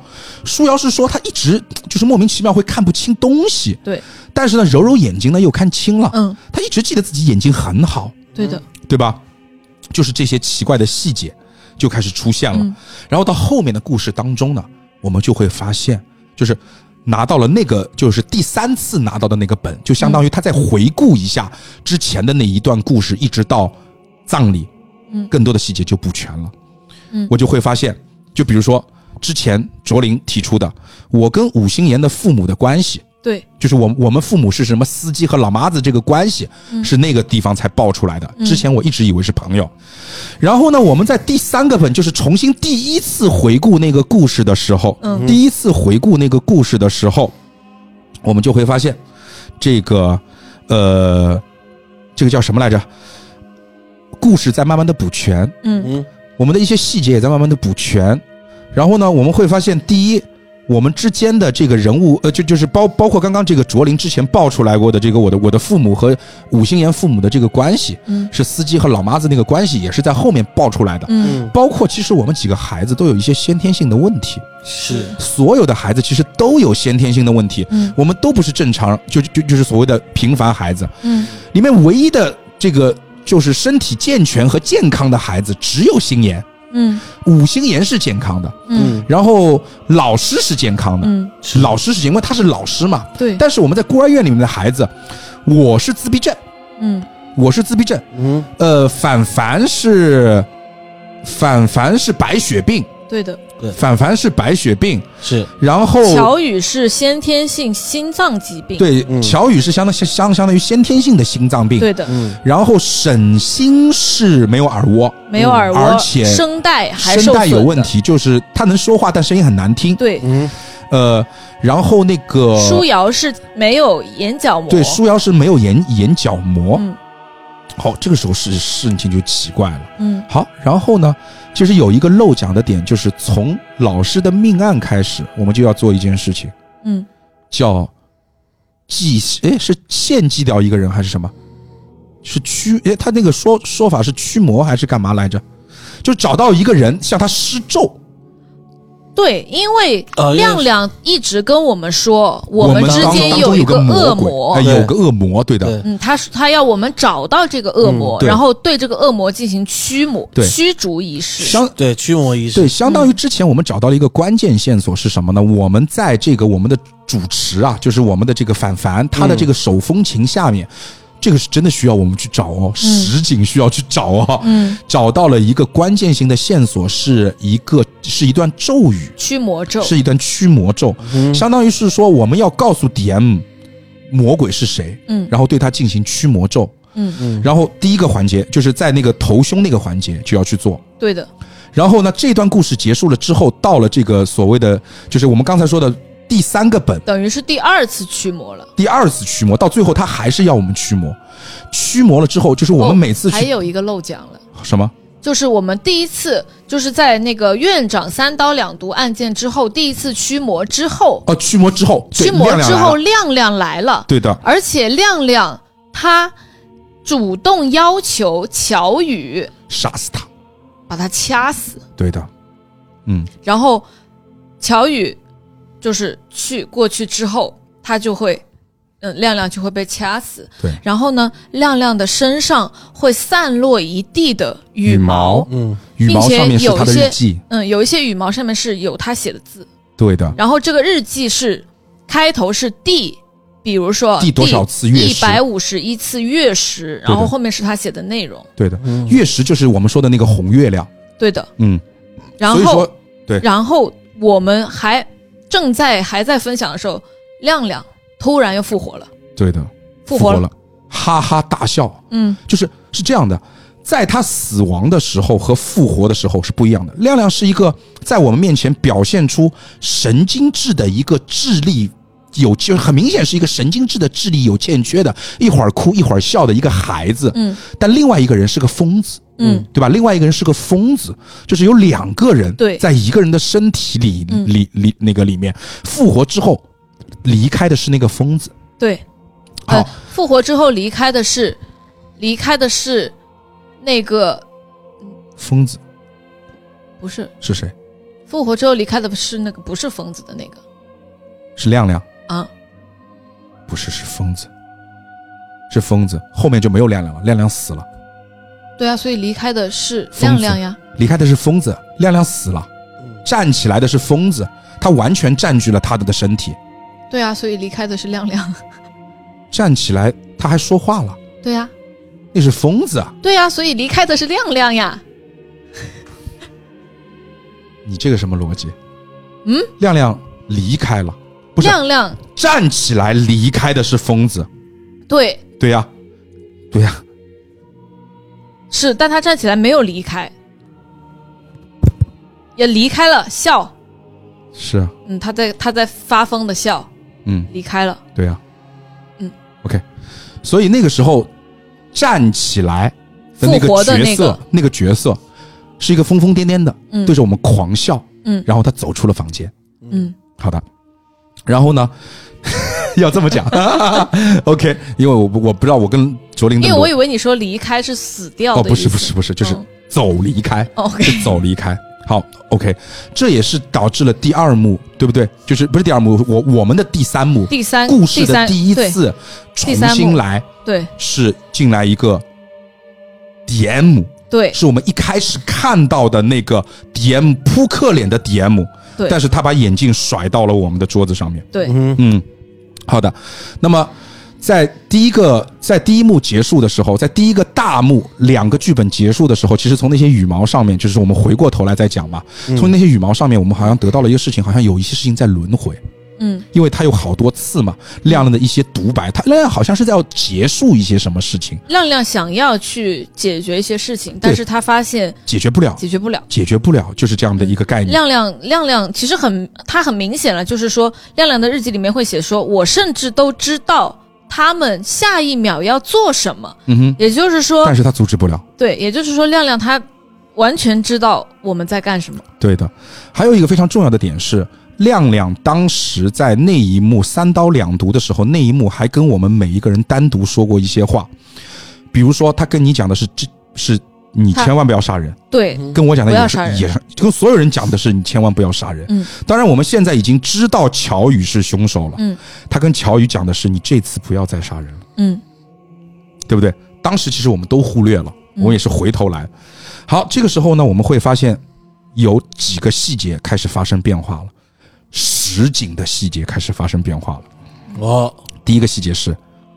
舒瑶是说他一直就是莫名其妙会看不清东西，
对，
但是呢揉揉眼睛呢又看清了，
嗯，
他一直记得自己眼睛很好，
对的，
对吧？就是这些奇怪的细节就开始出现了。
嗯
然后到后面的故事当中呢，我们就会发现，就是拿到了那个，就是第三次拿到的那个本，就相当于他在回顾一下之前的那一段故事，一直到葬礼，
嗯
更多的细节就补全了。
嗯
我就会发现，就比如说之前卓林提出的，我跟五星岩的父母的关系，
对，
就是我我们父母是什么司机和老妈子这个关系，是那个地方才爆出来的。之前我一直以为是朋友。然后呢，我们在第三个本就是重新第一次回顾那个故事的时候，
嗯
第一次回顾那个故事的时候，我们就会发现这个呃，这个叫什么来着？故事在慢慢的补全，
嗯
嗯
我们的一些细节也在慢慢的补全。然后呢，我们会发现，第一，我们之间的这个人物，呃，就就是包包括刚刚这个卓林之前爆出来过的这个我的我的父母和五星岩父母的这个关系，
嗯
是司机和老妈子那个关系，也是在后面爆出来的。
嗯
嗯
包括其实我们几个孩子都有一些先天性的问题，
是
所有的孩子其实都有先天性的问题，
嗯
我们都不是正常，就就就是所谓的平凡孩子。
嗯
里面唯一的这个就是身体健全和健康的孩子只有星岩，
嗯
五星岩是健康的，
嗯
然后老师是健康的，
嗯，
老师是健康因为他是老师嘛。
对，
但是我们在孤儿院里面的孩子，我是自闭症，
嗯
我是自闭症，
嗯
呃，反凡是反凡是白血病，
对的，
反凡是白血病，
是
然后
乔羽是先天性心脏疾病，
哦对
嗯
乔羽是相当相相当于先天性的心脏病，
对的，
嗯
然后沈星是没有耳蜗，
没有耳蜗，
而且
声带还
声带
受损
有问
的，
题，就是他能说话，但声音很难听。
对，
嗯
呃，然后那个
舒瑶是没有眼角膜，
哦对舒瑶是没有眼眼角膜。
嗯
好，这个时候事事情就奇怪了。
嗯
好，然后呢，其实有一个漏讲的点，就是从老师的命案开始，我们就要做一件事情，
嗯，
叫祭，哎，是献祭掉一个人还是什么？是驱，哎，他那个说说法是驱魔还是干嘛来着？就找到一个人向他施咒，
对，因为
呃
亮亮一直跟我们说，我
们
之
当
间
当中
一
有
个
魔
恶
鬼，
魔
哎，
对
有个恶魔，对的，
对
嗯，他说他要我们找到这个恶魔，
嗯对
然后对这个恶魔进行驱魔、
对
驱逐仪式。
相
对驱魔仪
对，
式，
相当于之前我们找到了一个关键线索是什么呢？我们在这个我们的主持啊，就是我们的这个反凡，他
嗯
的这个手风琴下面，这个是真的需要我们去找哦，实景需要去找哦。
嗯，
找到了一个关键性的线索，是一个是一段咒语，
驱魔咒嗯
是一段驱魔咒，相当于是说我们要告诉 DM 魔鬼是谁，
嗯
然后对他进行驱魔咒，
嗯
嗯
然后第一个环节就是在那个头胸那个环节就要去做，
对的，
然后呢，这段故事结束了之后，到了这个所谓的，就是我们刚才说的第三个本，
等于是第二次驱魔了。
第二次驱魔，到最后他还是要我们驱魔。驱魔了之后，就是我们每次
哦还
去、
有一个漏讲了。
什么？
就是我们第一次，就是在那个院长三刀两毒案件之后，第一次驱魔之后，
哦，驱魔之后，对
驱魔
亮亮
之
来
后，
了
亮亮来了，
对的，
而且亮亮他主动要求乔宇
杀死他，
把他掐死，
对的，嗯，
然后乔宇就是去过去之后，他就会，嗯，亮亮就会被掐死。
对
然后呢，亮亮的身上会散落一地的羽
羽毛
嗯
羽毛
并且
上面是
有
他的
一些
日记，
嗯，有一些羽毛上面是有他写的字。
对的，
然后这个日记是开头是第，比如说
第多少次月
一
食
百五十一次月食，然后后面是他写的内容。
对的，
嗯
月食就是我们说的那个红月亮，
对的，
嗯，
然
所以
后
说对
然后我们还正在还在分享的时候，亮亮突然又复活了，
对的，
复
活
活了，
了，哈哈大笑，
嗯，
就是是这样的，在他死亡的时候和复活的时候是不一样的。亮亮是一个在我们面前表现出神经质的一个智力。有就是很明显是一个神经质的智力有欠缺的，一会儿哭一会儿笑的一个孩子。
嗯，
但另外一个人是个疯子，
嗯，
对吧？另外一个人是个疯子，就是有两个人
对
在一个人的身体里
嗯
里里那个里面复活之后，离开的是那个疯子。
对，
好
呃，，复活之后离开的是离开的是那个
疯子
不是
是谁？
复活之后离开的是那个不是疯子的那个
是亮亮。
啊，
不是，是疯子，是疯子。后面就没有亮亮了，亮亮死了，
对啊，所以离开的是
疯
亮
子
亮呀，
离开的是疯子，亮亮死了，站起来的是疯子，他完全占据了他的身体，
对啊，所以离开的是亮 <laughs> 亮，
站起来他还说话了，
对呀、
那是疯子啊！
对呀、所以离开的是亮亮呀，
你这个什么逻辑？
嗯，
亮亮离开了，不是
亮亮
站起来离开的是疯子，
对
对呀、对呀、
是，但他站起来没有离开，也离开了笑，
是啊，
嗯，他在他在发疯的笑，
嗯，
离开了，
对呀、
嗯
，OK，所以那个时候站起来的那个
复活的
角色，
那个
角色是一个疯疯癫癫的，
嗯
对着我们狂笑，
嗯
然后他走出了房间。
嗯，
好的，然后呢？ <laughs> 要这么讲 <laughs> ，OK，因为我不我不知道我跟卓林的
因为
逻
我以为你说离开是死掉的
嗯哦
意
不是
思、
不是不是，就是
嗯
走离开，
OK
是走离开。好，OK，这也是导致了第二幕，对不对？就是不是第二幕，我我们的第三幕
第三
故事的
三
第一
对
次重
第三
新
幕
来
对
是进来一个 DM，
对
是我们一开始看到的那个 DM 扑克脸的 DM，
对
但是嗯他把眼镜甩到了我们的桌子上面。
对，
嗯
嗯，好的。那么在第一个在第一幕结束的时候，在第一个大幕两个剧本结束的时候，其实从那些羽毛上面，就是我们回过头来再讲嘛，从那些羽毛上面，我们好像得到了一个事情，好像有一些事情在轮回。
嗯，
因为它有好多次嘛，亮亮的一些独白，他亮亮好像是在要结束一些什么事情，
亮亮想要去解决一些事情，但是他发现
解决不了，
解决不了。
解决不了，就是这样的一个概念。
亮亮，亮亮其实很，他很明显了，就是说，亮亮的日记里面会写说，我甚至都知道他们下一秒要做什么。
嗯哼，
也就是说
但，是他阻止不了。
对，也就是说，亮亮他完全知道我们在干什么。
对的，还有一个非常重要的点是，亮亮当时在那一幕三刀两毒的时候，那一幕还跟我们每一个人单独说过一些话，比如说他跟你讲的是这是你
他
千万不要杀人，
对，
跟我讲的
嗯不要
也是
杀人
也是跟所有人讲的是你千万不要杀人。
嗯，
当然我们现在已经知道乔宇是凶手了。
嗯，
他跟乔宇讲的是你这次不要再杀人了。
嗯，
对不对？当时其实我们都忽略了，我
嗯
们也是回头来。好，这个时候呢，我们会发现有几个细节开始发生变化了，实景的细节开始发生变化了。
哦，
第一个细节是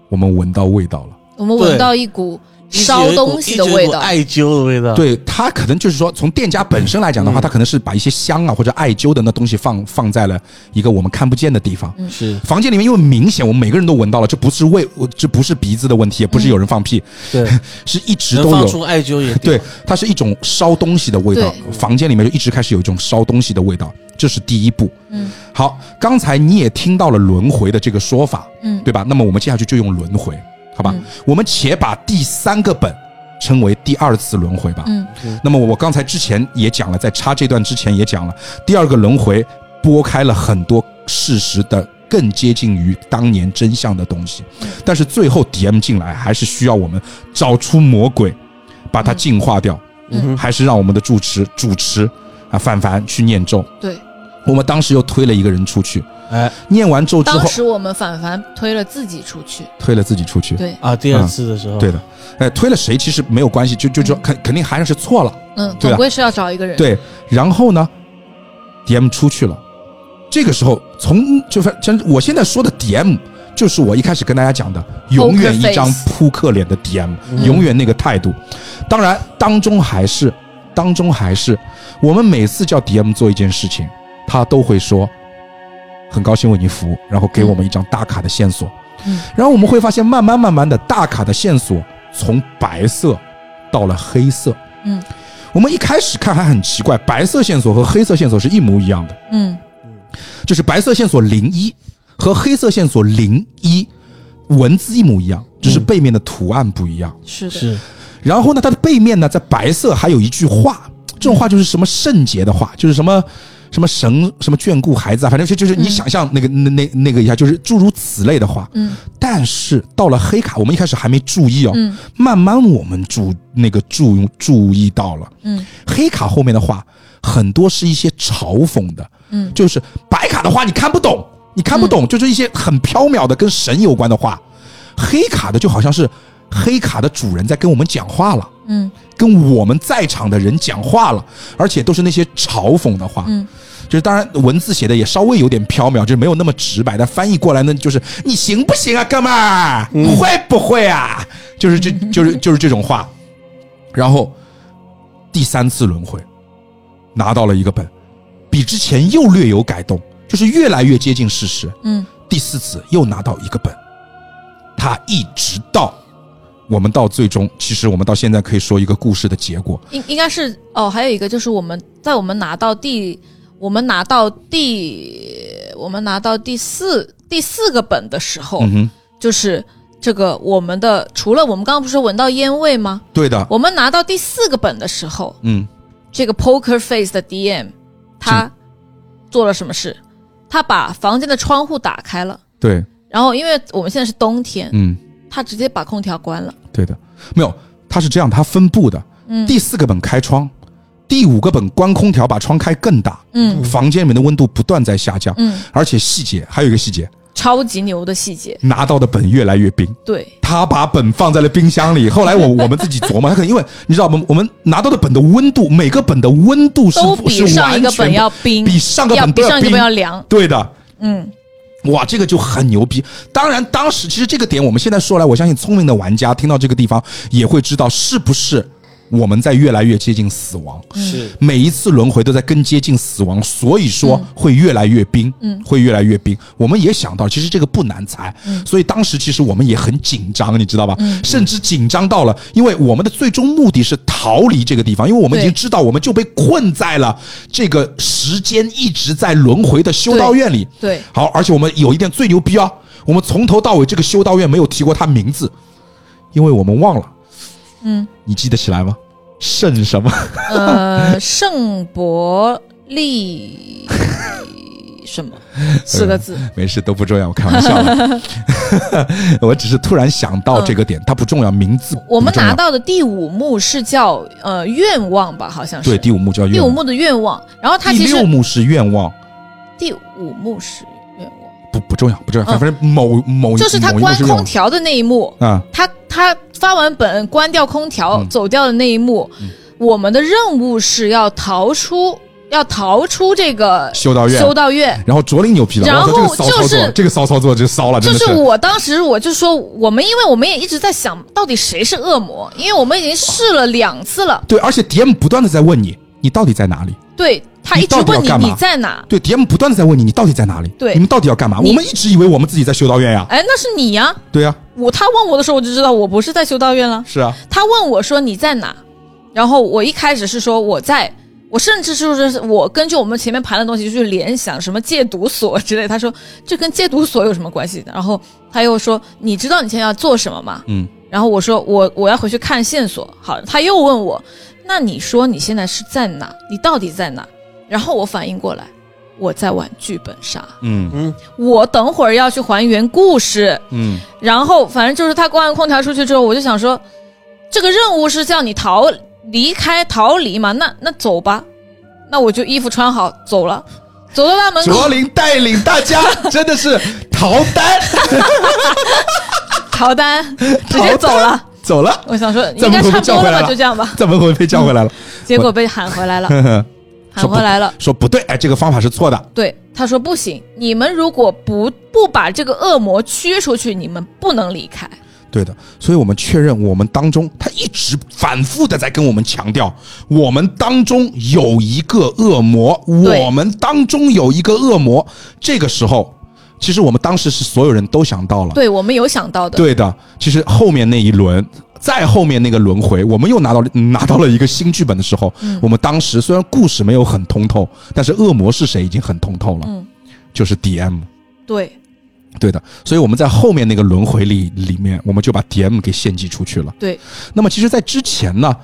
我们闻到味道了。
我们闻到一股烧东西的
一直有一
味
股
道。
艾灸的味道。，
对他可能就是说，从店家本身来讲的
嗯
话，他可能是把一些香啊或者艾灸的那东西放放在了一个我们看不见的地方。
嗯
是，
房间里面，因为明显我们每个人都闻到了，这不是味，这不是鼻子的问题，也不是有人放屁，
对，
是一直
嗯能
都
放
有。
出艾灸也
对，它是一种烧东西的味道，房间里面就一直开始有一种烧东西的味道，这是第一步。
嗯，
好，刚才你也听到了轮回的这个说法，
嗯
对吧？那么我们接下去就用轮回，好吧？
嗯
我们且把第三个本称为第二次轮回吧。
嗯
那么我刚才之前也讲了，在插这段之前也讲了，第二个轮回拨开了很多事实的更接近于当年真相的东西，
嗯
但是最后 DM 进来还是需要我们找出魔鬼，把它净化掉，
嗯
嗯
还是让我们的主持主持啊范凡去念咒。
对，
我们当时又推了一个人出去，
哎
念完咒之
当
后
时我们反凡推了自己出去。
推了自己出去。
对，
啊，第二次的时候，
对的，哎，推了谁其实没有关系，就就就肯肯定还是错了。
嗯，
对啊
总归是要找一个人。，
对，然后呢，DM 出去了。这个时候，从就是真，我现在说的 DM，就是我一开始跟大家讲的，永远一张
Poker
扑克脸的 DM，永
嗯
远那个态度。当然，当中还是，当中还是，我们每次叫 DM 做一件事情，他都会说，很高兴为您服务，然后给我们一张大卡的线索。
嗯
然后我们会发现，慢慢慢慢的，大卡的线索从白色到了黑色。
嗯
我们一开始看还很奇怪，白色线索和黑色线索是一模一样的，
嗯
就是白色线索零一和黑色线索零一，文字一模一样，只是背面的图案不一样。
是的，
是
然后呢，它的背面呢，在白色还有一句话，这种话就是什么圣洁的话，就是什么什么神什么眷顾孩子啊，反正就就是你想象那个、那那那个一下，就是诸如此类的话。
嗯，
但是到了黑卡，我们一开始还没注意哦，
嗯
慢慢我们注那个注注意到了，
嗯
黑卡后面的话很多是一些嘲讽的，
嗯
就是白卡的话你看不懂，你看不懂，就是一些很缥缈的跟神有关的话，黑卡的就好像是黑卡的主人在跟我们讲话了。
嗯
跟我们在场的人讲话了，而且都是那些嘲讽的话，
嗯，
就是当然文字写的也稍微有点缥缈，就是没有那么直白，但翻译过来呢，就是你行不行啊，哥们儿，会不会啊？就是这就是就是这种话，然后第三次轮回拿到了一个本，比之前又略有改动，就是越来越接近事实。
嗯
第四次又拿到一个本，他一直到我们到最终，其实我们到现在可以说一个故事的结果，
应应该是哦，还有一个就是我们在我们拿到第，我们拿到第，我们拿到第四第四个本的时候，
嗯哼，
就是这个我们的除了我们刚刚不是说闻到烟味吗？
对的，
我们拿到第四个本的时候，
嗯，
这个 Poker Face 的 DM 他做了什么事？他把房间的窗户打开了，
对，
然后因为我们现在是冬天，
嗯，
他直接把空调关了。
对的，没有，它是这样，它分布的，
嗯
第四个本开窗，第五个本关空调，把窗开更大，
嗯
房间里面的温度不断在下降，
嗯，
而且细节还有一个细节，
超级牛的细节，
拿到的本越来越冰，
对，
他把本放在了冰箱里。后来
<laughs>
我我们自己琢磨，他可能因为你知道吗？我们拿到的本的温度，每个本的温度是
都比
是
上
完
一个
全
本
不
要冰，
比上个
要
本
比
都
上一个本要
冰
凉。
对的，
嗯，
哇，这个就很牛逼。当然，当时其实这个点，我们现在说来，我相信聪明的玩家听到这个地方也会知道是不是我们在越来越接近死亡。
嗯
是
每一次轮回都在更接近死亡，所以
嗯
说会越来越冰，嗯，会越来越冰。我们也想到，其实这个不难猜，
嗯
所以当时其实我们也很紧张，你知道吧？甚至紧张到了，因为我们的最终目的是逃离这个地方，因为我们已经
对
知道我们就被困在了这个时间一直在轮回的修道院里。
对对
好，而且我们有一点最牛逼啊，我们从头到尾这个修道院没有提过他名字，因为我们忘了。
嗯，
你记得起来吗？圣什么？ <laughs>
呃，圣伯利
<laughs>
什么四个字？
没事，都不重要，我开玩笑
<laughs>
的。我只是突然想到这个点，它不重要，名字
我们
不重要
拿到的第五幕是叫呃愿望吧，好像是
对第五幕叫
第
愿
五
望，
幕的愿望。然后它
第
其
六
实
幕是愿望，
第五幕是愿望，
不不重要，不重要，
嗯
反正某某
就是
某
他
一幕
关
是愿
空
望
调的那一幕，
啊，
他他发完本关掉空调、
嗯
走掉的那一幕，我们的任务是要逃出，要逃出这个
修道院哎
修道院。
然后卓林牛皮了，
然后
我操这个骚操
就
作，
是
这个骚操作就骚了，
就
真的
是我当时我就说，我们因为我们也一直在想到底谁是恶魔，因为我们已经试了两次了，
对，而且 DM 不断的在问你，你到底在哪里？
对他
你
一直
到底
问
要
你
干嘛
你在哪？
对，DM 不断的在问你，你到底在哪里？
对
你们到底要干嘛？
你
我们一直以为我们自己在修道院呀，
哎，那是你呀！
对呀，
我他问我的时候，我就知道我不是在修道院了。
是啊，
他问我说你在哪，然后我一开始是说我在，我甚至就是我根据我们前面盘的东西去联想什么戒毒所之类，他说这跟戒毒所有什么关系？然后他又说你知道你现在要做什么吗？
嗯，
然后我说我我要回去看线索。好，他又问我，那你说你现在是在哪？你到底在哪？然后我反应过来，我在玩剧本杀，
嗯
我等会儿要去还原故事。
嗯，
然后反正就是他关完空调出去之后，我就想说，这个任务是叫你逃离开逃离嘛，那那走吧，那我就衣服穿好走了，走到大门口
卓林带领大家真的是逃单 <laughs>
逃单，直接走了。
走了。
我想说
<laughs> 怎
应
么
该
会
差
被
不
叫
多
回
了
来
吧，
了
就这样吧。
<laughs> 怎么会被叫回来了？
结果被喊
<laughs>
回来了，喊
说不
回来了。
说不对，哎，这个方法是错的。
对，他说不行，你们如果不不把这个恶魔驱出去，你们不能离开。
对的，所以我们确认，我们当中他一直反复的在跟我们强调，我们当中有一个恶魔，
对
我们当中有一个恶魔。这个时候，其实我们当时是所有人都想到了，
对我们有想到的，
对的，其实后面那一轮，再后面那个轮回，我们又拿到了拿到了一个新剧本的时候，
嗯
我们当时虽然故事没有很通透，但是恶魔是谁已经很通透了，
嗯
就是 DM。
对
对的，所以我们在后面那个轮回里里面，我们就把 DM 给献祭出去了。
对，
那么其实，在之前呢，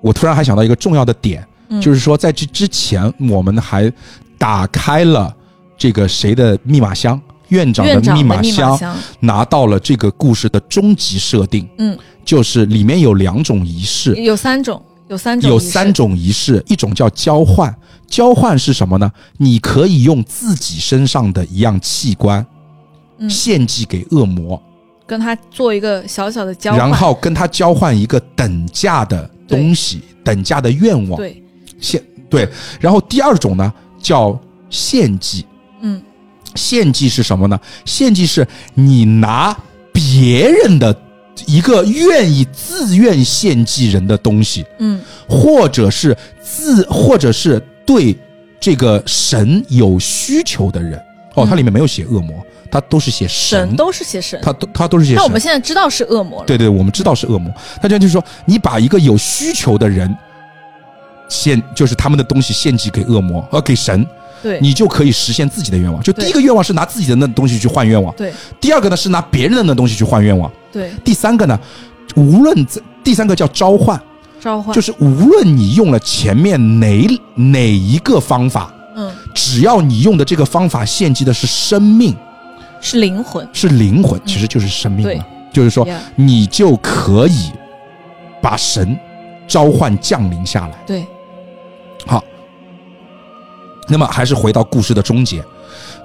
我突然还想到一个重要的点，
嗯
就是说在这之前，我们还打开了这个谁的密码箱，院长的
院长
密
的
码
密
箱
码，箱，
拿到了这个故事的终极设定，
嗯，
就是里面有两种仪式，
有三种，有三种，
有三，种仪式，一种叫交换，交换是什么呢？你可以用自己身上的一样器官
嗯，
献祭给恶魔，
跟他做一个小小的交换，
然后跟他交换一个等价的东西，等价的愿望，
对，
献对。然后第二种呢叫献祭，
嗯，
献祭是什么呢？献祭是你拿别人的一个愿意自愿献祭人的东西，
嗯，
或者是自，或者是对这个神有需求的人。哦，它里面没有写恶魔，它都是写
嗯神都是写神。
它都它都是写
那我
神
们。现在知道是恶魔了，
对对，我们知道是恶魔。他这样就是说，你把一个有需求的人献，就是他们的东西献祭给恶魔，呃，给神，
对
你就可以实现自己的愿望。就第一个愿望是拿自己的那东西去换愿望，
对
第二个呢是拿别人的那东西去换愿望，
对，
第三个呢，无论在第三个叫召唤，
召唤
就是无论你用了前面哪哪一个方法，
嗯
只要你用的这个方法献祭的是生命，
是灵魂，
是灵魂，其实就是生命
嗯对
嘛。就是说
Yeah，
你就可以把神召唤降临下来。
对
好，那么还是回到故事的终结，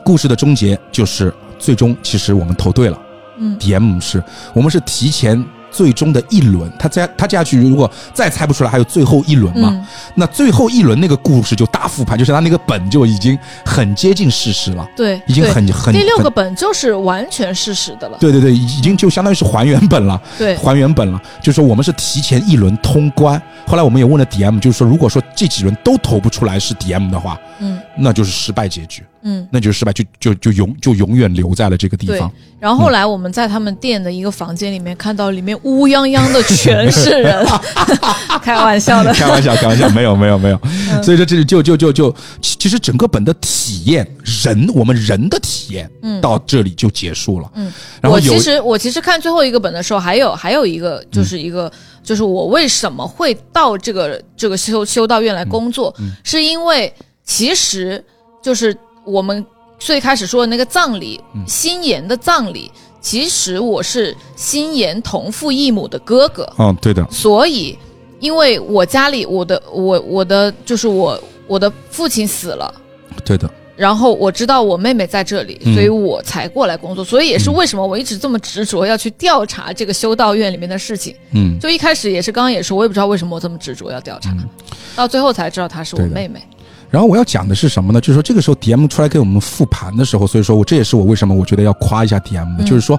故事的终结就是最终，其实我们投对了。
嗯
DM 是我们是提前最终的一轮，他再他接下去如果再猜不出来，还有最后一轮嘛？
嗯
那最后一轮那个故事就大复盘，就是他那个本就已经很接近事实了，
对，
已经
对
很很
第六
很
个本就是完全事实的了。
对对对，已经就相当于是还原本了，
对，
还原本了。就是说我们是提前一轮通关，后来我们也问了 DM，就是说如果说这几轮都投不出来是 DM 的话，
嗯
那就是失败结局，
嗯。
那就是失败，就就就永就永远留在了这个地
对
方。，
然后后来我们在他们店的一个房间里面看到，里面乌泱泱的全是人，
<laughs>
<laughs> 开玩笑的。
<laughs>
嗯
开玩笑，开玩笑，没有，没有，没有。所以说，这里就就就就，其其实整个本的体验，人我们人的体验，
嗯
到这里就结束了。
嗯，
然后
我
有嗯
其实我其实看最后一个本的时候，还有还有一个就是一个、就是我为什么会到这个这个修修道院来
嗯
工作，是因为其实就是我们最开始说的那个葬礼，
嗯
心妍的葬礼，其实我是心妍同父异母的哥哥，
嗯，对的，
所以，因为我家里我的我我的就是我我的父亲死了，
对的，
然后我知道我妹妹在这里，
嗯
所以我才过来工作。所以也是为什么我一直这么执着要去调查这个修道院里面的事情。
嗯，
就一开始也是刚刚也说，我也不知道为什么我这么执着要调查，到最后才知道她是我
对的
妹妹。
然后我要讲的是什么呢？就是说这个时候 DM 出来给我们复盘的时候，所以说我这也是我为什么我觉得要夸一下
嗯
DM 的，就是说，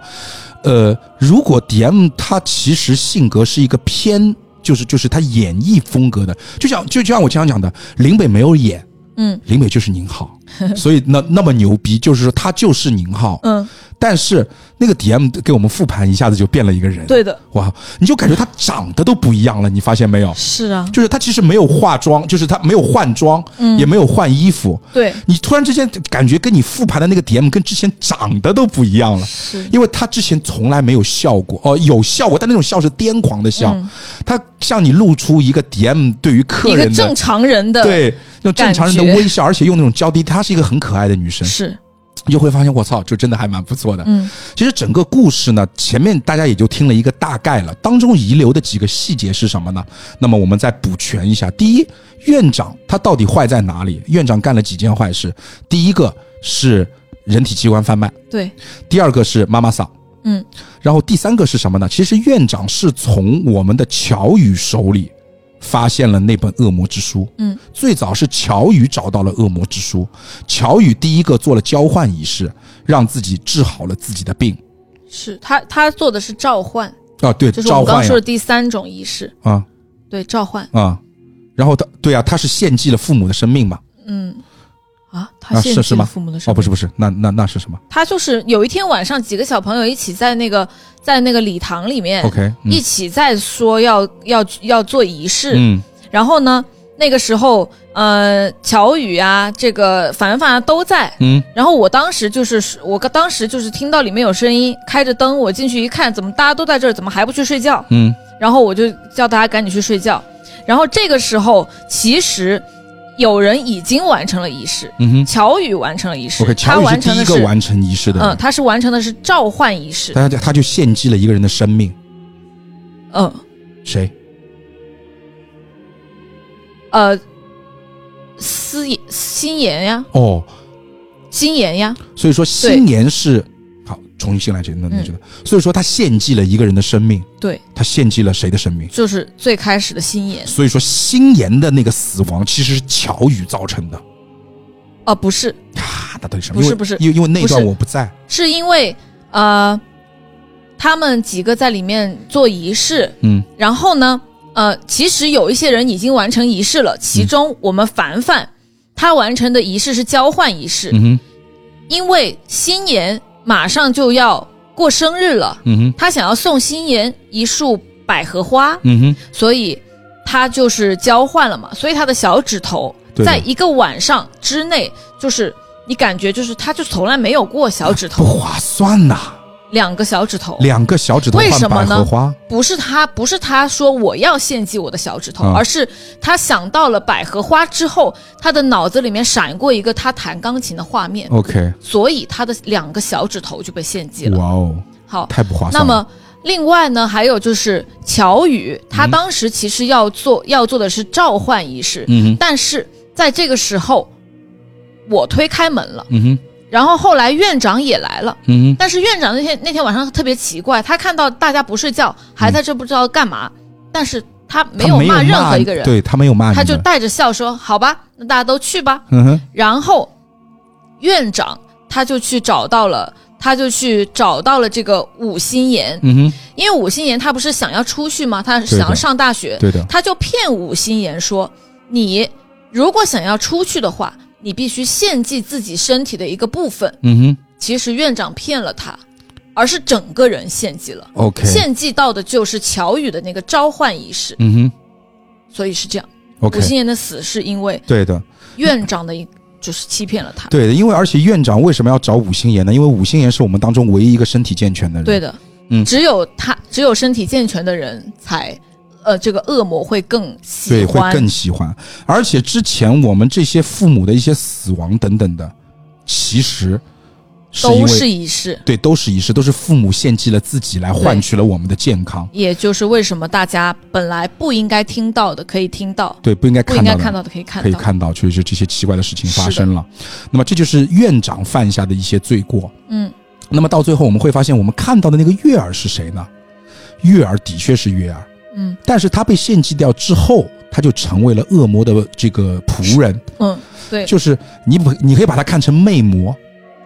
呃，如果 DM 他其实性格是一个偏，就是就是他演绎风格的，就像就就像我经常讲的，林北没有演，
嗯
林北就是宁
<laughs>
浩，所以那那么牛逼，就是说他就是宁浩，
嗯，
但是那个 DM 给我们复盘一下子就变了一个人，
对的，
哇，你就感觉他长得都不一样了，你发现没有？
是啊，
就是他其实没有化妆，就是他没有换装，
嗯
也没有换衣服，
对，
你突然之间感觉跟你复盘的那个 DM 跟之前长得都不一样了，
是
因为他之前从来没有笑过，哦、有笑过，但那种笑是癫狂的笑，他向你露出一个 DM 对于客
嗯一个
人
正
的
常人的
对那种正常人的
感觉
微笑，而且用那种娇滴，她是一个很可爱的女生，
是
你就会发现我操，就真的还蛮不错的。
嗯，
其实整个故事呢，前面大家也就听了一个大概了，当中遗留的几个细节是什么呢？那么我们再补全一下。第一，院长他到底坏在哪里？院长干了几件坏事？第一个是人体器官贩卖，
对，
第二个是妈妈桑，
嗯，
然后第三个是什么呢？其实院长是从我们的乔宇手里发现了那本《恶魔之书》。
嗯，
最早是乔宇找到了《恶魔之书》，乔宇第一个做了交换仪式，让自己治好了自己的病。
是他他做的是召唤，
啊，对，
就是我们
召
刚刚
唤呀
说的第三种仪式，
啊
对，召唤。
啊，然后他对啊，他是献祭了父母的生命嘛？
嗯，啊，他
啊，
献
是
祭
是
了
吗？
父母的生
哦，不是
命
不是，那那那是什么
他就是有一天晚上，几个小朋友一起在那个在那个礼堂里面
？OK，嗯
一起在说要要要做仪式，
嗯
然后呢，那个时候呃，乔宇啊，这个凡凡啊都在。
嗯
然后我当时就是，我当时就是听到里面有声音，开着灯，我进去一看，怎么大家都在这儿，怎么还不去睡觉？
嗯
然后我就叫大家赶紧去睡觉。然后这个时候，其实有人已经完成了仪式，
嗯哼
乔宇完成了仪式
，OK，
他
乔宇是
完成
第一
的
个
是，
完成仪式的
嗯，
人，
他是完成的是召唤仪式，
但他他就献祭了一个人的生命，
嗯，
谁？
呃，思妍心妍呀，
哦，
心妍呀，
所以说新年是好，重新新来这那那
嗯
这个，所以说他献祭了一个人的生命，
对，
他献祭了谁的生命？
就是最开始的心妍，
所以说新年的那个死亡其实是乔宇造成的
哦，不是，
啊，那到底什么？
不是
因为
不是
因为因为那
不是
段我不在，
是因为呃，他们几个在里面做仪式，
嗯，
然后呢，呃，其实有一些人已经完成仪式了，其中我们凡凡、他完成的仪式是交换仪式，
嗯哼，
因为新妍马上就要过生日了，
嗯哼，
他想要送新妍一束百合花，
嗯哼。
所以他就是交换了嘛，所以他的小指头
对的
在一个晚上之内，就是你感觉就是他就从来没有过小指
啊不
头，
划算呐、
两个小指头，
两个小指头
为
换
什么
百
呢
合花，
不是他，不是他说我要献祭我的小指头，
啊
而是他想到了百合花之后，他的脑子里面闪过一个他弹钢琴的画面，
OK，
所以他的两个小指头就被献祭了。
哇哦，
好，
太不划
那
算了。
么另外呢，还有就是乔宇，他
嗯
当时其实要做、要做的是召唤仪式，
嗯哼，
但是在这个时候，我推开门了，
嗯哼，
然后后来院长也来了，
嗯
但是院长那天那天晚上特别奇怪，他看到大家不睡觉，还在这不知道干嘛，但是他没
他
有
没有
骂任何一个人，
对他没有骂你
他
们，
就带着笑说：“好吧，那大家都去吧。
嗯哼，”
然后院长他就去找到了，他就去找到了这个武心言，
嗯哼，
因为武心言他不是想要出去吗？他
的
想要上大学，
对的，
他就骗武心言说：“你如果想要出去的话，你必须献祭自己身体的一个部分。”
嗯哼
其实院长骗了他，而是整个人献祭了。
，OK，
献祭到的就是乔羽的那个召唤仪式，
嗯哼
所以是这样。
，OK，
吴心言的死是因为
对的，
院长的一就是欺骗了他。
对的，因为而且院长为什么要找五星岩呢？因为五星岩是我们当中唯一一个身体健全的人。
对，的，
嗯
只有他只有身体健全的人才，呃，这个恶魔会更喜
对，会
欢。
更喜欢。而且之前我们这些父母的一些死亡等等的，其实是因
都
为
是仪式，
对，都是仪式，都是父母献祭了自己来换取了我们的健康。
也就是为什么大家本来不应该听到的可以听到，
对，不应该
不
看
应
到
该
的，
看到的可以看
可以
到。
看到，确实这些奇怪的事情发
是的
生了。那么这就是院长犯下的一些罪过。
嗯，
那么到最后，我们会发现，我们看到的那个月儿是谁呢？月儿的确是月儿，
嗯，
但是他被献祭掉之后，他就成为了恶魔的这个仆人，
嗯，对，
就是你不，你可以把它看成魅魔，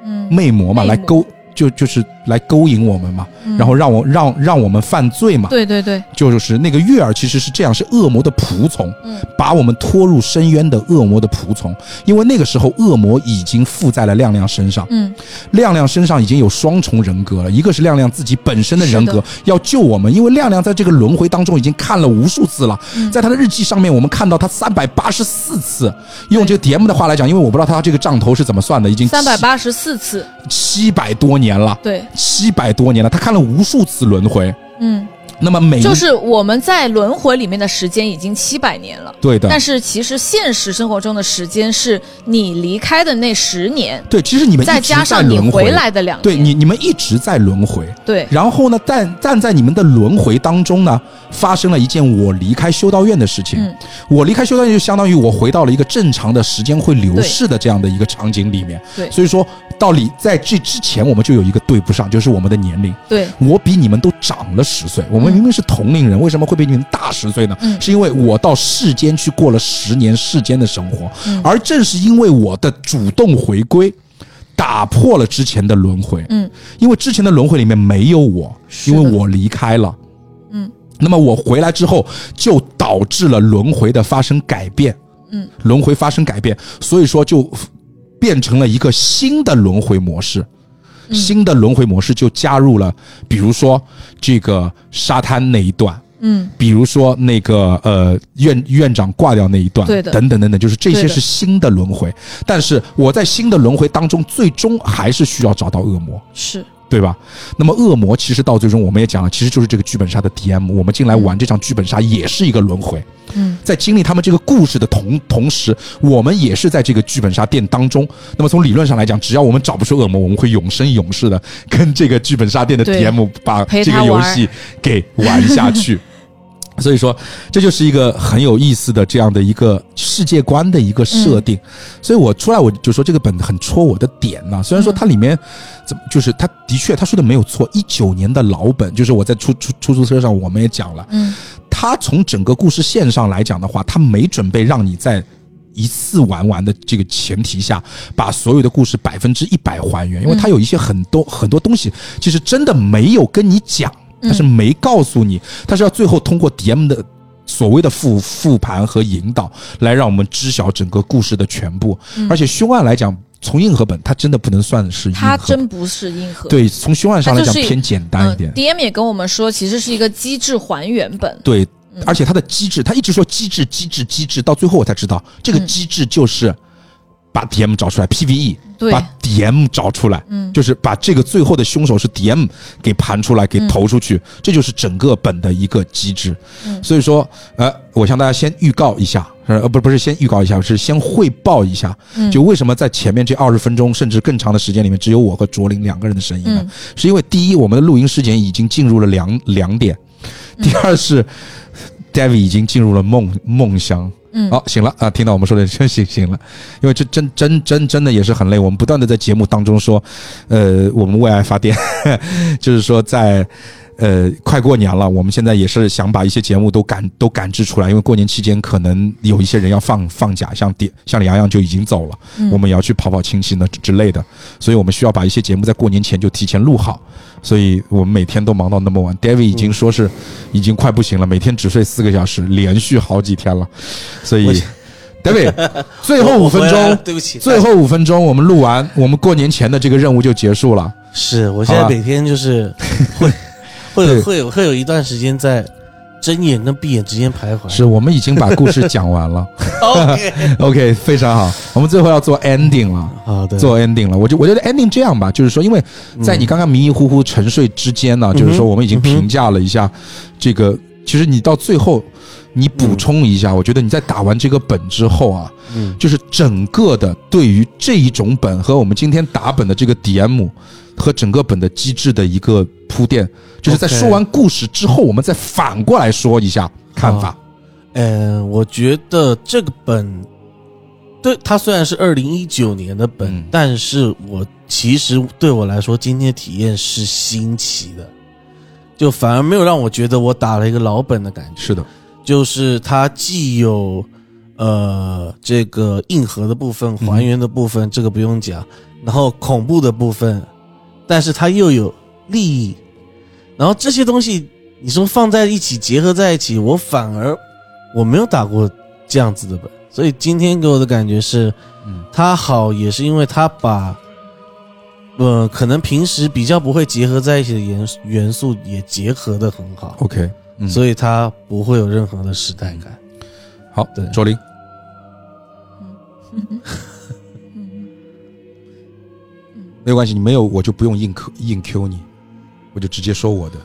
嗯，
魅魔嘛，
魅魔
来勾，就就是来勾引我们嘛，
嗯
然后让我让让我们犯罪嘛，
对对对，
就是那个月儿其实是这样，是恶魔的仆从，
嗯
把我们拖入深渊的恶魔的仆从，因为那个时候恶魔已经附在了亮亮身上，
嗯，
亮亮身上已经有双重人格了，一个是亮亮自己本身的人
是
格
的
要救我们，因为亮亮在这个轮回当中已经看了无数次了，
嗯
在他的日记上面我们看到他三百八十四次，用这个 DM 的话来讲，因为我不知道他这个账头是怎么算的，已经
三百八十四次，
七百多年了，
对，
七百多年了，他看了无数次轮回，
嗯，
那么每一
就是我们在轮回里面的时间已经七百年了。
对的，
但是其实现实生活中的时间是你离开的那十年，
对，其实你们一直
再加
在
上你
轮回
回，来的两年，
对你你们一直在轮回，
对
然后呢，但但在你们的轮回当中呢，发生了一件我离开修道院的事情。
嗯
我离开修道院，就相当于我回到了一个正常的时间会流逝的这样的一个场景里面。
对
所以说，道理在这之前，我们就有一个对不上，就是我们的年龄。
对
我比你们都长了十岁，我们
嗯
明明是同龄人，为什么会比你们大十岁呢？
嗯
是因为我到世间去过了十年世间的生活，
嗯
而正是因为我的主动回归，打破了之前的轮回。
嗯，
因为之前的轮回里面没有我，
是
因
的
为我离开了。
嗯，
那么我回来之后，就导致了轮回的发生改变。
嗯，
轮回发生改变，所以说就变成了一个新的轮回模式。
嗯
新的轮回模式就加入了，比如说这个沙滩那一段，
嗯
比如说那个呃院院长挂掉那一段，
对的
等等等等，就是这些
对的
是新的轮回。但是我在新的轮回当中，最终还是需要找到恶魔。
是
对吧？那么恶魔其实到最终我们也讲了，其实就是这个剧本杀的 DM。我们进来玩这场剧本杀也是一个轮回，
嗯
在经历他们这个故事的同同时，我们也是在这个剧本杀店当中。那么从理论上来讲，只要我们找不出恶魔，我们会永生永世的跟这个剧本杀店的
对
DM 把
陪
这
他
个游
玩
戏给玩下
<laughs>
去。所以说，这就是一个很有意思的这样的一个世界观的一个设
嗯
定。所以我出来我就说这个本很戳我的点呐、虽然说它里面怎么就是它的确他说的没有错，一九年的老本，就是我在出出出租车上我们也讲了，
嗯
他从整个故事线上来讲的话，他没准备让你在一次玩完的这个前提下，把所有的故事百分之一百还
嗯
原，因为他有一些很多很多东西，其实真的没有跟你讲，
嗯
他是没告诉你，他是要最后通过 DM 的。所谓的复复盘和引导，来让我们知晓整个故事的全部。
嗯
而且凶案来讲，从硬核本，它真的不能算是硬核
它
本。
真不是硬核。
对，从凶案上来讲
它就是
偏简单
嗯
一点。
，DM 也跟我们说，其实是一个机制还原本。
对，
嗯
而且它的机制，他一直说机制、机制、机制，到最后我才知道，这个
嗯
机制就是把 DM 找出来，PVE，
对
把 DM 找出来，
嗯
就是把这个最后的凶手是 DM 给盘出来，给投出去，这就是整个本的一个机制。
嗯
所以说，呃，我向大家先预告一下，呃，不，不是先预告一下，是先汇报一下，
嗯
就为什么在前面这二十分钟甚至更长的时间里面，只有我和卓林两个人的声音呢？
嗯
是因为第一，我们的录音时间已经进入了两两点；第二是、David 已经进入了梦梦乡。
嗯
好、醒了啊！听到我们说的 <laughs> 真醒醒了，因为这真真真真的也是很累。我们不断的在节目当中说，呃，我们为爱发电， <laughs> 就是说在呃快过年了，我们现在也是想把一些节目都赶都赶制出来，因为过年期间可能有一些人要放放假，像点像李阳阳就已经走了，
嗯
我们也要去跑跑亲戚呢之之类的，所以我们需要把一些节目在过年前就提前录好。所以我们每天都忙到那么晚。David
嗯
已经说是已经快不行了，每天只睡四个小时，连续好几天了。所
我
以 David
<laughs>
最后
我
五分
我回来了
钟，
对不起，
最后五分钟我们录完，我们过年前的这个任务就结束了。
是我现在
好吧
每天就是 <laughs> 会会
对
有会有会有一段时间在睁眼跟闭眼之间徘徊。
是我们已经把故事讲完了。
<laughs> OK，
<laughs> OK，非常好，我们最后要做 ending 了。
好的，
做 ending 了，我就我觉得 ending 这样吧，就是说，因为在你刚刚迷迷糊糊沉睡之间呢，
嗯
就是说我们已经
嗯哼
评价了一下这个，其实你到最后你补充一下，我觉得你在打完这个本之后啊，
嗯
就是整个的对于这一种本和我们今天打本的这个 DM 和整个本的机制的一个铺垫，就是在
OK
说完故事之后，我们再反过来说一下看法。
呃，我觉得这个本，对它虽然是二零一九年的本，
嗯
但是我其实对我来说，今天体验是新奇的，就反而没有让我觉得我打了一个老本的感觉。
是的，
就是它既有呃这个硬核的部分、
嗯
还原的部分，这个不用讲，然后恐怖的部分，但是它又有利益，然后这些东西你说放在一起结合在一起，我反而我没有打过这样子的本，所以今天给我的感觉是，
嗯
它好也是因为它把。呃，可能平时比较不会结合在一起的元元素也结合的很好，
，OK，嗯，
所以它不会有任何的时代感。
好
对，
卓林，
嗯
没有关系，你没有我就不用硬 Q 硬 Q 你，我就直接说我的。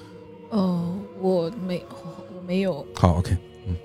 哦，我没，我没有，
好，OK，嗯，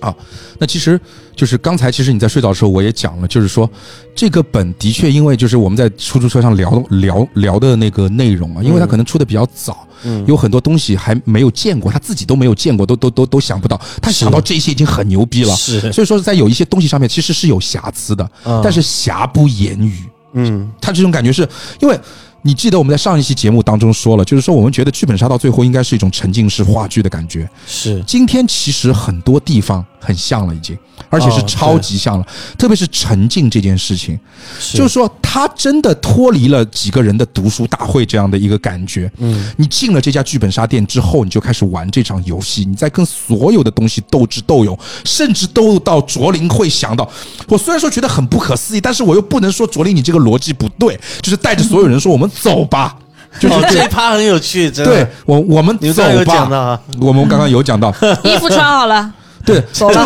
好，那其实就是刚才，其实你在睡着的时候我也讲了，就是说这个本的确因为就是我们在出租车上聊聊聊的那个内容啊，因为它可能出的比较早，
嗯
有很多东西还没有见过，他自己都没有见过，都都都都想不到，他想到这些已经很牛逼了。
是，
所以说，在有一些东西上面其实是有瑕疵的，
嗯
但是瑕不掩瑜。
嗯
他这种感觉是因为你记得我们在上一期节目当中说了，就是说我们觉得剧本杀到最后应该是一种沉浸式话剧的感觉。
是
今天其实很多地方很像了，已经，而且是
哦
超级像了，特别是沉浸这件事情，
是
就是说他真的脱离了几个人的读书大会这样的一个感觉。
嗯
你进了这家剧本杀店之后，你就开始玩这场游戏，你在跟所有的东西斗智斗勇，甚至斗到卓林会想到，我虽然说觉得很不可思议，但是我又不能说卓林你这个逻辑不对，就是带着所有人说我们走吧，就是
哦，
这
这一趴很有趣，真的。
对，我我们
你们
走
刚刚有讲到
吧，
啊，
我们刚刚有讲到，
<laughs> 衣服穿好 <laughs> 了，
<laughs> 对，就是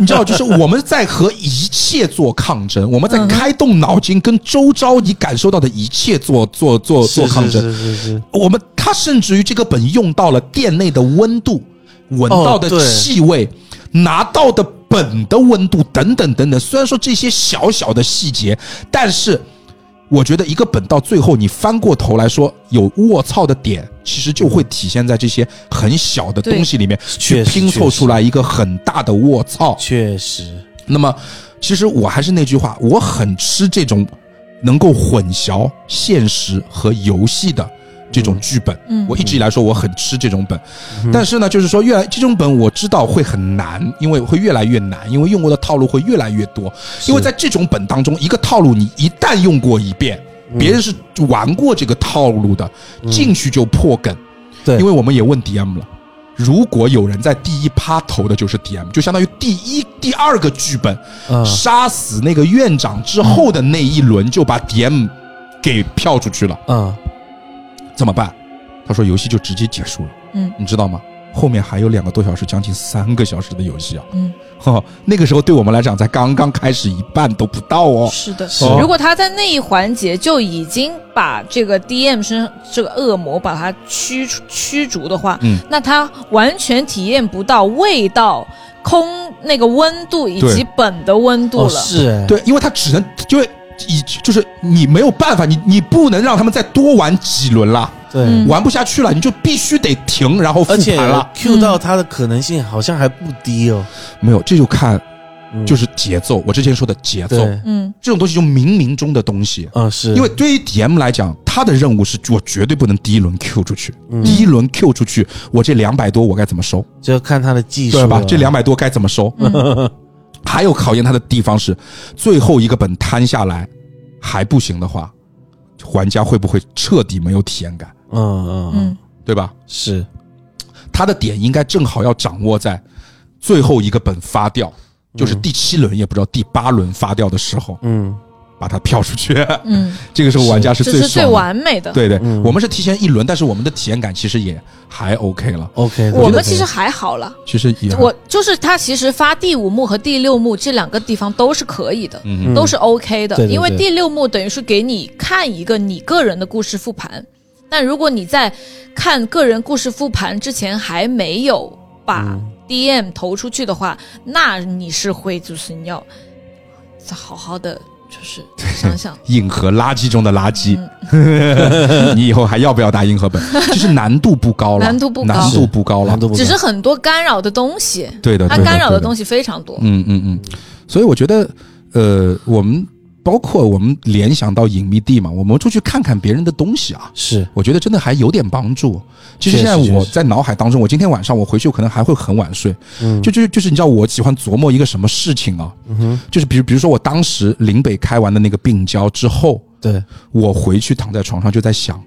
你知道，就是我们在和一切做抗争，我们
嗯
在开动脑筋，跟周遭你感受到的一切做做做做
是
抗
是
争。
是是是，
我们它甚至于这个本用到了店内的温度、闻到的
哦对
气味、拿到的本的温度等等等等。虽然说这些小小的细节，但是我觉得一个本到最后你翻过头来说有卧槽的点，其实就会体现在这些很小的东西里面去
嗯确实
拼凑
确实
出来一个很大的卧槽。
确实
那么，其实我还是那句话，我很吃这种能够混淆现实和游戏的这种剧本。
嗯
我一直以来说我很吃这种本，但是呢，就是说越来这种本我知道会很难，因为会越来越难，因为用过的套路会越来越多。因为在这种本当中，一个套路你一旦用过一遍，
嗯
别人是玩过这个套路的，进去就破梗。
嗯对，
因为我们也问 DM 了，如果有人在第一趴投的就是 DM，就相当于第一、第二个剧本、
嗯
杀死那个院长之后的那一轮就把 DM 给票出去了，
嗯
怎么办？他说游戏就直接结束了，
嗯，
你知道吗？后面还有两个多小时，将近三个小时的游戏啊，
嗯，
呵，那个时候对我们来讲才刚刚开始一半都不到哦，
是的。
是
如果他在那一环节就已经把这个 DM 身这个恶魔把它驱除驱逐的话，
嗯
那他完全体验不到味道、空那个温度以及
对
本的温度
哦
了。
是哎，
对，因为他只能因为以就是你没有办法，你你不能让他们再多玩几轮了。
对
嗯，
玩不下去了，你就必须得停，然后复
而且
嗯
盘了。
Q 到它的可能性好像还不低哦。
没有，这就看
嗯
就是节奏。我之前说的节奏，
对，
嗯
这种东西就冥冥中的东西。
嗯是，
因为对于 DM 来讲，他的任务是我绝对不能第一轮 Q 出去，
嗯
第一轮 Q 出去，我这两百多我该怎么收，
就要看他的技术
对吧
了？
这两百多该怎么收？
嗯，
还有考验他的地方是，最后一个本摊下来还不行的话，玩家会不会彻底没有体验感，
<laughs> 嗯
啊
嗯嗯
嗯
对吧？
是，
他的点应该正好要掌握在最后一个本发掉，就是第七轮也不知道第八轮发掉的时候，
嗯
把它票出去。
嗯，
<laughs> 这个时候玩家是
这
最
是最
爽的。
完美的。
对对，
嗯
我们是提前一轮，但是我们的体验感其实也还 OK 了，
OK，
我
觉得
们其实还好了，
其实也还
我就是他其实发第五幕和第六幕这两个地方都是可以的，
嗯
都是 OK 的，
对对对
因为第六幕等于是给你看一个你个人的故事复盘，但如果你在看个人故事复盘之前还没有把
嗯
DM 投出去的话，那你是会就是你要再好好的就是想想，
硬核垃圾中的垃圾， <laughs>
<laughs>
你以后还要不要打硬核本？就是难度不高了，
嗯难度不高
难度不高了
<laughs> 难，度不
只
大
是很多干扰的东西，
对的，
它
对
干扰
对
的东西非常多，
嗯嗯嗯，所以我觉得，呃，我们包括我们联想到隐秘地嘛，我们出去看看别人的东西啊，
是
我觉得真的还有点帮助。其实现在
确实
我
确实
在脑海当中，我今天晚上我回去可能还会很晚睡，
嗯
就就就是你知道我喜欢琢磨一个什么事情啊，
嗯哼
就是比如比如说我当时临北开完的那个病娇之后，
对
我回去躺在床上就在想。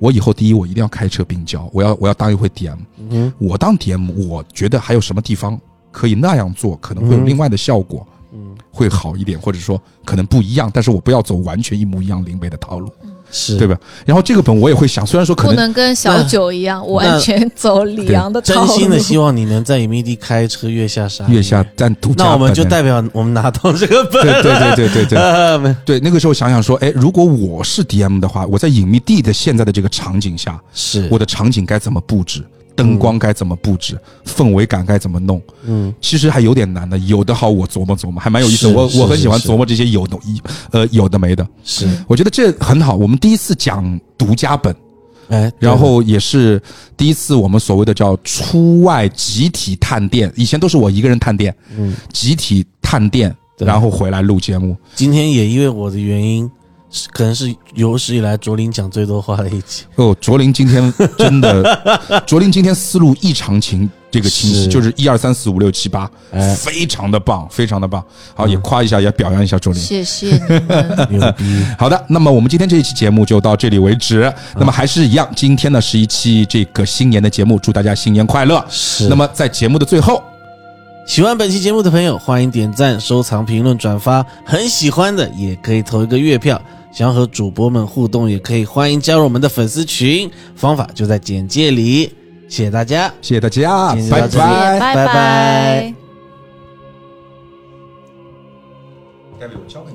我以后第一，我一定要开车病娇，我要我要当一回 DM，
嗯哼
我当 DM，我觉得还有什么地方可以那样做，可能会有
嗯
另外的效果。
嗯
会好一点，或者说可能不一样，但是我不要走完全一模一样林北的套路，
是
对吧？然后这个本我也会想，虽然说可
不
能
能跟小九一样完全走李阳的套
真
路，
心的希望你能在隐秘地开车月下沙
月下占独家，
那我们就代表我们拿到这个本
对对对对对
<laughs>
对
呃没
对，那个时候想想说，哎，如果我是 DM 的话，我在隐秘地的现在的这个场景下，
是
我的场景该怎么布置？灯光该怎么布置，氛围感该怎么弄，
嗯
其实还有点难的。有的好，我琢磨琢磨，还蛮有意思。
是
我
是
我很
是
喜欢
是
琢磨这些有的一呃有的没的，
是
我觉得这很好。我们第一次讲独家本，
哎，对
然后也是第一次我们所谓的叫出外集体探店，以前都是我一个人探店，
嗯
集体探店，
对
然后回来录节目。
今天也因为我的原因，是可能是有史以来卓林讲最多话的一
<laughs>
集。
哦，卓林今
<laughs>
天真的，卓林今天思路异常清，这个清晰，
是
就是一二三四五六七八
哎，嗯
非常的棒，非常的棒。好，也夸一下，也表扬一下卓林。
谢谢你们，
牛逼！
好的，那么我们今天这一期节目就到这里为
嗯
止。那么还是一样，今天呢是一期这个新年的节目，祝大家新年快乐。
是
那么在节目的最后，
喜欢本期节目的朋友，欢迎点赞、收藏、评论、转发。很喜欢的也可以投一个月票。想要和主播们互动，也可以欢迎加入我们的粉丝群，方法就在简介里。谢谢大家。
谢谢大家
谢，谢
拜
大家
拜。
拜
拜拜
拜。
该被我教给